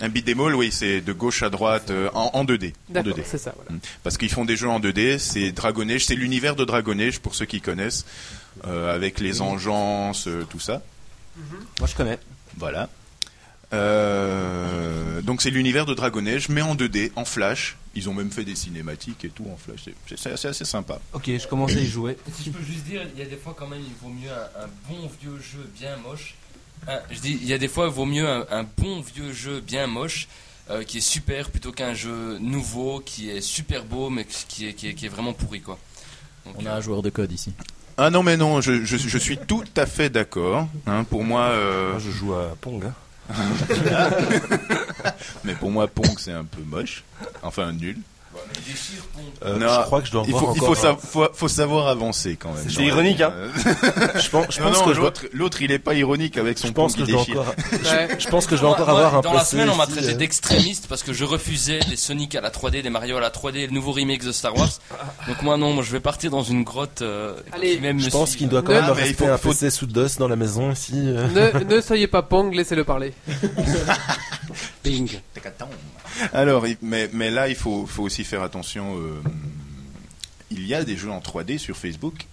Un beat them all, oui, c'est de gauche à droite euh, en, en 2D. en
D'accord,
2D.
c'est ça, voilà.
Mm. Parce qu'ils font des jeux en 2D, c'est Dragon Age, c'est l'univers de Dragon Age pour ceux qui connaissent, euh, avec les engences, euh, tout ça.
Moi, je connais.
Voilà. Euh, donc c'est l'univers de Dragon Age, mais en 2D, en flash. Ils ont même fait des cinématiques et tout en flash. C'est- c'est- C'est assez, assez sympa.
Ok, je commence à y jouer.
Et si je peux juste dire, il y a des fois quand même, il vaut mieux un, un bon vieux jeu bien moche. Un- Ah, je dis, il y a des fois, il vaut mieux un, un bon vieux jeu bien moche euh, qui est super plutôt qu'un jeu nouveau qui est super beau mais qui est, qui est, qui est vraiment pourri quoi. Donc, euh,
On a un joueur de code ici.
Ah non, mais non, je, je- je suis tout à fait d'accord. hein, pour moi.
je joue à Pong.
hein.
mais pour moi, Pong, c'est un peu moche. Enfin, nul.
Euh,
Non,
je crois que je dois en
il faut,
voir
il
encore
faut, sa-
un.
faut- faut savoir avancer quand même.
C'est
Genre,
ironique, hein.
euh,
Je pense- je
Non,
pense
non,
que je dois-
l'autre, l'autre, il est pas ironique avec son
Je pense
Pong
que
qui
je dois
déchire.
encore- je- je pense que je vais encore avoir un
Dans la
PC
semaine, on m'a
ici,
traité
euh.
d'extrémiste parce que je refusais les Sonic à la 3D, les Mario à la 3D, le nouveau remake de Star Wars. Donc moi non, moi, je vais partir dans une grotte. euh, qui euh. même
Je
me
pense
suit.
qu'il doit quand même rester un PC sous DOS dans la maison ici. euh.
Ne, ne soyez pas Pong, laissez-le parler.
Ping.
Alors, il- mais, mais là, il faut, faut aussi faire attention. euh, il y a des jeux en 3D sur Facebook.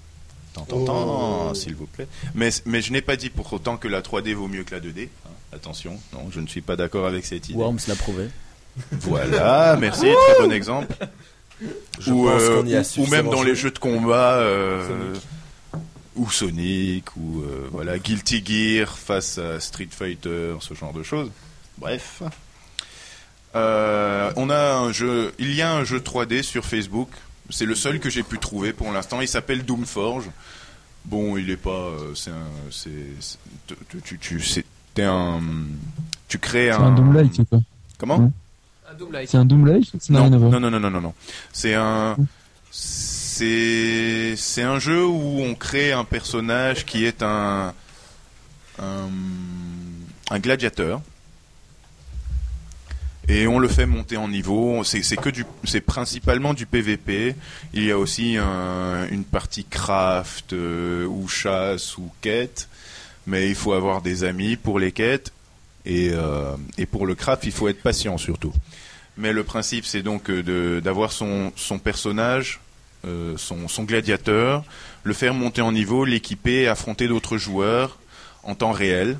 Tant, tant, tant, s'il vous plaît. Mais, mais je n'ai pas dit pour autant que la 3D vaut mieux que la 2D. hein. Attention, non, je ne suis pas d'accord avec cette idée.
Worms l'a prouvé.
Voilà, merci, très bon exemple.
Je
ou, euh,
pense qu'on
ou- ou
y a
même
suffisamment
dans les
joué.
jeux de combat, euh, ou Sonic, ou euh, voilà Guilty Gear face à Street Fighter, ce genre de choses. Bref, Euh, on a un jeu, il y a un jeu 3D sur Facebook. C'est le seul que j'ai pu trouver pour l'instant. Il s'appelle Doomforge. Bon, il est pas, euh, c'est un, c'est, c'est- tu, tu, tu, c'est- t'es un, tu crées
C'est
un,
un Doom-like, c'est quoi
Comment
Ouais.
Un Doom-like.
C'est un Doom-like Ça n'a
non,
rien à voir.
non, non, non, non, non, non. C'est un, c'est, c'est un jeu où on crée un personnage qui est un, un, un gladiateur. Et on le fait monter en niveau. C'est, c'est que du, c'est principalement du PVP. Il y a aussi un- une partie craft euh, ou chasse ou quête. Mais il faut avoir des amis pour les quêtes. Et, euh, et pour le craft, il faut être patient surtout. Mais le principe, c'est donc euh, de- d'avoir son, son personnage, euh, son, son gladiateur, le faire monter en niveau, l'équiper, affronter d'autres joueurs en temps réel.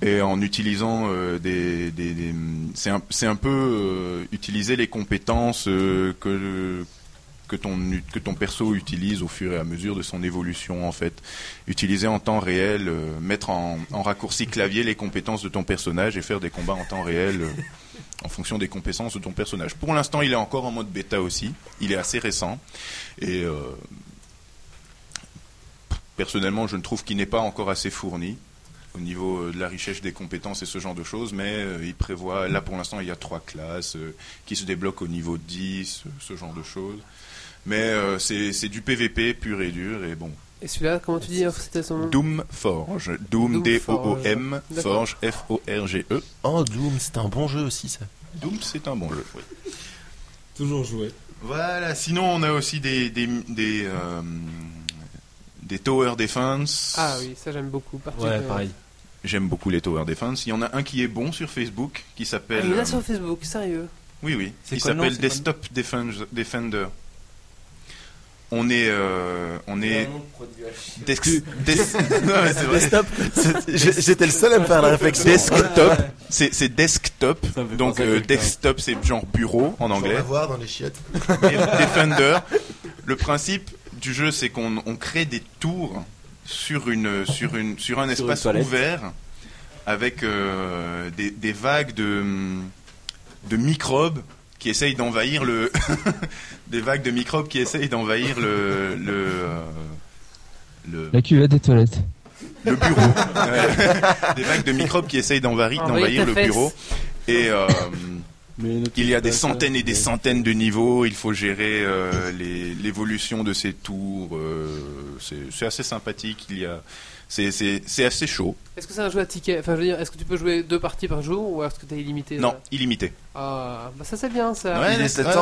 Et en utilisant euh, des, des- des- c'est un, c'est un peu euh, utiliser les compétences euh, que que ton que ton perso utilise au fur et à mesure de son évolution en fait. Utiliser en temps réel, euh, mettre en, en raccourci clavier les compétences de ton personnage et faire des combats en temps réel euh, en fonction des compétences de ton personnage. Pour l'instant, il est encore en mode bêta aussi. Il est assez récent et euh, personnellement, je ne trouve qu'il n'est pas encore assez fourni au niveau euh, de la richesse des compétences et ce genre de choses, mais euh, il prévoit, là pour l'instant, il y a trois classes euh, qui se débloquent au niveau 10, euh, ce genre de choses. Mais euh, c'est c'est du PVP pur et dur, et bon.
Et celui-là, comment tu dis hein, C'était son nom
Doom Forge, Doom,
Doom
D-O-O-M,
Forge. D'accord.
Forge, F-O-R-G-E.
Oh, Doom, c'est un bon jeu aussi, ça.
Doom, c'est un bon jeu, oui.
Toujours joué.
Voilà, sinon on a aussi des, des, des, euh, des Tower Defense.
Ah oui, ça j'aime beaucoup. particulièrement.
particulièrement. J'aime beaucoup les Tower Defense. Il y en a un qui est bon sur Facebook, qui
Ah,
s'appelle.
il y en a
euh,
sur Facebook, sérieux.
Oui, oui.
C'est
Il
quoi le nom,
s'appelle
c'est quoi le
Desktop Defen- Defender. On est, euh, on est. Desk- des- Non, mais c'est vrai.
Desktop.
C'est-
J'ai- j'étais le seul à me faire la réflexion.
Desktop.
Ouais.
C'est c'est desktop. Donc
penser à
euh,
quelqu'un.
desktop, c'est genre bureau en
On
anglais.
va voir dans les chiottes.
Et Defender. Le principe du jeu, c'est qu'on on crée des tours sur une sur une sur un
Sur une
espace
toilette.
ouvert avec euh, des, des vagues de hum, de microbes qui essayent d'envahir le des vagues de microbes qui essayent d'envahir le le euh, le,
La cuvette des toilettes.
le bureau. Ouais. des vagues de microbes qui essayent d'envahir
Envoyer
d'envahir
tes
le
fesses.
bureau. Et euh, il y a des centaines et des centaines de niveaux. Il faut gérer euh, les- l'évolution de ces tours. euh, c'est c'est assez sympathique. Il y a, c'est- c'est c'est assez chaud.
Est-ce que c'est un jeu à ticket Enfin, je veux dire, est-ce que tu peux jouer deux parties par jour ou est-ce que t'es illimité
Non,
là
illimité.
Ah, bah ça c'est bien ça.
Ouais, ouais.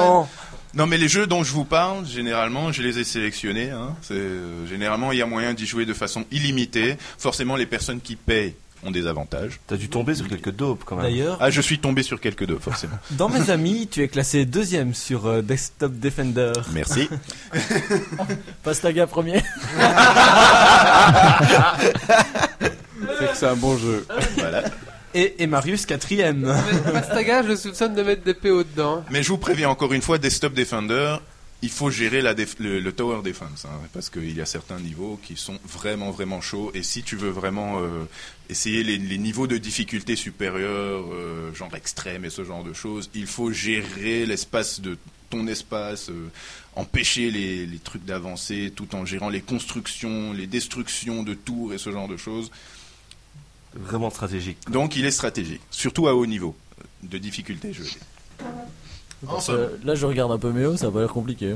Non, mais les jeux dont je vous parle, généralement, je les ai sélectionnés. hein. C'est, euh, généralement, il y a moyen d'y jouer de façon illimitée. Forcément, les personnes qui payent ont des avantages. T'as dû tomber sur quelques dopes quand
même. D'ailleurs-
Ah, je suis tombé sur quelques dopes, forcément.
Dans mes amis, tu es classé deuxième sur euh, Desktop Defender.
Merci.
Pastaga premier.
c'est que c'est un bon jeu.
Voilà.
Et, et Marius quatrième.
Pastaga, je le soupçonne de mettre des PO dedans.
Mais je vous préviens encore une fois, Desktop Defender, il faut gérer la déf- le, le Tower Defense, hein, parce qu'il y a certains niveaux qui sont vraiment, vraiment chauds, et si tu veux vraiment euh, essayer les, les niveaux de difficulté supérieurs, euh, genre extrême et ce genre de choses, il faut gérer l'espace de ton espace, euh, empêcher les, les trucs d'avancer, tout en gérant les constructions, les destructions de tours et ce genre de choses.
Vraiment stratégique.
Donc il est stratégique, surtout à haut niveau de difficulté, je veux dire.
Parce que Euh, là, je regarde un peu Méo, ça va l'air compliqué.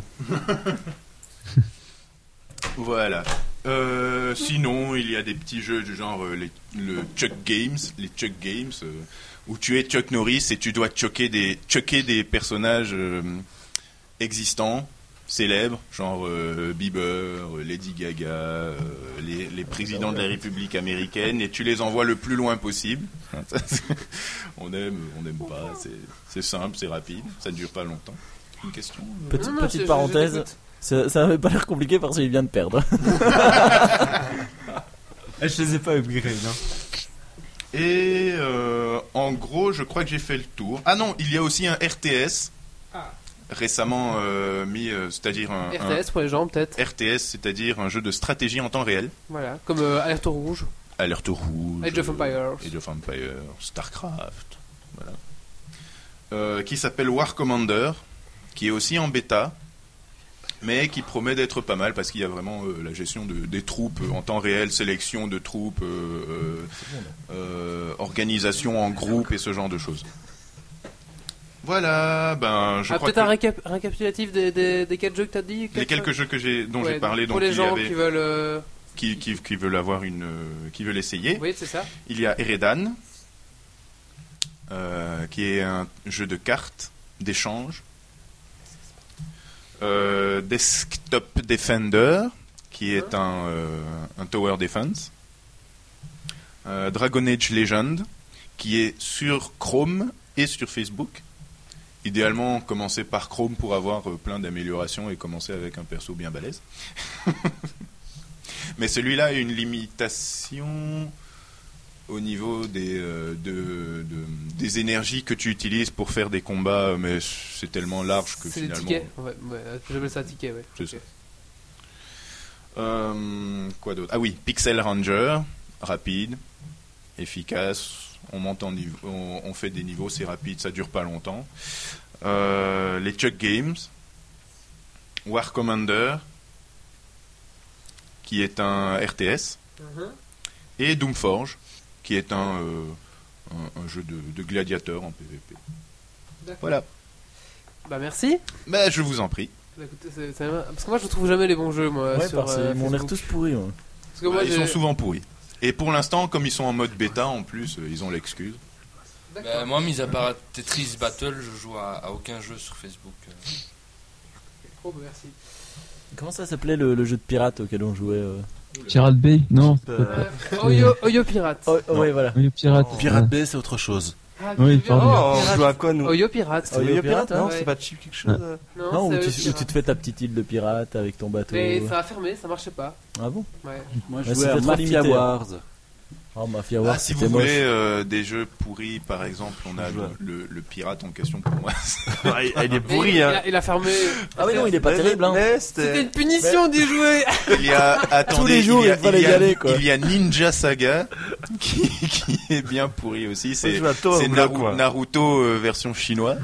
Voilà. Euh, sinon, il y a des petits jeux du genre euh, les, le Chuck Games, les Chuck Games, euh, où tu es Chuck Norris et tu dois choquer des, chucker des personnages euh, existants, célèbres, genre euh, Bieber, euh, Lady Gaga, euh, les, les présidents de la République américaine, et tu les envoies le plus loin possible. on aime, on n'aime pas, c'est- c'est simple, c'est rapide, ça ne dure pas longtemps. Une question euh?
Petite,
non,
petite
je- je- je
parenthèse,
t'écoute.
ça, ça avait pas l'air compliqué parce qu'il vient de perdre.
Je les ai pas upgrade.
Et euh, en gros, je crois que j'ai fait le tour. Ah non, il y a aussi un RTS récemment euh, mis, euh, c'est-à-dire un un-
RTS pour les gens peut-être.
RTS, c'est-à-dire un jeu de stratégie en temps réel.
Voilà, comme euh, Alerte Rouge.
Alerte Rouge,
Age of
euh,
Empires.
Age of Empires, Starcraft, voilà. Euh, qui s'appelle War Commander, qui est aussi en bêta, mais qui promet d'être pas mal parce qu'il y a vraiment euh, la gestion de- des troupes euh, en temps réel, sélection de troupes, euh, euh, euh, organisation en groupe et ce genre de choses. Voilà, ben je
Ah,
crois
peut-être
que
un récap- récapitulatif des, des, des quatre jeux que t'as dit
les quelques jeux que j'ai dont
Ouais,
j'ai parlé,
pour
donc
les
il y
gens
avait-
qui veulent. euh,
qui, qui- qui veulent avoir une, euh, qui veulent essayer.
Oui, c'est ça.
Il y a Eredan, euh, qui est un jeu de cartes, d'échange. Euh, Desktop Defender, qui
Ah.
est un, euh, un Tower Defense. Euh, Dragon Age Legend, qui est sur Chrome et sur Facebook. Idéalement, commencer par Chrome pour avoir euh, plein d'améliorations et commencer avec un perso bien balèze. Mais celui-là a une limitation au niveau des, euh, de- de- des énergies que tu utilises pour faire des combats, mais c'est tellement large que
C'est des
finalement.
tickets. Ouais, ouais, j'appelle ça ticket, ouais.
C'est ça. Euh, quoi d'autre Ah oui, Pixel Ranger, rapide, efficace. On monte en niveau, on, on fait des niveaux, c'est rapide, ça dure pas longtemps. Euh, les Chuck Games, War Commander, qui est un RTS, et Doomforge, qui est un, euh, un- un jeu de, de gladiateur en PvP.
D'accord.
Voilà.
Bah merci.
Bah, je vous en prie.
Bah, écoutez, c'est- c'est- Parce que moi je trouve jamais les bons jeux, moi.
Ouais,
sur,
parce
euh,
qu'ils m'ont l'air
Facebook.
tous pourris. ouais.
Parce que moi,
ils
j'ai-
sont souvent pourris. Et pour l'instant, comme ils sont en mode bêta en plus, euh, ils ont l'excuse.
Bah, moi, mis à part à Tetris Battle, je joue à, à aucun jeu sur Facebook. euh.
Oh, bah merci.
Comment ça s'appelait le, le jeu de pirate auquel on jouait euh
Pirate Bay Non.
Euh, Oyo, Oyo Pirate.
oh, ouais, voilà.
Oui, pirate.
Pirate Bay, c'est autre chose.
Ah,
Oui,
tu veux-
pardon.
Oh,
Oh, on
pirate.
joue à quoi nous
Oyo Pirate.
Oyo
Oyo
Pirate,
Pirate, non,
ouais.
c'est pas cheap quelque chose. euh
Non,
Non,
c'est
où
Oyo
tu, où
Pirate.
tu te fais ta petite île de pirate avec ton bateau.
Mais ça a fermé, ça marchait pas.
Ah bon
Ouais.
Moi, je
Bah,
jouais
c'était
à
trop
Mafia
limité.
Wars.
Oh, Mafia
Ah,
War,
si
c'était
vous
moche.
voulez euh, des jeux pourris, par exemple, on a
Je
le,
vois.
le- le pirate en question pour moi.
Ouais, Elle
Mais
est pourrie,
il,
hein.
a, il a fermé.
Ah, oui, non, il est pas
Mais-
terrible, hein.
mais
C'était
c'était-
une punition d'y jouer.
il y a, attendez,
les jours,
il y a,
il fallait
y a-
y aller, quoi.
il y a Ninja Saga qui, qui est bien pourri aussi.
Moi, je
C'est
joue à Tower
c'est
Block,
Naru-
moi.
Naruto euh, version chinois.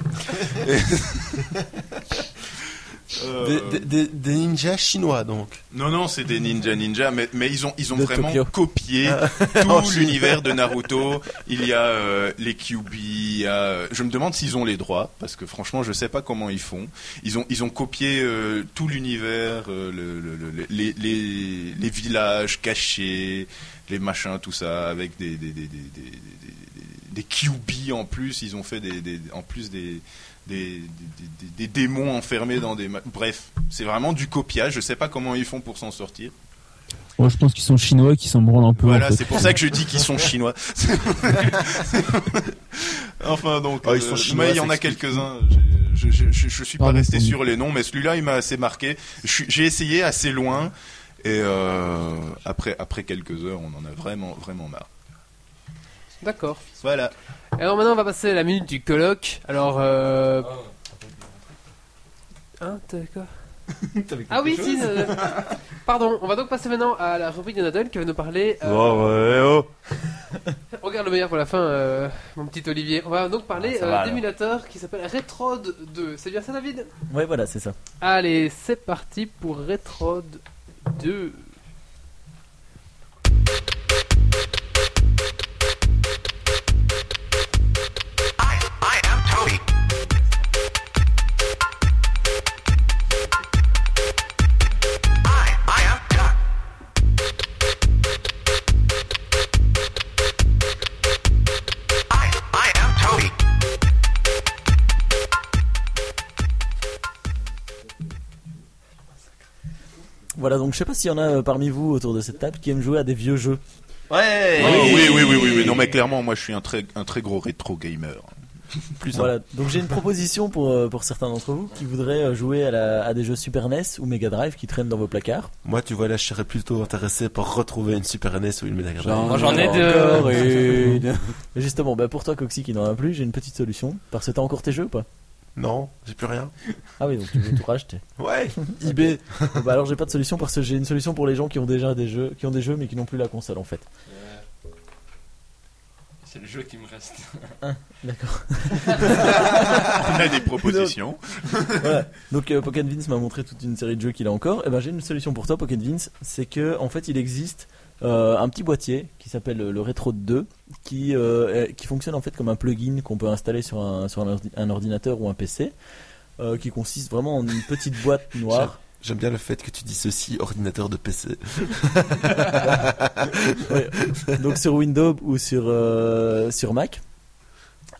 Euh,
Des, des- des- des ninjas chinois, donc.
Non, non, c'est des ninja ninja, mais, mais ils ont, ils ont
De
vraiment
Tokyo. Ah.
copié
En
tout
Chine.
l'univers de Naruto. Il y a euh, les QB, il y a, euh, je me demande s'ils ont les droits, parce que franchement, je sais pas comment ils font. Ils ont, ils ont copié euh, tout l'univers, euh, le- le- le- les, les, les villages cachés, les machins, tout ça, avec des, des, des, des, des, des- des- des QB en plus. Ils ont fait des, des- en plus des, des, des, des- des démons enfermés dans des. ma- Bref, c'est vraiment du copiage. Je sais pas comment ils font pour s'en sortir.
Moi, je pense qu'ils sont chinois qui s'en branlent un peu.
Voilà,
en fait. Euh,
c'est pour ça que je dis qu'ils sont chinois. enfin donc,
Ah, ils sont chinois,
mais il y en
ça
a
explique.
quelques-uns. Je, je, je, je suis pas
Pardon,
resté
pardon.
sur les noms, mais celui-là il m'a assez marqué. Je suis- J'ai essayé assez loin et euh, après après quelques heures, on en a vraiment vraiment marre.
D'accord.
Voilà.
Alors maintenant, on va passer à la minute du colloque. Alors, euh...
Ah.
hein, t'as quoi
T'avais
Ah oui, si. ça- Pardon. On va donc passer maintenant à la rubrique de Nadal qui va nous parler. euh,
Oh, ouais, oh.
Regarde le meilleur pour la fin, euh, mon petit Olivier. On va donc parler
Ah, ça
euh,
va,
d'émulateur qui s'appelle Retrode 2. C'est bien ça, David
Ouais, voilà, c'est ça.
Allez, c'est parti pour Retrode 2.
Voilà, donc je sais pas s'il y en a euh, parmi vous autour de cette table qui aiment jouer à des vieux jeux.
Ouais.
Oh, oui, oui, oui, oui, oui. Non, mais clairement, moi, je suis un très un très gros rétro gamer.
Voilà, donc j'ai une proposition pour, euh, pour certains d'entre vous qui voudraient euh, jouer à, la- à des jeux Super NES ou Mega Drive qui traînent dans vos placards.
Moi, tu vois, là, je serais plutôt intéressé par retrouver une Super NES ou une Mega Drive.
Genre-
Moi, j'en ai
encore
deux.
une. Et justement, bah pour toi, Coxy, qui n'en a plus, j'ai une petite solution. Parce que t'as encore tes jeux ou pas
Non, j'ai plus rien.
Ah oui, donc tu veux tout racheter.
Ouais,
eBay Bah alors j'ai pas de solution parce que j'ai une solution pour les gens qui ont déjà des jeux, qui ont des jeux mais qui n'ont plus la console en fait.
C'est le jeu qui me reste.
Ah, D'accord.
On a des propositions.
voilà. Donc euh, Pocket Vince m'a montré toute une série de jeux qu'il a encore. Et ben j'ai une solution pour toi, Pocket Vince. C'est que en fait il existe euh, un petit boîtier qui s'appelle euh, le Retro 2 qui euh, est- qui fonctionne en fait comme un plugin qu'on peut installer sur un sur un, ordi- un ordinateur ou un PC. euh, qui consiste vraiment en une petite boîte noire.
j'aime bien le fait que tu dis ceci, ordinateur de PC.
donc sur Windows ou sur, euh, sur Mac.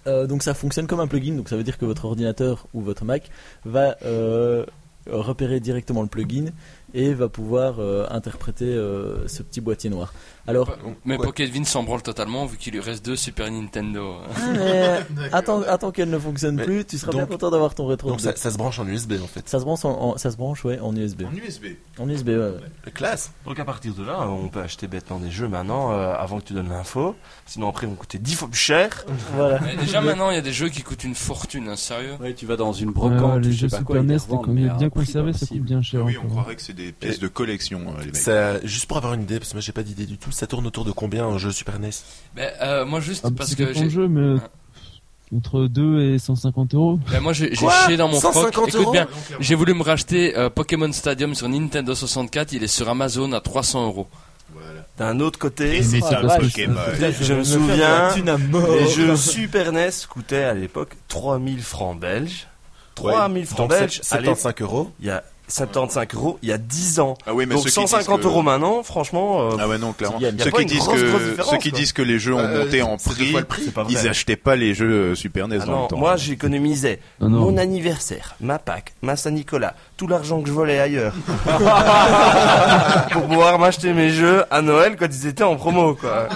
Euh, donc ça fonctionne comme un plugin, donc ça veut dire que votre ordinateur ou votre Mac va euh, repérer directement le plugin et va pouvoir euh, interpréter euh, ce petit boîtier noir. Alors,
Mais
Ouais.
Pocket Vin s'en branle totalement vu qu'il lui reste deux Super Nintendo.
ah, mais attends, attends qu'elle ne fonctionne
Mais
plus, tu seras bien
donc-
content d'avoir ton rétro.
Donc, ça, ça se branche en USB, en fait.
Ça se branche, en, en- ça se branche ouais, en USB.
En USB.
En USB, ouais, ouais.
Classe.
Donc à partir de là, on peut acheter bêtement des jeux maintenant, euh, avant que tu donnes l'info. Sinon après, ils vont coûter 10 fois plus cher.
Ah, voilà.
Mais déjà maintenant, il y a des jeux qui coûtent une fortune, hein, sérieux.
Ouais, tu vas dans une
Euh,
brocante,
les
tu sais
jeux
pas quoi.
Super
ils les
NES, t'es
revendent,
quand
mais
même
à un
bien
prix
conservé, ça coûte
impossible.
bien cher.
Ah Oui, on
encore. hein.
croirait que c'est des pièces de collection, euh, les mecs.
Ça, juste pour avoir une idée, parce que moi, j'ai pas d'idée du tout, ça tourne autour de combien un jeu Super E NES
Ben, euh, moi juste
Ah, bah,
parce
c'est
que
dépend de
j'ai
jeu, mais
Ah.
entre 2 et 150 euros.
ben, moi j'ai j'ai
Quoi
chié dans mon froc.
150
Écoute
euros
bien, j'ai voulu me racheter euh, Pokémon Stadium sur Nintendo 64, il est sur Amazon à 300 euros.
Voilà.
D'un autre côté,
Et c'est
Ah,
un
bah,
Pokémon.
je me
vais faire
souviens,
de la thune à mort.
les jeux Super E NES coûtaient à l'époque 3000 francs belges. 3000 francs
Donc,
belges.
sept-
Allez,
75 euros.
il y a 75 euros il y a 10 ans.
Ah oui, mais
Donc
ceux qui
150
disent que-
euros maintenant, franchement. euh,
Ah ouais non clairement.
Il y a- il y a
Ceux
pas
qui
une
disent
grosse, grosse
que
différence,
ceux qui
quoi. Bah,
disent que les jeux ont
Euh,
monté en
c'est deux
prix,
fois le prix.
C'est pas vrai.
ils achetaient pas les jeux euh, Super NES
Ah
en
non,
même temps.
moi j'économisais
Non, non.
mon anniversaire, ma Pâques, ma Saint-Nicolas, tout l'argent que je volais ailleurs pour pouvoir m'acheter mes jeux à Noël quand ils étaient en promo quoi.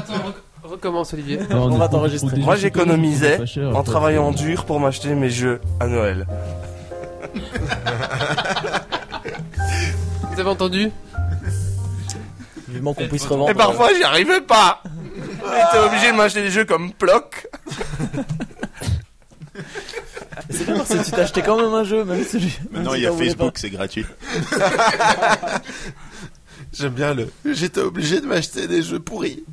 Recommence Olivier.
Alors,
On va
est pas-
t'enregistrer.
pour des
Moi
jeux
j'économisais
c'est pas cher,
en
quoi.
travaillant dur pour m'acheter mes jeux à Noël.
Vous avez entendu
Vivement qu'on puisse revendre.
Et parfois j'y arrivais pas J'étais
Ah.
obligé de m'acheter des jeux comme Ploc.
C'est bien parce que tu t'achetais quand même un jeu, même celui. même
Maintenant
si
il y a
t'en voulais
Facebook, c'est gratuit.
J'aime bien le. J'étais obligé de m'acheter des jeux pourris.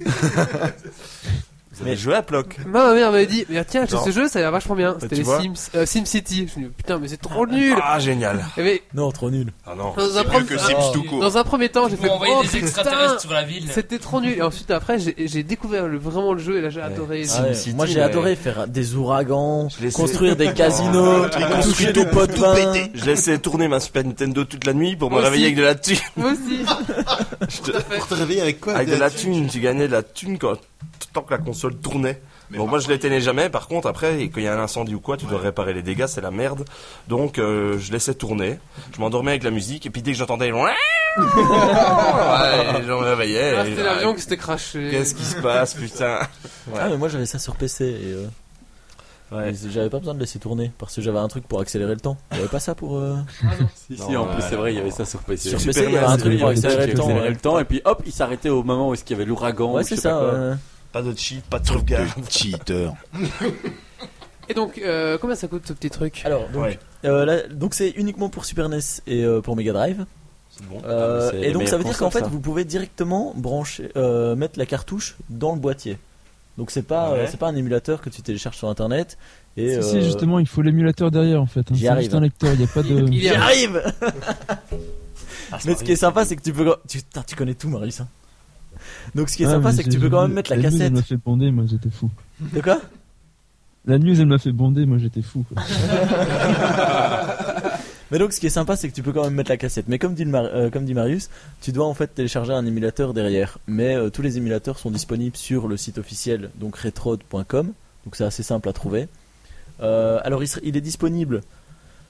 Vous avez joué à Ploc
Ma mère m'avait dit, mais tiens, j'ai
Non.
ce jeu, ça a l'air vachement bien. C'était les
tu vois.
Sims, euh, SimCity. Je me dis, putain, mais c'est trop nul.
Ah génial
Et mais,
pas. Non, trop nul.
Ah non
dans, un premier-
que Sims tout court.
dans un premier temps, j'ai
Vous
fait,
envoyer
oh
des
putain,
extraterrestres sur la ville.
c'était trop nul. Et ensuite, après, j'ai j'ai découvert le- vraiment le jeu et là, j'ai adoré.
Ah ouais,
City,
Moi j'ai
ouais.
adoré faire des ouragans,
l'ai essayé.
construire des
Ah,
casinos, toucher des potes vins.
Je laissais tourner ma Super Nintendo toute la nuit pour me
Moi
réveiller
aussi.
avec de la thune.
Moi aussi.
Pour te réveiller avec quoi
Avec de
Des-
la thune, tu gagnais de la thune quand, tant que la console tournait.
Mais
bon,
par
moi je l'éteignais jamais, par contre, après, quand il y a un incendie ou quoi, tu dois réparer les dégâts, c'est la merde. Donc euh, je laissais tourner, je m'endormais avec la musique, et puis dès que j'entendais. ouais, je me réveillais.
Ah,
et,
C'était
euh,
l'avion qui s'était craché.
Qu'est-ce qui se passe, putain
Ah mais moi j'avais ça sur PC et euh, mais j'avais pas besoin de laisser tourner parce que j'avais un truc pour accélérer le temps. J'avais pas ça pour. euh,
Ah Si,
Non,
si, en
ouais,
plus, c'est vrai, il y avait ça sur PC.
Sur
Super
PC il y avait
NES,
un truc pour
Il y avait
accélérer
ça
le
qui
temps.
accélérait
ouais.
le temps, et puis hop, il s'arrêtait au moment où est-ce qu'il y avait l'ouragan.
Ouais
ou je
c'est
sais pas
ça.
quoi.
ouais.
Pas de cheat, pas de sauvegarde.
cheater.
Et donc, euh, combien ça coûte ce petit truc
Alors donc
Ouais.
euh, là, donc c'est uniquement pour Super NES et euh, pour Mega Drive. Euh,
c'est
et
les
donc ça veut
meilleures
dire qu'en fait
consoles, ça.
vous pouvez directement brancher, euh, mettre la cartouche dans le boîtier. Donc c'est pas euh,
Ouais.
c'est pas un émulateur que tu télécharges sur internet et
Si, si,
euh,
justement, il faut l'émulateur derrière en fait. hein.
J'y
C'est
arrive,
juste
hein.
un lecteur, il n'y a pas de.
Il
J'y
est
arrive Mais ce qui est sympa, c'est que tu peux. quand- Tu, putain, tu connais tout, Marius. hein. Donc, ce qui est
Ouais,
sympa,
Ah, mais
c'est que
j'ai-
tu peux quand même
j'ai-
mettre la
news, elle
cassette.
m'a fait bonder, moi j'étais fou.
De quoi
La news, elle m'a fait bonder, moi j'étais fou. quoi.
Mais donc, ce qui est sympa, c'est que tu peux quand même mettre la cassette. Mais comme dit, le Mar- euh, comme dit Marius, tu dois en fait télécharger un émulateur derrière. Mais euh, tous les émulateurs sont disponibles sur le site officiel, donc retrod.com. Donc, c'est assez simple à trouver. Euh, alors, il, ser- il est disponible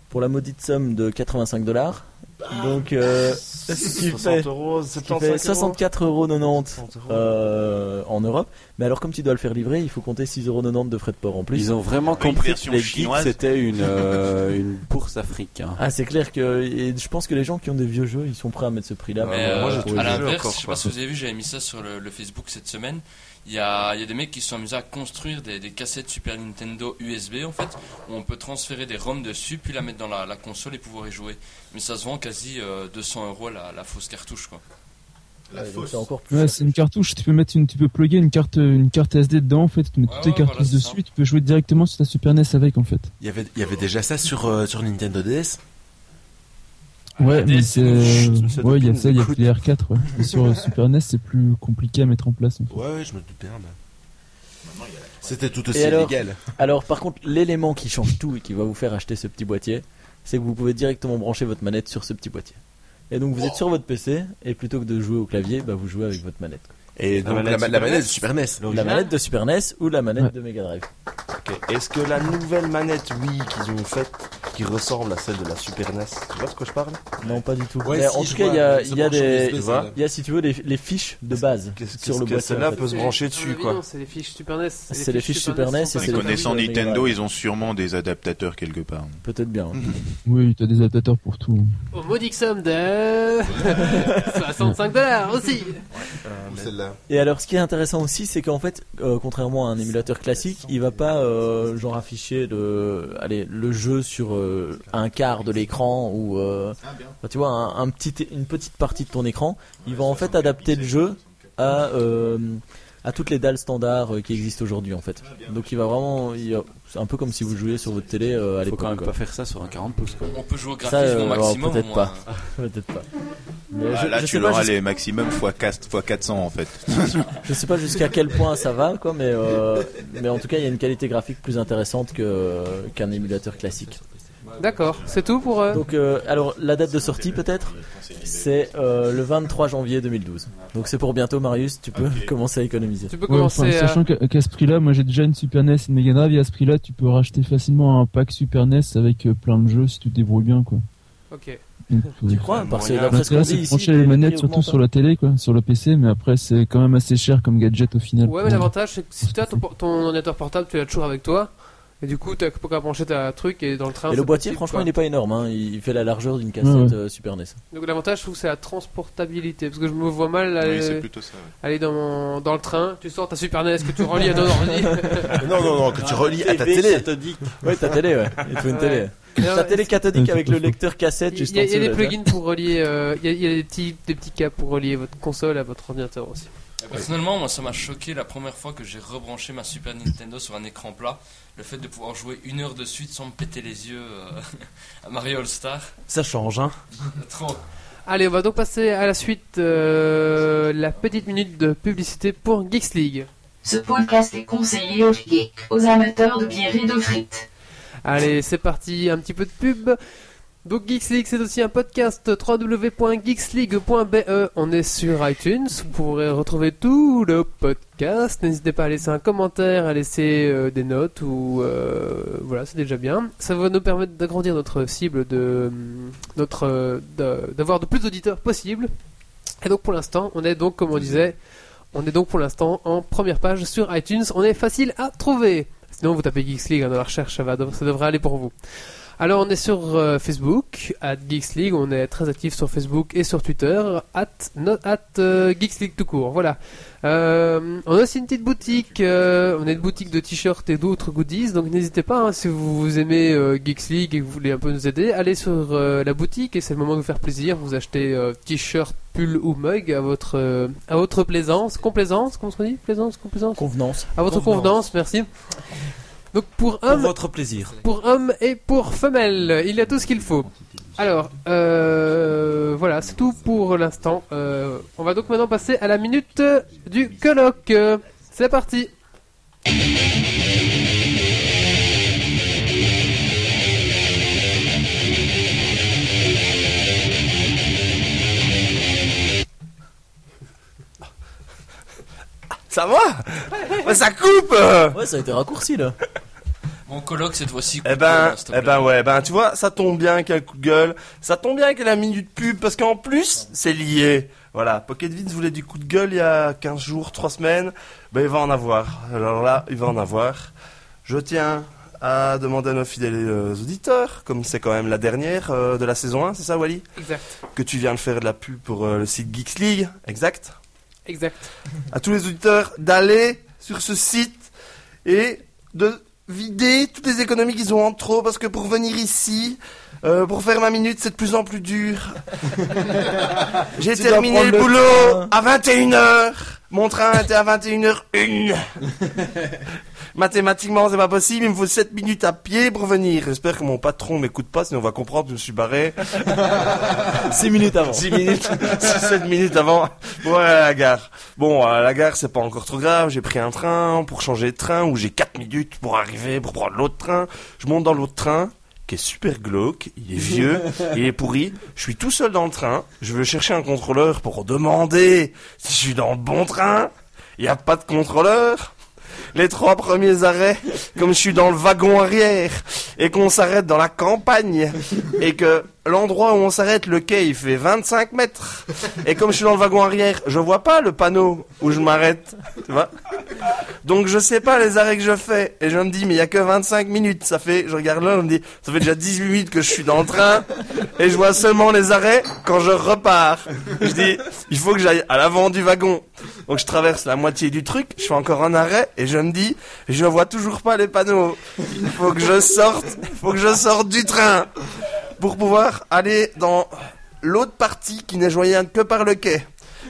pour la maudite somme de 85 dollars.
Ah.
Donc, euh, ce qui
60
fait,
euros,
ce qui fait
75 euros.
64,90
60 euros.
euh, en Europe. Mais alors, comme tu dois le faire livrer, il faut compter 6,90€ de frais de port en plus.
Ils ont vraiment
Ah, Une
compris que
version
les geeks
chinoise.
c'était une, euh, une bourse hein. africaine.
Ah, c'est clair que et je pense que les gens qui ont des vieux jeux, ils sont prêts à mettre ce prix-là.
Mais
pour-
euh,
pour les
à
jeux.
la-
l'inverse,
encore,
je sais
quoi.
pas si vous avez vu, j'avais mis ça sur le, le Facebook cette semaine. Il y a, il y a des mecs qui se sont amusés à construire des, des cassettes Super Nintendo USB en fait, où on peut transférer des ROM dessus, puis la mettre dans la, la console et pouvoir y jouer. Mais ça se vend quasi euh, 200 euros la, la fausse cartouche quoi.
La
Ouais, donc
fausse.
c'est encore plus.
Ouais, c'est une cartouche, tu peux mettre une, tu peux plugger une carte, une carte SD dedans en fait, tu mets
Ouais,
toutes tes
ouais,
cartouches
voilà, c'est
dessus,
ça.
tu peux jouer directement sur ta Super NES avec en fait.
Il y avait, il y avait déjà ça sur, euh, sur Nintendo DS.
Ouais, mais
DS,
c'est. euh,
chut, monsieur
Ouais, il y a
Dupin
ça, il y a
nous
plus les R4, ouais. Mais sur euh, Super NES, c'est plus compliqué à mettre en place. en fait.
Ouais, ouais, je me doute bien. bah. C'était tout aussi
Et alors
illégal.
Alors, par contre, l'élément qui change tout et qui va vous faire acheter ce petit boîtier, c'est que vous pouvez directement brancher votre manette sur ce petit boîtier. Et donc, vous êtes sur votre PC et plutôt que de jouer au clavier, bah, vous jouez avec votre manette. quoi.
Et donc la,
manette
ma- la
Super
manette Super
NES.
E NES.
La manette de Super NES ou la manette
Ouais.
de Mega Drive.
Ok. Est-ce que la nouvelle manette Wii qu'ils ont faite, qui ressemble à celle de la Super NES, tu vois de quoi je parle
Non, pas du tout.
Ouais,
Mais
si,
en
je
tout cas, il y
vois,
a,
ça
il y a
branche sur
des.
USB,
tu vois.
celle-là.
Il y a, si tu veux, les, les fiches de base
Qu'est-ce
sur
qu'est-ce
le
que
boîtier.
celle-là
en fait.
peut se brancher dessus,
Oui,
quoi.
non, c'est les fiches Super NES.
C'est les fiches Super NES et
sont pas
Mais
c'est les
sur-
connaissant
fiches de Mega
Nintendo,
Drive.
ils ont sûrement des adaptateurs quelque part. Mhm.
Peut-être bien. hein.
Oui, t'as des adaptateurs pour tout.
Au modique somme de 65 dollars aussi.
Ou celle-là.
Et alors, ce qui est intéressant aussi, c'est qu'en fait, euh, contrairement à un émulateur classique, il va pas euh, genre afficher le, allez, le jeu sur euh, un quart de l'écran ou, euh, enfin, tu vois, un, un petit, une petite partie de ton écran. Il va en fait adapter le jeu à euh, à toutes les dalles standards euh, qui existent aujourd'hui, en fait. Donc, il va vraiment, il va- c'est un peu comme si vous jouiez sur votre télé euh, à
Faut quand
l'époque.
même
quoi.
pas faire ça sur un 40 pouces quoi.
On peut jouer au
Ça,
graphisme
euh,
au
alors,
maximum.
peut-être
au
pas.
moins.
Peut-être pas. Mais
Ah,
je,
là,
je
tu
sais pas
l'auras
jusqu'-
les maximum fois 4, fois 400 en fait.
Je sais pas jusqu'à quel point ça va, quoi, mais, euh, mais en tout cas, il y a une qualité graphique plus intéressante que, qu'un émulateur classique.
D'accord, c'est tout pour. euh,
Donc, euh, alors, la date de sortie peut-être C'est euh, le 23 janvier 2012. Donc, c'est pour bientôt, Marius. Tu peux commencer à économiser.
Tu peux
Ouais, enfin,
commencer euh, à-
Sachant qu'à qu'à ce prix-là, moi j'ai déjà une Super NES et une Mega Drive, et à ce prix-là, tu peux racheter facilement un pack Super NES avec euh, plein de jeux si tu te débrouilles bien, quoi.
Ok.
Donc,
Tu
euh,
crois Parce que
Moyen.
d'après ce qu'on
L'intérêt, c'est
dit
de
ici,
brancher les
les
manettes
prix hein.
surtout
augmentent.
sur la télé, quoi, sur le PC, mais après, c'est quand même assez cher comme gadget au final.
Ouais, mais l'avantage, c'est que si t'as ton, por- ton ordinateur portable, tu l'as toujours avec toi. Et du coup, t'as qu'à brancher ta truc et dans le train.
Et
c'est
le boîtier,
possible,
franchement,
quoi.
il est pas énorme. hein. Il fait la largeur d'une
Ouais,
cassette
ouais.
euh, Super NES.
Donc l'avantage, je trouve, c'est la transportabilité. Parce que je me vois mal aller,
Oui, c'est plutôt ça. ouais.
aller dans, mon- dans le train, tu sors ta Super NES que tu relis à ton ordi.
Non, non, non, que tu relis à ta télé.
cathodique.
Ouais, ta télé, ouais. Il te faut une
Ouais.
télé.
Et, euh,
Ta télé cathodique
Ouais,
avec
c'est
le
pas faux.
lecteur cassette
Il
juste
y a,
en
il y a
dessous.
des
là,
plugins pour relier, euh, il y a, il y a des, petits, des petits câbles pour relier votre console à votre ordinateur aussi.
Personnellement, moi, ça m'a choqué la première fois que j'ai rebranché ma Super Nintendo sur un écran plat. Le fait de pouvoir jouer une heure de suite sans me péter les yeux euh, à Mario All-Star.
déjà. Ça change, hein.
Trop.
Allez, on va donc passer à la suite, euh, la petite minute de publicité pour Geeks League.
Ce podcast est conseillé aux geeks, aux amateurs de bière et de frites.
Allez, c'est parti, un petit peu de pub. Donc Geeks League, c'est aussi un podcast www.geeksleague.be. On est sur iTunes, vous pourrez retrouver tout le podcast. N'hésitez pas à laisser un commentaire, à laisser euh, des notes ou euh, voilà, c'est déjà bien. Ça va nous permettre d'agrandir notre cible de notre euh, de- d'avoir de plus d'auditeurs possible. Et donc pour l'instant, on est donc comme on disait, on est donc pour l'instant en première page sur iTunes. On est facile à trouver. Sinon, vous tapez Geeks League hein, dans la recherche, ça, va, ça devrait aller pour vous. Alors on est sur euh, Facebook, at Geeks League, on est très actif sur Facebook et sur Twitter, at, no- at, euh, Geeks League tout court, voilà. Euh, on a aussi une petite boutique, euh, on a une boutique de t-shirts et d'autres goodies, donc n'hésitez pas, hein, si vous aimez euh, Geeks League et que vous voulez un peu nous aider, allez sur euh, la boutique et c'est le moment de vous faire plaisir, vous achetez euh, t-shirt, pull ou mug à votre, euh, à votre plaisance, complaisance, comment on dit Plaisance, complaisance
Convenance.
À votre convenance,
Convenance.
merci. Donc pour
Pour
homme
votre plaisir.
pour hommes et pour femelles. Il y a tout ce qu'il faut. Alors, euh, voilà, c'est tout pour l'instant. Euh, on va donc maintenant passer à la minute du colloque. C'est parti.
Ça va Bah, Ça coupe euh.
Ouais, ça a été raccourci là.
Mon colloque, cette fois-ci.
Eh ben,
coupe-le, hein, s'il te plaît.
eh ben ouais, ben tu vois, ça tombe bien qu'un coup de gueule, ça tombe bien qu'elle a mis du pub parce qu'en plus, c'est lié. Voilà, Pocket Vince voulait du coup de gueule il y a 15 jours, 3 semaines, ben il va en avoir. Alors là, il va en avoir. Je tiens à demander à nos fidèles euh, auditeurs, comme c'est quand même la dernière euh, de la saison 1, c'est ça Wally
Exact,
Que tu viens de faire de la pub pour euh, le site Geeks League, exact
exact.
à tous les auditeurs d'aller sur ce site et de vider toutes les économies qu'ils ont en trop parce que pour venir ici, euh, pour faire ma minute, c'est de plus en plus dur. J'ai
Tu dois
terminé
prendre
le
le
boulot
train.
à 21h. Mon train était à 21h01. Mathématiquement, c'est pas possible. Il me faut 7 minutes à pied pour venir. J'espère que mon patron m'écoute pas, sinon on va comprendre que je me suis barré
6 minutes avant.
10 minutes, 7 minutes avant pour aller à la gare. Bon, à la gare, c'est pas encore trop grave. J'ai pris un train pour changer de train où j'ai 4 minutes pour arriver, pour prendre l'autre train. Je monte dans l'autre train qui est super glauque, il est vieux, il est pourri. Je suis tout seul dans le train. Je veux chercher un contrôleur pour demander si je suis dans le bon train. Il n'y a pas de contrôleur. Les trois premiers arrêts, comme je suis dans le wagon arrière et qu'on s'arrête dans la campagne et que l'endroit où on s'arrête, le quai, il fait 25 mètres. Et comme je suis dans le wagon arrière, je vois pas le panneau où je m'arrête. Tu vois Donc je sais pas les arrêts que je fais. Et je me dis, mais il y a que 25 minutes. Ça fait, je regarde là, je me dis, ça fait déjà 18 minutes que je suis dans le train. Et je vois seulement les arrêts quand je repars. Je dis, il faut que j'aille à l'avant du wagon. Donc je traverse la moitié du truc, je fais encore un arrêt et je me dis, je vois toujours pas les panneaux. Il faut que je sorte, il faut que je sorte du train pour pouvoir aller dans l'autre partie qui n'est joignable que par le quai.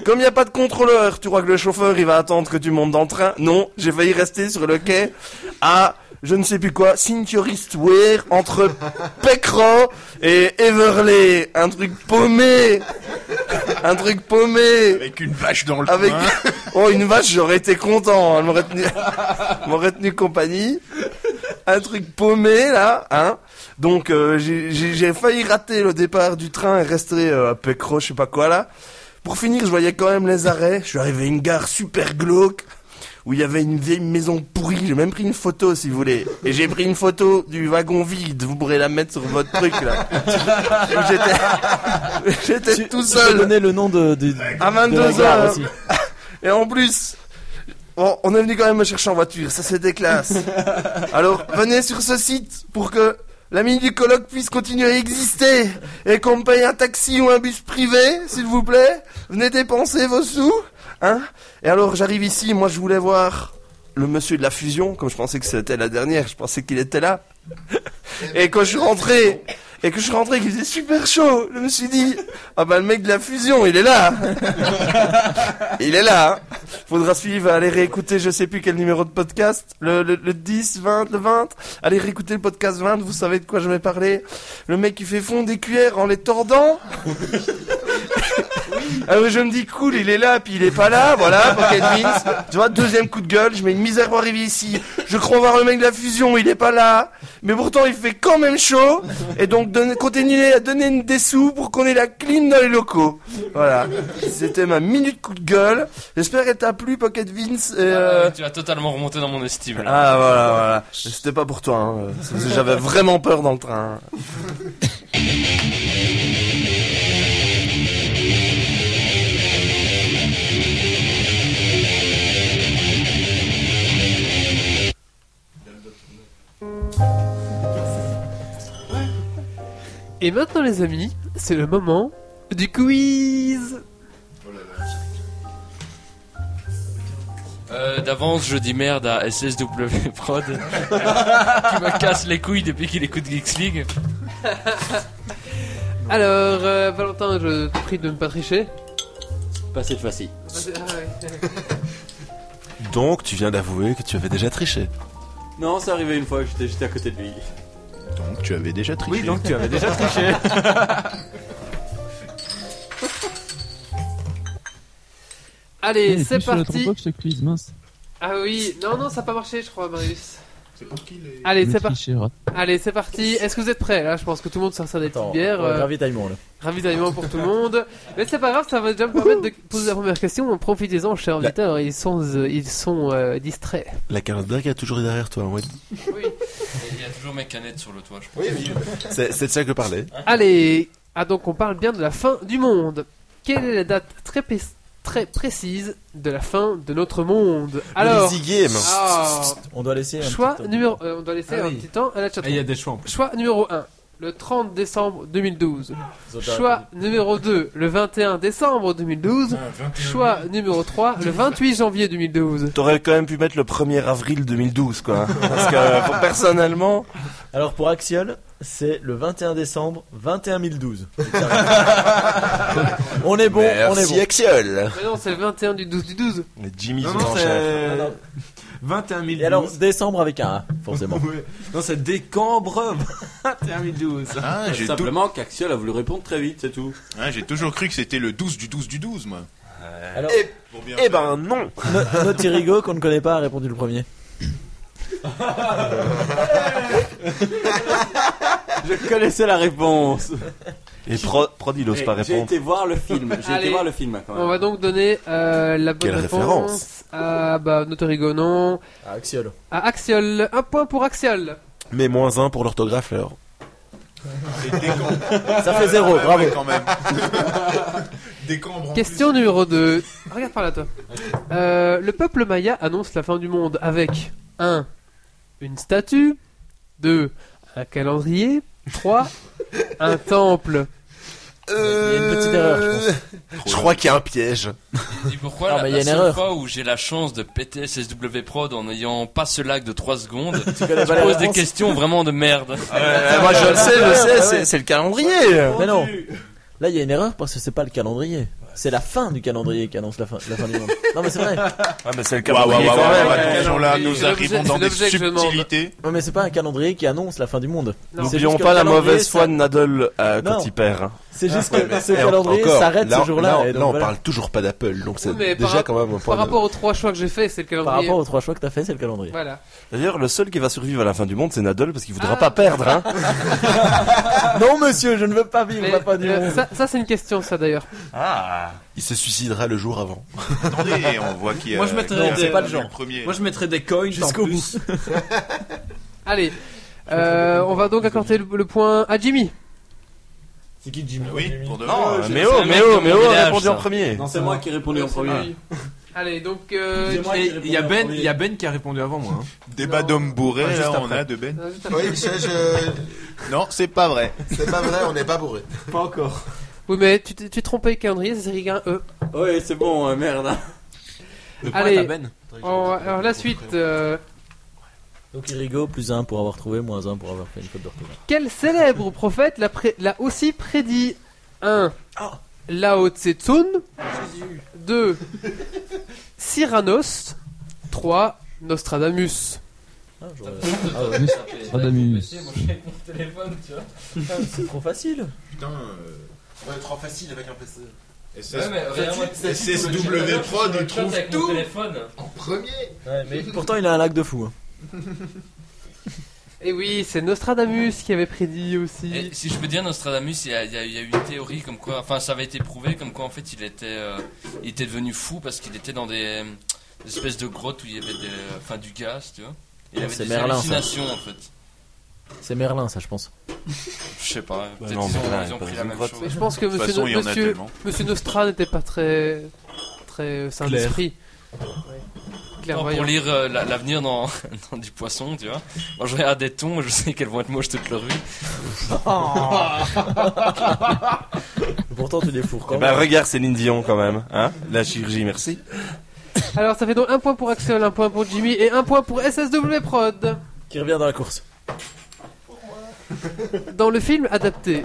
Comme il n'y a pas de contrôleur, tu crois que le chauffeur il va attendre que tu montes dans le train Non, j'ai failli rester sur le quai à je ne sais plus quoi, Centurist Weir entre Pecro et Everley, un truc paumé, un truc paumé.
Avec une vache dans le
Avec
coin.
oh une vache, j'aurais été content. Elle m'aurait tenu, elle m'aurait tenu compagnie. Un truc paumé là, hein. Donc euh, j'ai- j'ai j'ai failli rater le départ du train et rester euh, à Pécro, je sais pas quoi là. Pour finir, je voyais quand même les arrêts. Je suis arrivé à une gare super glauque où il y avait une vieille maison pourrie. J'ai même pris une photo si vous voulez. Et j'ai pris une photo du wagon vide. Vous pourrez la mettre sur votre truc là. Où j'étais- J'étais tout
Je
seul.
donnais le nom de, du-
À
de la
22
gare
heures.
aussi.
Et en plus, bon, on est venu quand même me chercher en voiture, ça c'est des classes. Alors venez sur ce site pour que l'ami du colloque puisse continuer à exister et qu'on me paye un taxi ou un bus privé, s'il vous plaît. Venez dépenser vos sous, hein. Et alors j'arrive ici, moi je voulais voir le monsieur de la fusion, comme je pensais que c'était la dernière, je pensais qu'il était là. Et quand je suis rentré, et que je suis rentré, qu'il faisait super chaud, je me suis dit, ah bah le mec de la fusion, il est là Il est là hein. Faudra suivre, allez réécouter je sais plus quel numéro de podcast, le, le, le 10, 20, le 20, allez réécouter le podcast 20, vous savez de quoi je vais parler. Le mec qui fait fondre des cuillères en les tordant ah oui, je me dis cool, il est là, puis il est pas là, voilà, Pocket Vince. Tu vois, deuxième coup de gueule, je mets une misère pour arriver ici. Je crois voir le mec de la fusion, il est pas là. Mais pourtant, il fait quand même chaud. Et donc, donne- continuez à donner des sous pour qu'on ait la clim dans les locaux. Voilà. C'était ma minute coup de gueule. J'espère qu'elle t'a plu, Pocket Vince. et, euh,
Ah, Tu as totalement remonté dans mon estime. là.
Ah, voilà, voilà. C'était pas pour toi, hein. C'est parce que J'avais vraiment peur dans le train.
Et maintenant, les amis, c'est le moment du quiz.
Euh, D'avance, je dis merde à SSW Prod qui me casse les couilles depuis qu'il écoute Geeks League.
Alors, euh, Valentin, je te prie de ne pas tricher.
Pas cette fois-ci.
Donc, tu viens d'avouer que tu avais déjà triché.
Non, c'est arrivé une fois, j'étais j'étais à côté de lui.
Donc tu avais déjà triché.
Oui, donc tu avais déjà triché.
Allez,
Eh,
c'est
plus sur la
parti.
Dropbox, ce quiz, mince.
Ah oui, non, non, ça n'a pas marché, je crois, Marius. C'est pour qui les... Allez,
Le
c'est parti.
tricheur.
Allez, c'est parti. Est-ce que vous êtes prêts Là, je pense que tout le monde sort ça des petites bières.
ouais,
euh,
ravitaillement, là.
Ravitaillement pour tout le monde. Mais c'est pas grave, ça va déjà me permettre de poser la première question. Profitez-en, chers auditeurs. Ils sont, euh, ils sont euh, distraits.
La Carlotte Berg est toujours derrière toi, ouais.
Et Il y a toujours mes canettes sur le toit, je pense.
Oui, oui. C'est c'est de ça que je parlais.
Allez, ah donc on parle bien de la fin du monde. Quelle est la date très, pé- très précise de la fin de notre monde Alors,
Easy Game.
Ah.
On doit laisser un
choix
petit temps.
numéro, euh, on doit laisser
Ah
un
oui.
petit temps à la chatroom.
Et il y a des choix en plus. Ah,
Choix numéro 1, le 30 décembre 2012.
Ils ont
Choix numéro 2, le 21 décembre 2012.
Ah,
Choix numéro 3, le 28 janvier 2012.
T'aurais quand même pu mettre le 1er avril 2012, quoi. Parce que Euh, pour- personnellement,
Alors pour Axiol, c'est le 21 décembre 21 012. on est bon, on est
Merci
bon.
Axiol.
Mais non, c'est le 21 du 12 du 12.
Mais Jimmy,
Non,
son
non,
grand chef.
c'est.
Non, non.
21 012.
Et alors décembre avec un A, forcément.
Ouais. Non, c'est décembre 21 012.
Ah, j'ai tou-
Simplement qu'Axiol a voulu répondre très vite, c'est tout.
ah, j'ai toujours cru que c'était le 12 du 12 du 12, moi.
Alors,
Pour bien
Eh
faire.
ben non
no- Notirigo qu'on ne connaît pas a répondu le premier.
Je connaissais la réponse.
Et Pro- Prod, il ose
Eh,
pas
J'ai
répondre.
été voir le film. J'ai
Allez.
été voir le film quand
On
même.
va donc donner euh, la bonne
Quelle
réponse à bah, Notorigo non.
Ah, Axiol.
À Axiol, un point pour Axiol.
Mais moins un pour l'orthographe, alors.
Ça fait zéro,
Ouais,
bravo.
ouais, quand même. Des cambres en
Question numéro 2. Regarde par là, toi. Euh, le peuple maya annonce la fin du monde avec 1. Une statue. 2. Un calendrier. 3. Un temple.
Euh, Il y a une petite erreur, je pense.
Je crois qu'il y a un piège.
Je dis pourquoi
Ah,
la,
mais il y
la
a une
seule
erreur.
fois où j'ai la chance de péter SSW Prod en n'ayant pas ce lag de 3 secondes,
Tu connais
je
pas la
pose des
réponse
questions vraiment de merde.
Ah
Euh, moi
Ah
je le sais, je le sais, c'est- c'est le calendrier.
Mais non. Là, il y a une erreur parce que c'est pas le calendrier. C'est la fin du calendrier qui annonce la fin, la fin du monde. Non mais c'est vrai.
Ouais, mais c'est le calendrier quand même. Quel jour là, nous
C'est l'objet-
arrivons dans
c'est
des
l'objet que je demande.
subtilités.
Ouais, mais c'est pas un calendrier qui annonce la fin du monde. C'est
Non. N'oublions
juste que
pas
le
la
calendrier,
mauvaise foi
ça-
de Nadal euh,
Non.
quand il perd. hein.
C'est juste
Ah, ouais,
que
mais-
ce
et
calendrier
encore,
s'arrête
là,
ce jour-là.
Là,
et donc
là, on
voilà.
parle toujours pas d'Apple, donc c'est
Oui, mais par
déjà
rap-
quand même un
Par
point de-
rapport aux trois choix que j'ai fait, c'est le calendrier.
rapport aux trois choix que t'as fait, c'est le calendrier.
Voilà.
D'ailleurs, le seul qui va survivre à la fin du monde, c'est Nadal parce qu'il
Ah.
voudra pas perdre. Hein.
Non monsieur, je ne veux pas vivre
Mais,
la fin du
euh,
monde.
ça, ça, c'est une question, ça d'ailleurs.
Ah.
Il se suicidera le jour avant.
Attendez, on voit qui
Moi,
a-
je
qui
mettrais
a
des...
pas le genre. Premier.
Moi, je mettrais des coins en
Jusqu'au
plus.
Allez, euh, on va donc accorder le, le point à Jimmy.
C'est qui Jimmy
Oui, pour de
Non,
Ah,
vrai. Ah,
mais
c'est
oh,
un
mais
mec de
oh,
mon
mais oh,
village,
répondu en
ça.
premier.
Non, c'est moi qui ai répondu en premier.
Ah.
Allez, donc. euh,
Excusez-moi.
Et
qui
Il y, a
répondait en
Ben-
premier.
il y a Ben qui a répondu avant moi. hein.
Débat
Non.
d'hommes bourrés,
Ah, juste
là, on
après.
a de Ben.
euh, juste après.
Oui, je, je-
Non, c'est pas vrai.
c'est pas vrai, on n'est pas bourré.
Pas encore.
Oui, mais tu t'es tu t'es trompé, calendrier, c'est série 1 E.
Ouais, c'est bon, euh, merde.
Le point
Allez.
est à Ben.
En- alors, la suite. euh,
Donc Irigo plus un pour avoir trouvé, moins un pour avoir fait une faute d'orthographe.
Quel célèbre prophète l'a, pré- l'a aussi prédit 1. Lao Tse-tsun 2. Cyranoste 3. Nostradamus
Ah, j'aurais- Ah ouais, c'est trop facile.
Putain, euh, ouais, trop facile avec un PC.
Ouais, mais regarde-moi,
c'est-
c'est-
c'est-
je
W
suis
Prod,
sur le
il
chat
trouve
avec mon
tout.
téléphone.
En premier
Pourtant il a un lac de fou. hein.
Et Eh oui, c'est Nostradamus qui avait prédit aussi.
Eh,
Et si je peux dire, Nostradamus, il y, a, il y a- il y a eu une théorie comme quoi, enfin, ça avait été prouvé comme quoi en fait il était, euh, il était devenu fou parce qu'il était dans des, des espèces de grottes où il y avait des, enfin, du gaz, tu vois. Il
Ah,
avait
c'est
des
Merlin, ça.
hallucinations en fait.
C'est Merlin ça je pense.
Je sais
Bah
pas, peut-être
non,
ils ont-
Merlin,
ils ont
pas
pris
dans
la
une
même
grotte.
Mais
chose.
je pense que
De toute
monsieur,
façon, il y en a
monsieur,
tellement.
monsieur Nostra n'était pas très, très sain
Clair.
d'esprit.
Non,
Clairvoyant.
pour lire euh, la- l'avenir dans, dans du poisson, tu vois. Moi je regarde des tons, je sais qu'elles vont être moches toute leur vie.
Oh.
Pourtant tu les fourres
euh. Eh
quand
ben,
même.
regarde Céline Dion quand même. Hein la chirurgie, merci.
Alors ça fait donc un point pour Axel, un point pour Jimmy et un point pour SSW Prod.
Qui revient dans la course.
Dans le film adapté,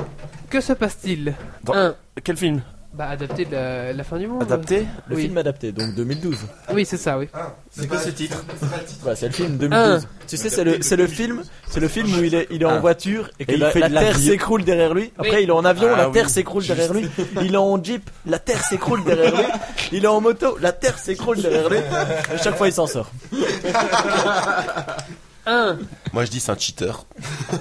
que se passe-t-il
Dans-
1.
Quel film
Bah adapté de la, la fin du monde.
Adapté
Le
Oui.
film adapté donc 2012.
Oui, c'est ça, oui.
C'est
Ah, quoi
pas-
ce titre
C'est pas le titre.
Bah, c'est le film 2012. Tu sais, c'est le, c'est le film, c'est le film où il est, il est en
Ah.
voiture et que
Et il
la,
fait
la
de la
terre
vie.
s'écroule derrière lui. Après,
Oui.
il est en avion,
Ah
la
oui,
terre s'écroule derrière lui. Il est en jeep, la terre s'écroule derrière lui. Il est en moto, la terre s'écroule derrière lui. À chaque fois, il s'en sort.
1.
Moi, je dis c'est un cheater.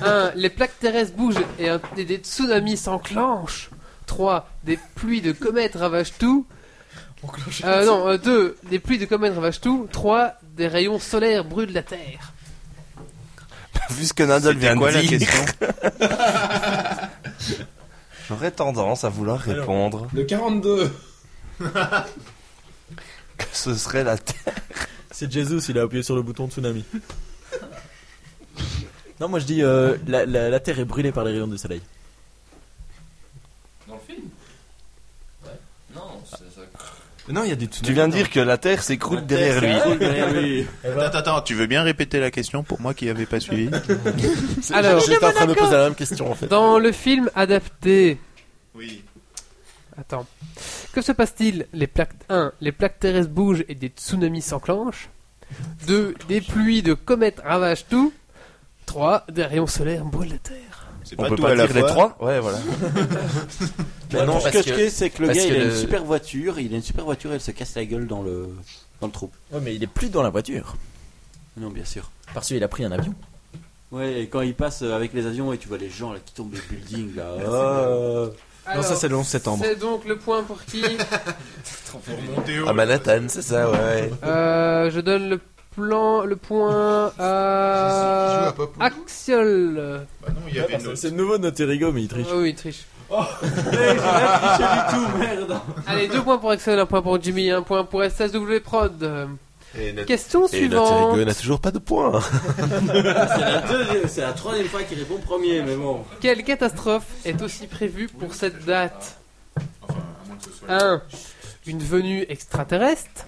1. Les plaques terrestres bougent et, un- et des tsunamis s'enclenchent. 3. Des pluies de comètes ravagent tout. Euh, non, 2. des pluies de comètes ravagent tout. 3. Des rayons solaires brûlent la Terre.
Vu ce que Nadal
C'était
vient
quoi,
de
la
dire.
question
J'aurais tendance à vouloir répondre
Le 42.
que ce serait la Terre.
C'est Jesus, il a appuyé sur le bouton tsunami. Non, moi je dis, euh, la, la- la terre est brûlée par les rayons du soleil.
Dans le film Ouais. Non, c'est ça.
Mais Non, il y a des tsunamis.
Tu viens de dire que la Terre s'écroule derrière lui.
derrière lui.
Attends, attends, tu veux bien répéter la question pour moi qui n'avais pas suivi
C'est-
Alors-
j'étais en train de me poser la même question en fait.
Dans le film adapté.
Oui.
Attends. Que se passe-t-il les plaques... 1. Les plaques terrestres bougent et des tsunamis s'enclenchent. 2. Des pluies de comètes ravagent tout. 3. Des rayons solaires brûlent la Terre.
C'est
On
pas
peut
tout
pas
à la
dire les
fois.
trois Ouais, voilà.
Bah,
non,
non, ce
parce
que
que-
je sais, c'est que le
parce
gars,
que
il a une
le-
super voiture, il a une super voiture, elle se casse la gueule dans le dans le trou.
Ouais, mais il est plus dans la voiture.
Non, bien sûr.
Parce qu'il a pris un avion.
Ouais, et quand il passe euh, avec les avions et tu vois les gens là qui tombent des buildings là. Oh.
Non, ça, c'est le 11 septembre.
C'est donc le point pour qui
À Manhattan, Ah, bah, c'est ça, ouais.
Euh, Je donne le plan, le point
C'est celui qui joue
à
à Pop Loulou
Axiol.
Bah non, il y avait une autre.
C'est le nouveau Notérigo, mais il
Ah
triche.
oui, il triche. Allez, deux points pour Axiol, un point pour Jimmy, un point pour SSW Prod. Euh,
Et notre-
Question
Et notre
suivante.
Rigo n'a toujours pas de points.
C'est la deuxième- c'est la troisième fois qu'il répond premier, mais bon.
Quelle catastrophe est aussi prévue pour cette date
Enfin, à moins que ce soit la-
1. Une venue extraterrestre.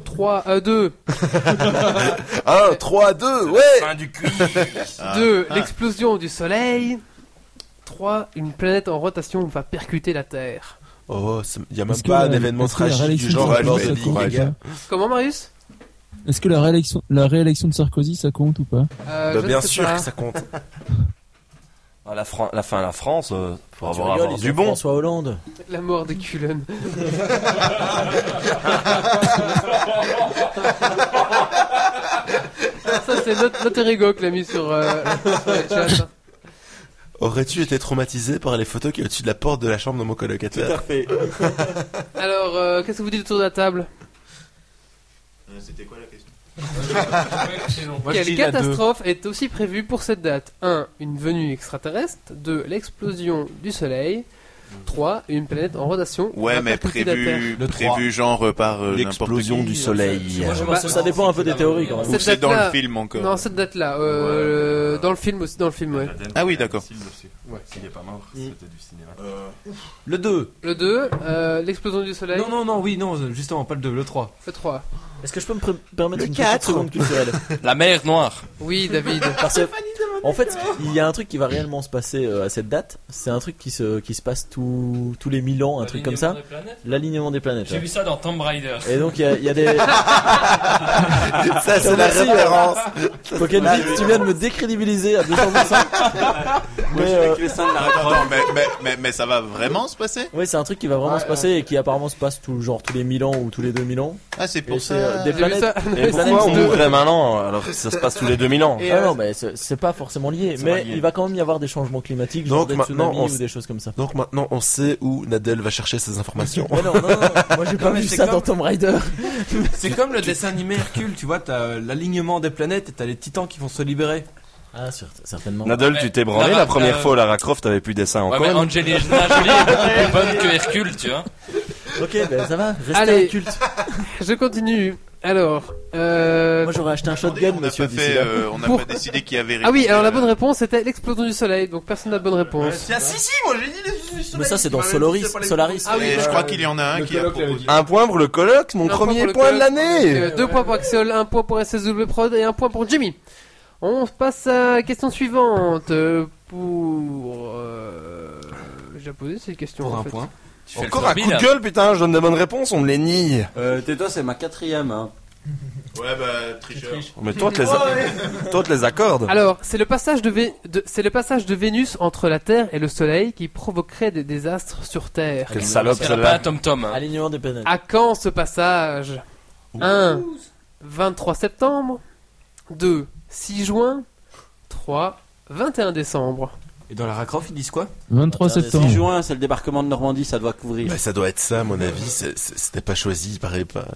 euh, 3 à 2.
1, 3, 2, ouais Ah.
Fin du quiz
2. L'explosion du soleil. 3. Une planète en rotation va percuter la Terre.
Oh, c'est- il n'y a même
Est-ce que
pas
la-
d'événement
est-ce que la
tragique du
réélection
genre
de
ah, je
Sarkozy,
vais
ça
dire,
compte
ouais,
ou
hein.
pas
Comment, Marius
Est-ce que la réélection, la réélection de Sarkozy, ça compte ou pas
Euh,
Bah,
je
bien
sais
sûr
pas.
que ça compte.
Ah, la, Fran- la fin, la France, euh, pour
Tu
avoir,
rigoles,
avoir
ils
du
ont
bon.
François Hollande.
La mort de Cullen. Ça, c'est notre, notre ego que l'a mis sur, euh, sur le chat.
Aurais-tu été traumatisé par les photos qui est au-dessus de la porte de la chambre de mon colocataire
fait.
Alors, euh, qu'est-ce que vous dites autour de la table
Euh, C'était quoi la question
Quelle catastrophe est aussi prévue pour cette date 1. Une venue extraterrestre. 2. L'explosion du Soleil. 3. Une planète en rotation.
Ouais,
va
mais
percuter la Terre.
prévu,
Le
prévu genre par euh, n'importe
L'explosion
qui,
du
euh,
soleil.
Moi, j'aimerais- bah, ça dépend un peu des théories quand même.
Ou
Cette
c'est dans
date-là-
le film encore
Non, cette date-là. euh, Dans le film aussi. Dans le film, ouais.
Ah oui, d'accord.
Ouais.
S'il est pas mort, c'était du cinéma.
Le 2
Le 2. euh, L'explosion du Soleil.
Non, non, non, oui, non, justement, pas le 2, le 3.
Le 3.
Est-ce que je peux me pr- permettre
Le
une petite
quatre.
seconde culturelle
La mer noire.
Oui, David.
Parce que, en fait, il y a un truc qui va réellement se passer euh, à cette date. C'est un truc qui se, qui se passe tous- tous les mille ans, un truc comme ça. L'alignement des planètes.
J'ai
ouais.
vu ça dans Tomb Raider.
Et donc, il y a, il y a des.
Ça, c'est la
Merci, euh,
référence
Pocket Vix, tu viens de me décrédibiliser à 200%. mais, euh,
Attends, mais, mais, mais, mais ça va vraiment se passer
oui, c'est un truc qui va vraiment
Ouais,
se passer et qui apparemment se passe tout, genre tous les 1000 ans ou tous les 2000 ans.
Ah, c'est
Et
pour
c'est euh,
ça.
des
J'ai vu
planètes.
ça.
Et
planètes
pourquoi on
de-
mourrait maintenant alors que ça se passe tous les 2000 ans
Et,
Ah
euh,
non, mais c'est c'est pas forcément lié.
C'est
Mais
pas lié.
il va quand même y avoir des changements climatiques,
Donc,
genre des
maintenant,
tsunamis
on
ou
s-
des choses comme ça.
Donc maintenant, on sait où Nadel va chercher ses informations.
Mais non, non, non, moi j'ai pas
mais
vu
c'est
ça
comme-
dans Tomb Raider.
C'est comme le dessin animé Hercule, tu vois, t'as euh, l'alignement des planètes et t'as les titans qui vont se libérer.
Ah, sûr- certainement.
Nadal, tu t'es branlé
Là,
la première
euh,
fois, Lara Croft, t'avais plus dessin
Ouais, mais
encore.
Angelina Jolie est beaucoup plus bonne que Hercule, tu vois.
Ok, ben ça va, restez
Allez.
un culte.
Je continue. Alors, euh,
Moi j'aurais acheté un shotgun,
on n'a
monsieur.
pas,
d'ici
fait,
là.
euh, on n'a
Pour-
pas décidé qui avait
ah oui, alors la
répondu,
bonne
euh,
réponse c'était l'explosion du soleil, donc personne n'a de bonne réponse.
Tiens, si, si, moi j'ai dit les les
Mais ça, c'est dans
Solaris,
Solaris,
c'est pas les-
Solaris.
Ah oui,
et je
bah,
crois qu'il y en a un qui a proposé.
Un point pour le colloque, mon
Un point
premier
pour le
point de
colloque.
l'année
Euh, deux points pour Axel, un point pour SSW Prod et un point pour Jimmy. On passe à la question suivante euh, pour. Euh... J'ai posé cette question.
Pour
en
un
fait.
point.
Tu fais le
Encore un
zombie,
coup de
là.
gueule, putain, je donne des bonnes réponses, on me les nie
Euh, Tais-toi, c'est ma quatrième. Hein.
Ouais, bah, tricheur.
Mais toi, te les,
Oh,
a- toi, te les accordes.
Alors, c'est le passage de, Vé- de- c'est le passage de Vénus entre la Terre et le Soleil qui provoquerait des désastres sur Terre.
Quelle
Parce
salope,
qu'elle a pas un
celle-là.
tom-tom. hein.
Alignement des planètes.
À quand ce passage 1. 23 septembre. 2. 6 juin. 3. 21 décembre.
Et dans Lara Croft, ils disent quoi
23
Attendez,
septembre.
6 juin, c'est le débarquement de Normandie, ça doit couvrir.
Bah, ça doit être ça, à mon avis, c'est- c'est- c'était pas choisi, pareil, pas...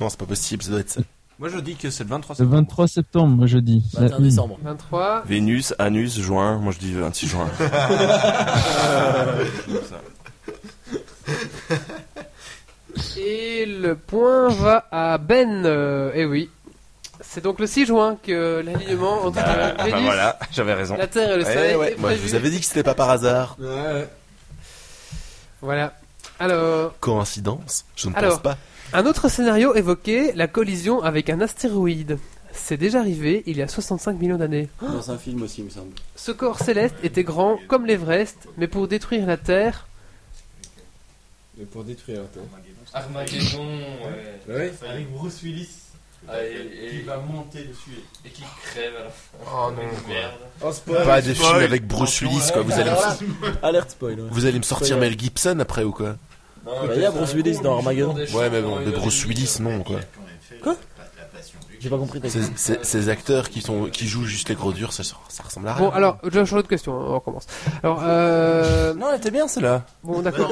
Non, c'est pas possible, ça doit être ça.
Moi je dis que c'est le 23
Le
septembre.
23 septembre, moi je dis. La
21
une.
décembre.
23.
Vénus, Anus, juin. Moi, je dis 26 juin.
Et le point va à Ben. et oui. C'est donc le 6 juin que l'alignement entre
Ah,
Bah,
Ah
euh, Vénus,
voilà, j'avais raison.
la Terre et le
Eh
Soleil
ouais,
est
moi je
prévu.
vous avais dit que c'était pas par hasard.
Voilà. Alors,
Coïncidence Je ne
Alors.
pense pas.
un autre scénario évoquait la collision avec un astéroïde. C'est déjà arrivé il y a 65 millions d'années.
Dans un film aussi, il me semble.
Ce corps céleste était grand comme l'Everest, mais pour détruire la Terre,
Armageddon. ouais. Avec
Bruce Willis.
Ah, et- et-
monter dessus.
Et qui crève à la fin.
Oh non,
Merde.
Oh, spoil.
Pas de film
spoil.
avec Bruce Willis, quoi. Vous
hein.
allez, me-
Alerte spoil. ouais.
vous allez me sortir Mel Gibson après ou quoi
Non,
Bah, il y a
c'est
Bruce
un
Willis
con,
dans
lui,
Armageddon.
qui joue dans des
Ouais,
choses
mais
pendant
bon,
une
de
heure et
Bruce
demie.
Willis, non, quoi.
J'ai pas compris. ta question.
Ces, ces- ces acteurs qui, sont, qui jouent juste les gros durs, ça, ça ressemble à rien.
Bon, alors, je change de question, hein, on recommence. Alors, euh,
Non, elle était bien celle-là.
bon, d'accord.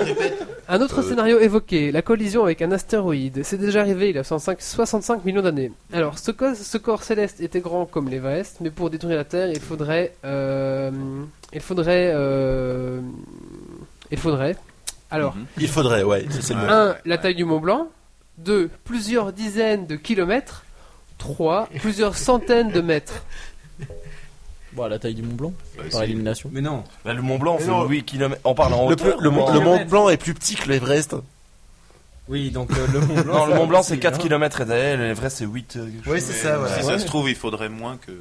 Un autre scénario évoqué, la collision avec un astéroïde. C'est déjà arrivé il y a 65 65 millions d'années. Alors, ce, co- ce corps céleste était grand comme l'Everest, mais pour détruire la Terre, il faudrait... euh, il faudrait... euh, il faudrait... Alors,
Il faudrait, ouais, ça, c'est le mot.
1. La taille du Mont Blanc. 2. Plusieurs dizaines de kilomètres. 3. Plusieurs centaines de mètres.
Bon, la taille du Mont Blanc,
Bah,
par
c'est-
élimination.
Mais non.
Là, le Mont Blanc, on
Mais
fait
non.
8 km. On parle en
Le,
hauteur.
peu- le Mont-
Non.
le Mont Blanc est plus petit que l'Everest.
Oui, donc euh, le Mont Blanc.
Non, le Mont Blanc,
c'est
c'est 4
hein.
km et derrière, l'Everest, c'est 8. euh, quelque
Oui,
chose.
c'est
Mais
ça, voilà.
Si
Ouais.
ça se trouve, il faudrait moins que.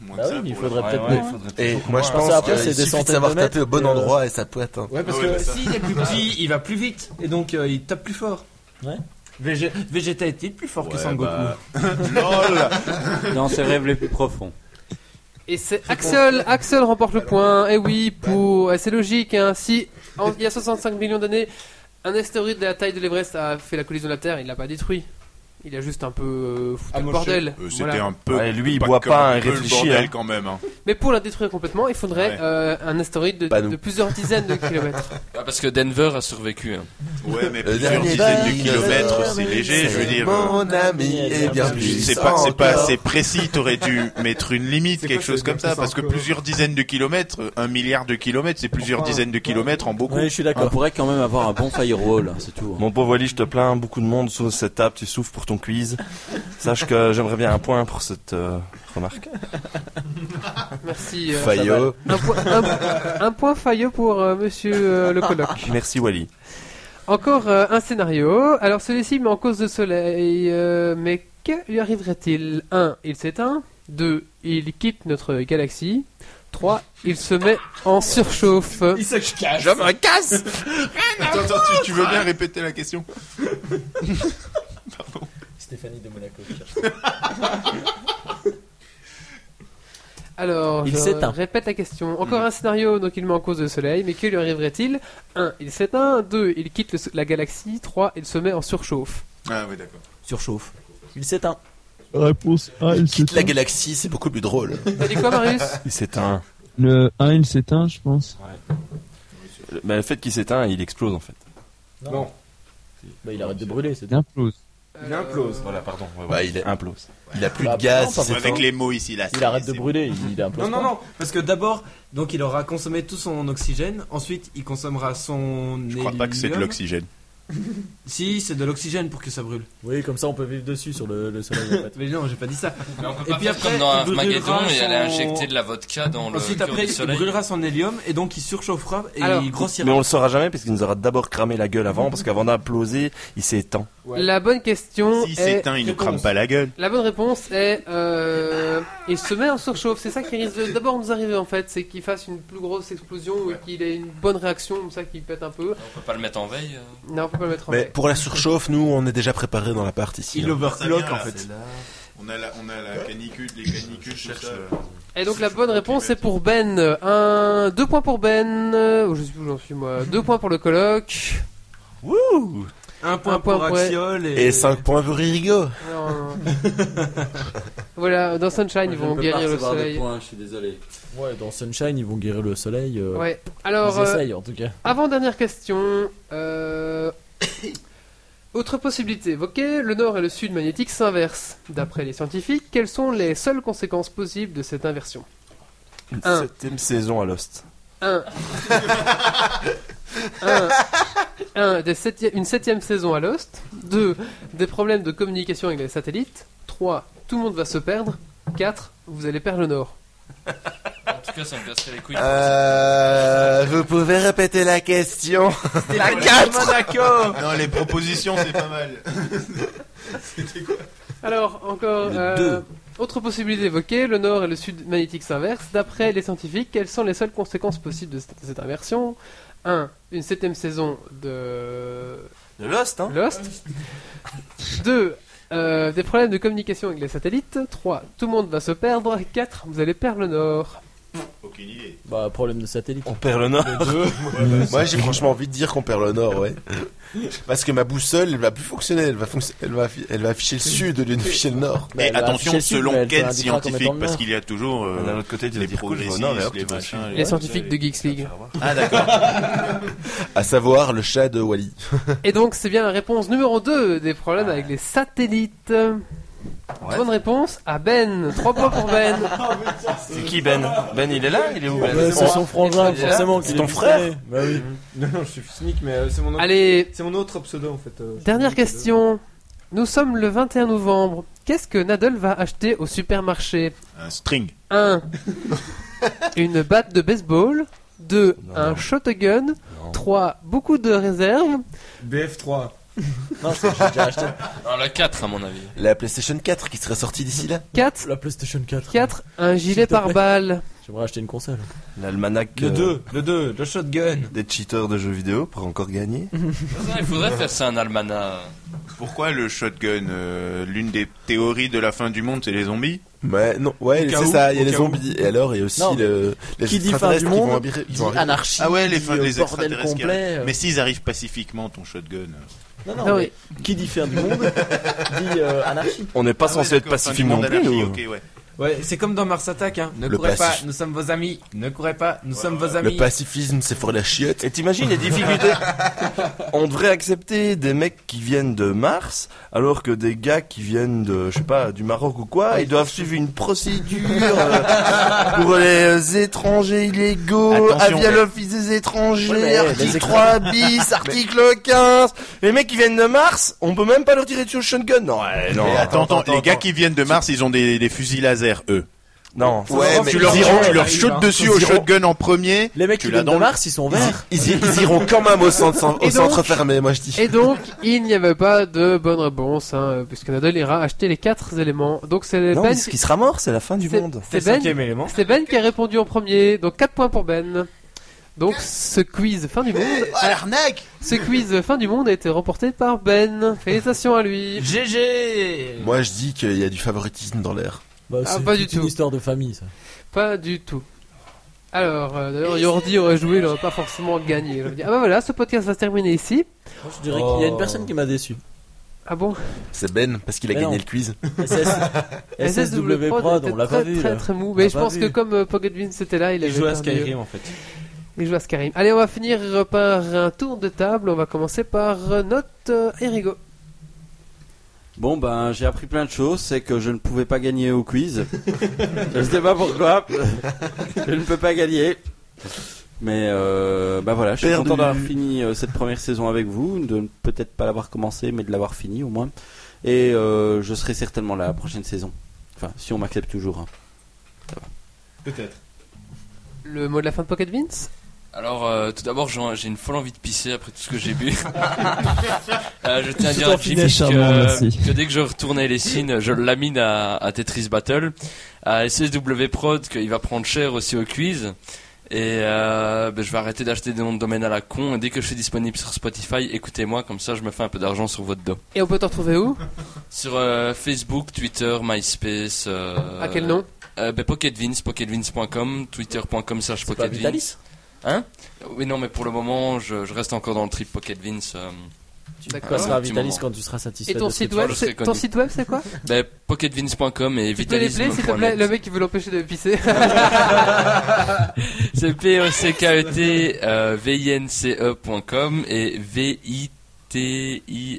Moins
Bah
que
oui,
ça
il
pour
faudrait
le-
peut-être
Ouais, ouais,
moins.
il faudrait
Et
peut-être
moi, je
moins.
pense
Ça, après,
qu'il
c'est des
suffit de
centaines
savoir
de
taper au
mètres,
bon
et, euh,
endroit et ça hein. peut atteindre.
Ouais, parce
Ah ouais,
que
bah ça.
s'il est plus petit, il va plus vite. Et donc, euh, il tape plus fort.
Ouais.
Vég- Vegeta était plus fort que
Ouais,
Sangoku.
bah, LOL
Dans ses rêves les plus profonds.
Et c'est Axel, Axel remporte le point. Et oui, pour, eh, c'est logique. hein. Si en- il y a 65 millions d'années, un astéroïde de la taille de l'Everest a fait la collision de la Terre, il l'a pas détruit. Il a juste un peu euh, foutu le
Amoché.
bordel.
Euh, C'était
Voilà.
un peu.
Ouais, lui, il
pas
boit
comme
pas,
un
il
peu le
réfléchit,
bordel
hein.
quand même. hein.
Mais pour la détruire complètement, il faudrait
Ouais.
euh, un astéroïde de,
Pas Bah, nous.
de plusieurs dizaines de kilomètres.
Ah, parce que Denver a survécu. hein.
Ouais, mais
Le
plusieurs
dernier euh,
dizaines de
dinosaure,
kilomètres, c'est léger, je veux
C'est
dire. euh,
Mon ami est bien
C'est
plus.
C'est pas, c'est pas
encore.
assez précis, t'aurais dû mettre une limite,
C'est
quelque
quoi,
chose
c'est
comme ça,
bien
parce que
encore
plusieurs dizaines de kilomètres, euh, un milliard de kilomètres, c'est plusieurs
Enfin,
dizaines de kilomètres en beaucoup.
Oui, je suis
On
d'accord.
pourrait quand même avoir un bon firewall, hein, c'est tout. hein.
Mon pauvre Ali, je te plains, beaucoup de monde sous cette table, tu souffres pour ton quiz. Sache que j'aimerais bien un point pour cette euh, remarque.
Merci. euh,
Fayot.
un, point, un- un point failleux pour euh, monsieur euh, le colloque.
Merci Wally.
Encore euh, un scénario. Alors celui-ci met en cause le soleil. euh, mais que lui arriverait-il 1. Il s'éteint. 2. Il quitte notre galaxie. 3. Il se met en surchauffe.
Il se cache.
Je me casse
Attends, attends, tu, tu veux bien répéter la question
Stéphanie de Monaco.
Alors,
Il
je
s'éteint.
répète la question. Encore un scénario, donc il met en cause le soleil. Mais que lui arriverait-il 1. Il s'éteint. 2. Il quitte le so- la galaxie. 3. Il se met en surchauffe.
Ah oui, d'accord.
Surchauffe.
Il s'éteint.
Réponse A, il
Quitte la
s'éteint.
galaxie, c'est beaucoup plus drôle.
T'as dit quoi, Marius
Il s'éteint.
Le A, il s'éteint, je pense.
Le- Mais Bah, le fait qu'il s'éteint, il explose en fait.
Non.
Non.
Bah, il arrête de brûler, c'est
Il implose.
Il
implose,
Voilà, pardon. ouais,
Bah,
ouais.
il est-
implose.
Il a plus
Bah,
de gaz.
non,
il s'est
Avec
fait-
les mots ici, là.
Il
c'est-
arrête de
c'est-
brûler, il, il implose
Non,
pas.
non, non, parce que d'abord, donc il aura consommé tout son oxygène, ensuite il consommera son.
Je crois pas que c'est de
hélium.
l'oxygène.
Si, c'est de l'oxygène pour que ça brûle.
Oui, comme ça on peut vivre dessus sur le, le soleil en fait.
Mais non, j'ai pas dit ça.
Mais on peut
Et
pas
puis
faire
après,
comme dans
il
Armageddon
brûlera
et aller
son-
injecter de la vodka dans le
Ensuite,
cœur
après,
du
il
soleil.
brûlera son hélium et donc il surchauffera et
Alors,
il
Mais
grossira.
on le saura jamais parce qu'il nous aura d'abord cramé la gueule avant, parce qu'avant d'imploser, il s'étend.
Ouais.
La bonne question
S'il
est...
s'éteint, il nous
réponse.
crame pas la gueule.
La bonne réponse est euh, il se met en surchauffe. C'est ça qui risque de- d'abord nous arriver en fait, c'est qu'il fasse une plus grosse explosion ou qu'il ait une bonne réaction comme ça qui pète un peu.
On peut pas le mettre en veille. euh.
Non, faut pas le mettre en
Mais
vrai.
pour la surchauffe, nous, on est déjà préparé dans l'appart ici. hein.
Il overclock en fait.
On a la, on a la canicule, les canicules, tout ça.
Et donc la bonne
bah,
réponse est pour Ben. Un, deux points pour Ben. Euh, Je sais plus où j'en suis moi. Deux points pour le colloque.
Un point,
Un point
pour
pour-
Axiol et.
Et 5 points pour Irigo.
Non, non, non. voilà, dans Sunshine ils vont guérir le soleil.
je suis désolé.
Ouais, dans Sunshine, ils vont guérir le soleil. euh,
Ouais.
Ils
Alors, euh,
essayent en tout cas.
Avant-dernière question. euh, Autre possibilité évoquée, le nord et le sud magnétique s'inversent. D'après les scientifiques, quelles sont les seules conséquences possibles de cette inversion
Une
Un.
septième saison à Lost.
1. une septième saison à Lost. 2. Des problèmes de communication avec les satellites. 3. Tout le monde va se perdre. 4. Vous allez perdre le nord.
En tout cas, ça me casserait les couilles.
Euh, vous pouvez répéter la question
La
Ah,
4 D'accord Non, les propositions, c'est pas mal.
Alors, encore. euh, Autre possibilité évoquée, le nord et le sud magnétique s'inversent. D'après les scientifiques, quelles sont les seules conséquences possibles de cette, de cette inversion 1. Une septième saison de
De Lost, hein
Lost. 2. des problèmes de communication avec les satellites. 3. Tout le monde va se perdre. 4. Vous allez perdre le nord.
Aucune idée.
Bah, problème de satellite.
On perd le nord.
Moi, j'ai franchement envie de dire qu'on perd le nord, ouais. Parce que ma boussole, elle va plus fonctionner. Elle va, fonc- elle va, affi- elle va afficher le sud au lieu d'afficher le nord.
Bah,
Et
elle va afficher
attention,
le sud, mais
selon
elle te
quel
l'indiquera comme étant
scientifique,
le
parce
nord.
qu'il y a toujours euh,
D'un autre côté, tu vas
les
dire cool, je vais au
progressistes,
nord, et hop,
les
tu vas au sud.
machins.
les scientifiques de Geeks League.
Ah, d'accord.
À savoir le chat de Wally.
Et donc, c'est bien la réponse numéro 2 des problèmes avec les satellites. Bonne réponse à Ben. 3 points pour Ben.
C'est qui Ben Ben, il est là Il est où Ben
Ouais, c'est son frangin,
déjà
forcément.
C'est
qu'il
ton
est
frère
pistolet. Bah oui.
Mm. Non, non, je suis cynique, mais euh, c'est mon, autre-
Allez,
c'est mon autre pseudo en fait. euh,
Dernière
c'est mon pseudo.
question. Nous sommes le 21 novembre. Qu'est-ce que Nadal va acheter au supermarché
Un string.
1. Une batte de baseball. 2.
Non,
Un
non.
shotgun.
Non.
3. Beaucoup de réserves.
BF3.
Non, c'est que j'ai déjà acheté.
Non, la 4 à mon avis.
La PlayStation 4 qui serait sortie d'ici là
4
La PlayStation 4.
4 Un gilet
te plaît.
par balle.
J'aimerais acheter une console.
L'almanach.
Le
euh,
2, le 2, le shotgun.
Des cheaters de jeux vidéo pour encore gagner.
Non, Il faudrait faire ça un almanach.
Pourquoi le shotgun euh, L'une des théories de la fin du monde, c'est les zombies
Ouais, non, ouais,
Au cas
c'est
où,
ça, il y a
au
les
cas
zombies. Et alors, il y a aussi
Non,
le, les
Qui dit fin
extraterrestres
du
qui vont
monde,
habir- ils
dit
vont arriver.
anarchie,
Ah ouais, les,
dit,
fins-
euh,
les
bordel
extraterrestres. qui arrivent.
complet. euh.
Mais s'ils arrivent pacifiquement, ton shotgun. euh.
Non, non,
Ah
mais qui dit fin du monde dit euh, anarchie.
On n'est pas
Ah ouais,
censé être
d'accord, fin
pacifique
du
non
monde
plus.
anarchie,
nous.
ok, ouais.
Ouais, c'est comme dans Mars Attack, hein. Ne
Le
courez pas,
passif.
nous sommes vos amis. Ne courez pas, nous sommes vos amis.
Le pacifisme, c'est pour la chiotte.
Et t'imagines les difficultés On devrait accepter des mecs qui viennent de Mars, alors que des gars qui viennent de, je sais pas, du Maroc ou quoi, ils doivent suivre une procédure euh, pour les étrangers illégaux,
Attention,
via
mais-
l'office des étrangers,
Ouais, mais, les
article
étrangers-
3 bis, article 15. Les mecs qui viennent de Mars, on peut même pas leur tirer dessus au shotgun. Non, ouais, non.
Mais Eh attends, attends, les gars qui viennent de Mars, ils ont des, des fusils laser, eux.
Non. ça,
Ouais, mais
tu leur,
ils
iront,
iront-
tu leur
ils
shoot
arrivent, hein.
dessus au shotgun en premier.
Les mecs
Tu
qui
l'as
viennent de
dans le-
Mars, ils sont verts.
ils, y- ils iront quand même au centre, au
Et donc-
centre fermé, moi je dis.
Et donc, il n'y avait pas de bonne réponse, hein, puisque Nadal ira acheter les 4 éléments. Donc c'est
Non,
Ben,
mais ce qui sera mort, c'est la fin du
c'est-
monde.
C'est
c'est
le
ben,
cinquième élément.
c'est ben qui a répondu en premier, donc 4 points pour Ben. Donc ce quiz fin du monde,
Arnaque
ce quiz fin du monde a été remporté par Ben. Félicitations à lui.
GG
Moi je dis qu'il y a du favoritisme dans l'air.
Bah,
Ah,
c'est
pas du
toute une
tout.
histoire de famille, ça.
Pas du tout. Alors, euh, d'ailleurs, Yordi aurait joué, il n'aurait pas forcément gagné. Je me dis, ah bah voilà, ce podcast va se terminer ici.
Moi, je dirais qu'il y a une personne qui m'a déçu.
Ah bon
C'est Ben, parce qu'il a
Mais
gagné
non.
le quiz.
SS... SSW Prod,
était
on l'a
très,
pas vu.
Très,
là.
très mou.
l'a
Mais je
pas
pense
vu.
que comme euh, Pocket Vince était là, il
Il
avait
joue à
perdu. euh,
Skyrim en fait.
Il joue à Skyrim. Allez, on va finir euh, par un tour de table. On va commencer par euh, note euh, Erigo.
Bon, ben, j'ai appris plein de choses. C'est que je ne pouvais pas gagner au quiz. je sais pas pourquoi. je ne peux pas gagner. Mais euh, ben voilà, je suis
Perdu.
content d'avoir fini euh, cette première saison avec vous, de ne peut-être pas l'avoir commencé, mais de l'avoir fini au moins. Et euh, je serai certainement là la prochaine saison. Enfin, si on m'accepte toujours. hein.
Peut-être.
Le mot de la fin de Pocket Vince
Alors, euh, tout d'abord, j'en- j'ai une folle envie de pisser après tout ce que j'ai bu. Euh, je tiens à
Tout
dire
en
à Jimmy
finesse, charmant, merci.
que, que dès que je retournais les signes, je le lamine à, à Tetris Battle, à SSW Prod, qu'il va prendre cher aussi au quiz. Et euh, ben, je vais arrêter d'acheter des noms de domaine à la con. Et dès que je suis disponible sur Spotify, écoutez-moi, comme ça je me fais un peu d'argent sur votre dos.
Et on peut te retrouver où
Sur euh, Facebook, Twitter, MySpace. euh,
À quel nom
euh, ben, PocketVince, PocketVince.com, Twitter.com slash
C'est pas
PocketVince.
Vitalis
Hein Oui, non, mais pour le moment, je, je reste encore dans le trip Pocket Vince. euh,
Tu
D'accord.
passeras à
Un petit
Vitalis
moment.
quand tu seras satisfait.
Et ton
de ce que
site
tu
toi,
web,
je
c'est-
serai connu.
ton site web, c'est quoi
ben, PocketVince.com et
Tu peux les plays, s'il te plaît Le
vitalisme.net.
mec qui veut l'empêcher de pisser.
C'est E euh, P-O-C-K-E-T-V-I-N-C-E.com E et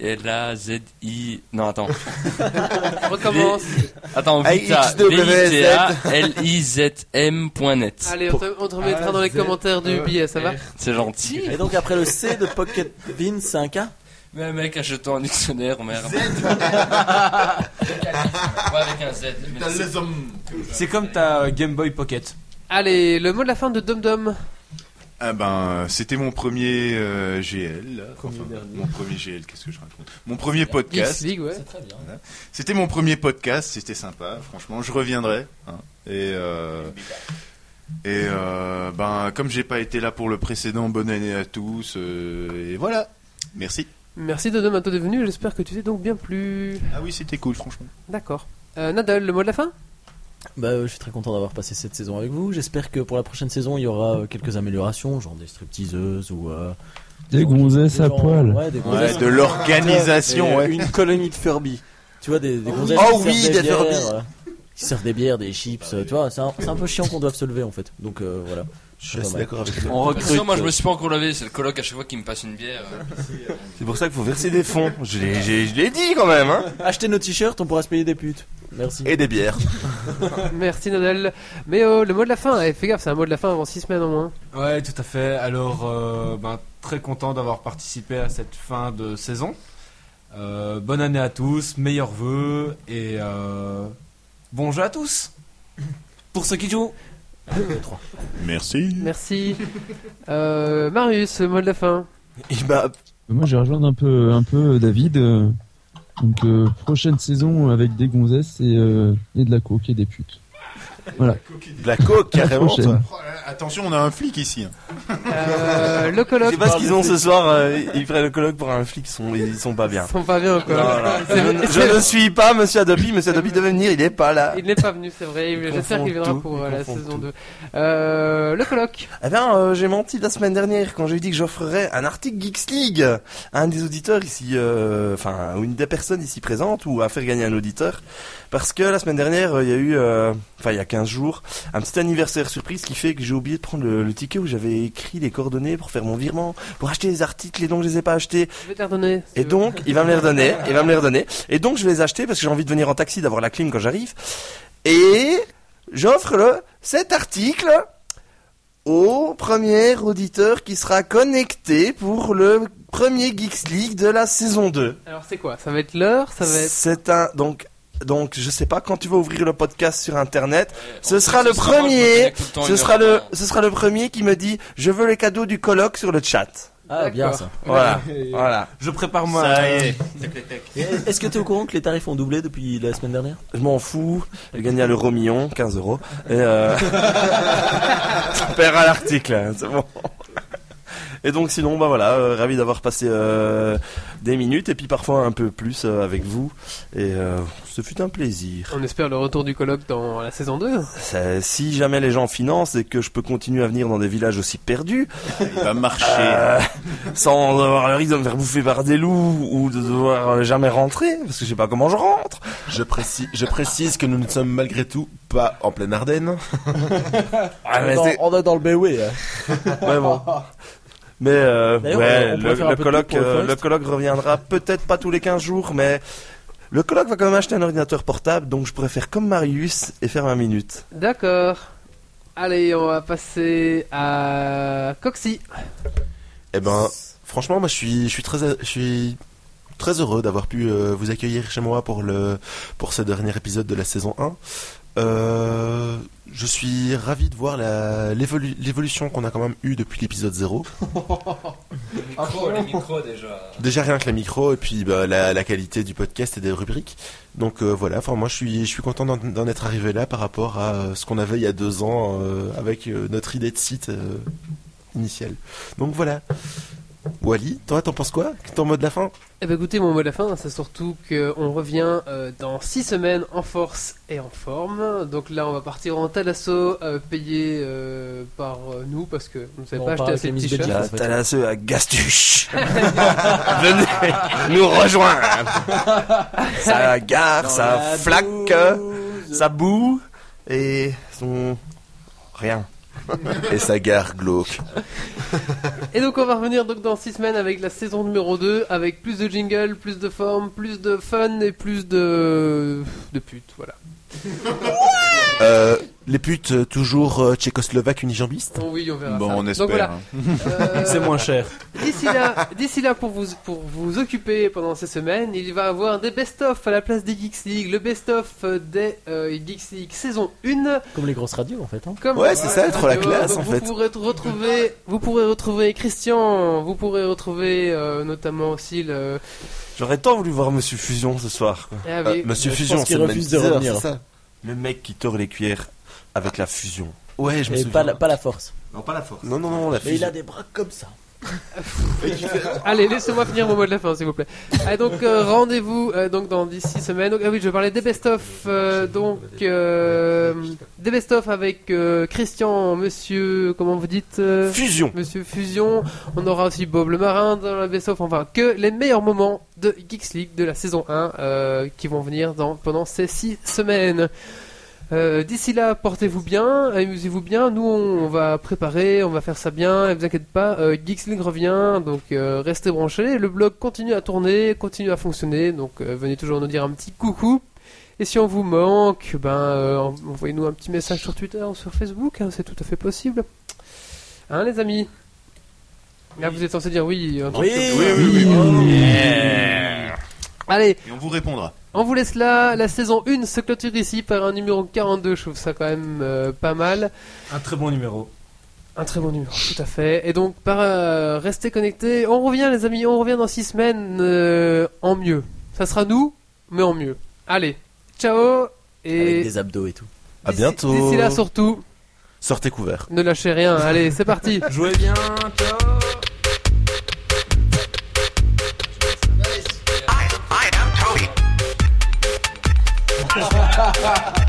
V-I-T-I-L-A-Z-I. Non, attends.
Recommence.
Attends, Vita. V-I-T-A-L-I-Z-M.net.
Allez, on te, on te
Ah,
Ah,
remettra dans les commentaires du
Euh,
billet, ça va
C'est gentil.
Et donc après le C de Pocket Vince, c'est un K
Mais mec, achète-toi un dictionnaire, merde. Z Pas avec un Z. mais c'est-
C'est comme ta euh, Game Boy Pocket.
Allez, le mot de la fin de Dom Dom.
Ah ben, c'était mon premier euh, GL. là.
Premier
Enfin,
dernier.
mon premier GL, qu'est-ce que je raconte Mon premier
Geeks
podcast.
League, ouais.
C'était mon premier podcast, c'était sympa, franchement, je reviendrai. hein. Et, euh, et euh, ben, comme j'ai pas été là pour le précédent, bonne année à tous. euh, et voilà, merci.
Merci Dom Dom à toi de venu. J'espère que tu t'es donc bien plu.
Ah oui, c'était cool, franchement.
D'accord. Euh, Nadal, le mot de la fin
Bah, euh, je suis très content d'avoir passé cette saison avec vous. J'espère que pour la prochaine saison, il y aura euh, quelques améliorations, genre des stripteaseuses ou. euh,
Des
genre-
gonzesses
des
à
gens-
poil.
Ouais, des gonzesses.
de l'organisation, ouais.
euh, Une colonie de Furby.
Tu vois, des, des gonzesses
Oh
qui
oui, des
servent des bières.
Furby.
euh, qui servent des bières, des chips, euh, tu vois, c'est un, c'est un peu chiant qu'on doive se lever en fait. Donc euh, voilà.
Je suis assez d'accord avec toi.
On recrute.
Perso, moi je me suis pas encore lavé, c'est le coloc à chaque fois qui me passe une bière.
C'est pour ça qu'il faut verser des fonds. Je l'ai- j'ai- je l'ai dit quand même, hein.
Achetez nos t-shirts, on pourra se payer des putes. Merci.
Et des bières.
Merci Nadal. Mais oh, le mot de la fin, eh, fais gaffe, c'est un mot de la fin avant 6 semaines au moins.
Ouais, tout à fait. Alors, euh, ben, très content d'avoir participé à cette fin de saison. Euh, bonne année à tous, meilleurs vœux et euh, bon jeu à tous. Pour ceux qui jouent.
Merci.
Merci. Euh, Marius, le mot de la fin.
Moi, je vais rejoindre un peu, un peu David. euh, Donc, euh, prochaine saison avec des gonzesses et, euh, et de la coke et des putes. Voilà.
De la coke,
À la
carrément,
prochaine.
toi.
Oh là là, Attention, on a un flic ici. hein.
Euh, le colloque.
Je sais pas ce qu'ils ont ce soir. euh, ils prennent le colloque pour un flic. Ils sont, ils sont pas bien.
Ils sont pas bien, quoi.
Non, non.
C'est-
Je, je ne suis pas Monsieur Adopi. Monsieur Adopi devait venir. Il est pas là.
Il n'est pas venu, c'est vrai.
Ils
J'espère qu'il
confondent
viendra
tout,
pour
ils
euh, la
confondent
saison
tout.
2. Euh, le colloque.
Eh bien, euh, j'ai menti la semaine dernière quand j'ai dit que j'offrerais un article Geeks League à un des auditeurs ici, euh, enfin, ou une des personnes ici présentes, ou à faire gagner un auditeur. Parce que la semaine dernière, euh, il y a eu, euh, enfin, il y a 15 jours, un petit anniversaire surprise qui fait que j'ai oublié de prendre le, le ticket où j'avais écrit les coordonnées pour faire mon virement, pour acheter les articles, et donc je les ai pas achetés.
Je vais te redonner.
Et donc, il va me les redonner, il va me les redonner. Et donc, je vais les acheter parce que j'ai envie de venir en taxi, d'avoir la clim quand j'arrive. Et j'offre le, cet article au premier auditeur qui sera connecté pour le premier Geeks League de la saison 2.
Alors, c'est quoi Ça va être l'heure Ça va être.
C'est un, donc, donc, je sais pas quand tu vas ouvrir le podcast sur internet.
en
ce sera
fait,
le
ce sera moi, je me
premier,
connecte tout le temps
ce
une
sera
heure
le,
avant.
ce sera le premier qui me dit, je veux les cadeaux du colloque sur le chat.
Ah, bien ça.
Voilà. Voilà.
Je prépare moi.
Ça
euh,
y est.
Et Est-ce que tu es au courant que les tarifs ont doublé depuis la semaine dernière
Je m'en fous. J'ai gagné à l'euro million, 15 euros. Et euh... ça perd à l'article, hein, c'est bon. Et donc sinon, bah voilà, euh, ravi d'avoir passé euh, des minutes et puis parfois un peu plus euh, avec vous. Et euh, ce fut un plaisir.
On espère le retour du colloque dans la saison 2.
Ça- si jamais les gens financent et que je peux continuer à venir dans des villages aussi perdus,
Il va marcher.
euh, sans avoir le risque de me faire bouffer par des loups ou de devoir euh, jamais rentrer, parce que je sais pas comment je rentre.
Je précise, je précise que nous ne sommes malgré tout pas en pleine Ardennes.
Ah, mais
on,
c'est-
est dans, on est dans le BW. hein.
Ouais, bon. Mais euh,
D'ailleurs,
ouais,
on pourrait
le,
faire un
le
peu de
colloque,
pub pour le
euh,
Fest.
le colloque reviendra peut-être pas tous les 15 jours, mais le colloque va quand même acheter un ordinateur portable, donc je pourrais faire comme Marius et faire 20 minutes.
D'accord. Allez, on va passer à Coxy.
Eh ben, franchement, moi, je suis, je suis très, je suis très heureux d'avoir pu euh, vous accueillir chez moi pour le, pour ce dernier épisode de la saison 1. Euh, je suis ravi de voir la, l'évolu- l'évolution qu'on a quand même eue depuis l'épisode 0.
micros, les micros déjà.
Déjà rien que les micros et puis bah, la, la qualité du podcast et des rubriques. Donc euh, voilà, enfin moi je suis je suis content d'en- d'en être arrivé là par rapport à euh, ce qu'on avait il y a deux ans euh, avec euh, notre idée de site euh, initiale. Donc voilà. Wally, toi t'en penses quoi Ton mot de la fin
Eh ben écoutez, mon mot de la fin, c'est surtout qu'on revient euh, dans 6 semaines en force et en forme. Donc là, on va partir en Talasso, euh, payé euh, par euh, nous, parce que vous ne savez
Non,
pas
pas
acheter assez
avec les
de
Miss
t-shirts.
Belgique.
Ah, La
ça fait-
Thalasseux à Gastuche Venez nous rejoindre Ça gare, ça flaque, ça boue et son... Rien.
Et sa gare glauque.
Et donc on va revenir donc dans 6 semaines avec la saison numéro 2, avec plus de jingle, plus de forme, plus de fun et plus de... de putes, voilà.
Euh, les putes euh, toujours euh, tchécoslovaques unijambistes
Bon, Oh oui, on verra
Bon,
ça.
on espère.
Donc voilà.
hein.
euh,
C'est moins cher.
D'ici là, d'ici là pour, vous, pour vous occuper pendant ces semaines, il va y avoir des best-of à la place des Geeks League, le best-of des euh, Geeks League saison 1.
Comme les grosses radios en fait. hein.
Comme
Ouais, c'est ça, être la classe,
Donc
en
vous
fait.
Pourrez te retrouver, vous pourrez retrouver Christian, vous pourrez retrouver euh, notamment aussi le...
J'aurais tant voulu voir Monsieur Fusion ce soir.
Eh
quoi.
Ah,
Euh,
oui.
Monsieur
Je
Fusion,
pense
c'est
qu'il
le même
refuse de
teaser,
revenir.
c'est ça
Le mec qui tord les cuillères avec la fusion.
Ouais, je me
Et
souviens.
pas la, pas la force.
Non, pas la force.
Non, non, non, la
Mais il
fusion.
a des bras comme ça.
Allez, laissez-moi finir mon mot de la fin, s'il vous plaît. Allez, donc euh, rendez-vous euh, donc dans d'ici semaines. Donc, ah oui, je parlais des best-of. euh, donc euh, des best-of avec euh, Christian, Monsieur, comment vous dites euh,
Fusion
Monsieur Fusion. On aura aussi Bob le Marin dans la best-of. Enfin, que les meilleurs moments de Geeks League de la saison 1 euh, qui vont venir dans, pendant ces 6 semaines. Euh, D'ici là, portez-vous bien, amusez-vous bien. Nous, on, on va préparer, on va faire ça bien. Et vous inquiétez pas, euh, Geeks League revient, donc euh, restez branchés. Le blog continue à tourner, continue à fonctionner, donc euh, venez toujours nous dire un petit coucou. Et si on vous manque, ben euh, envoyez-nous un petit message sur Twitter ou sur Facebook, hein, c'est tout à fait possible. Hein, les amis Là, vous êtes censé dire oui. en tant que- Allez,
Et on vous répondra.
on vous laisse là, la saison 1 se clôture ici par un numéro 42, je trouve ça quand même euh, pas mal.
Un très bon numéro.
Un très bon numéro, tout à fait. Et donc, par euh, rester connecté, on revient les amis, on revient dans six semaines euh, en mieux. Ça sera nous, mais en mieux. Allez, ciao et
Avec des abdos et tout.
À
d'ici-
bientôt.
D'ici là, surtout,
Sortez couverts.
ne lâchez rien. Allez, c'est parti.
Jouez bien, ciao
I, I am Toby.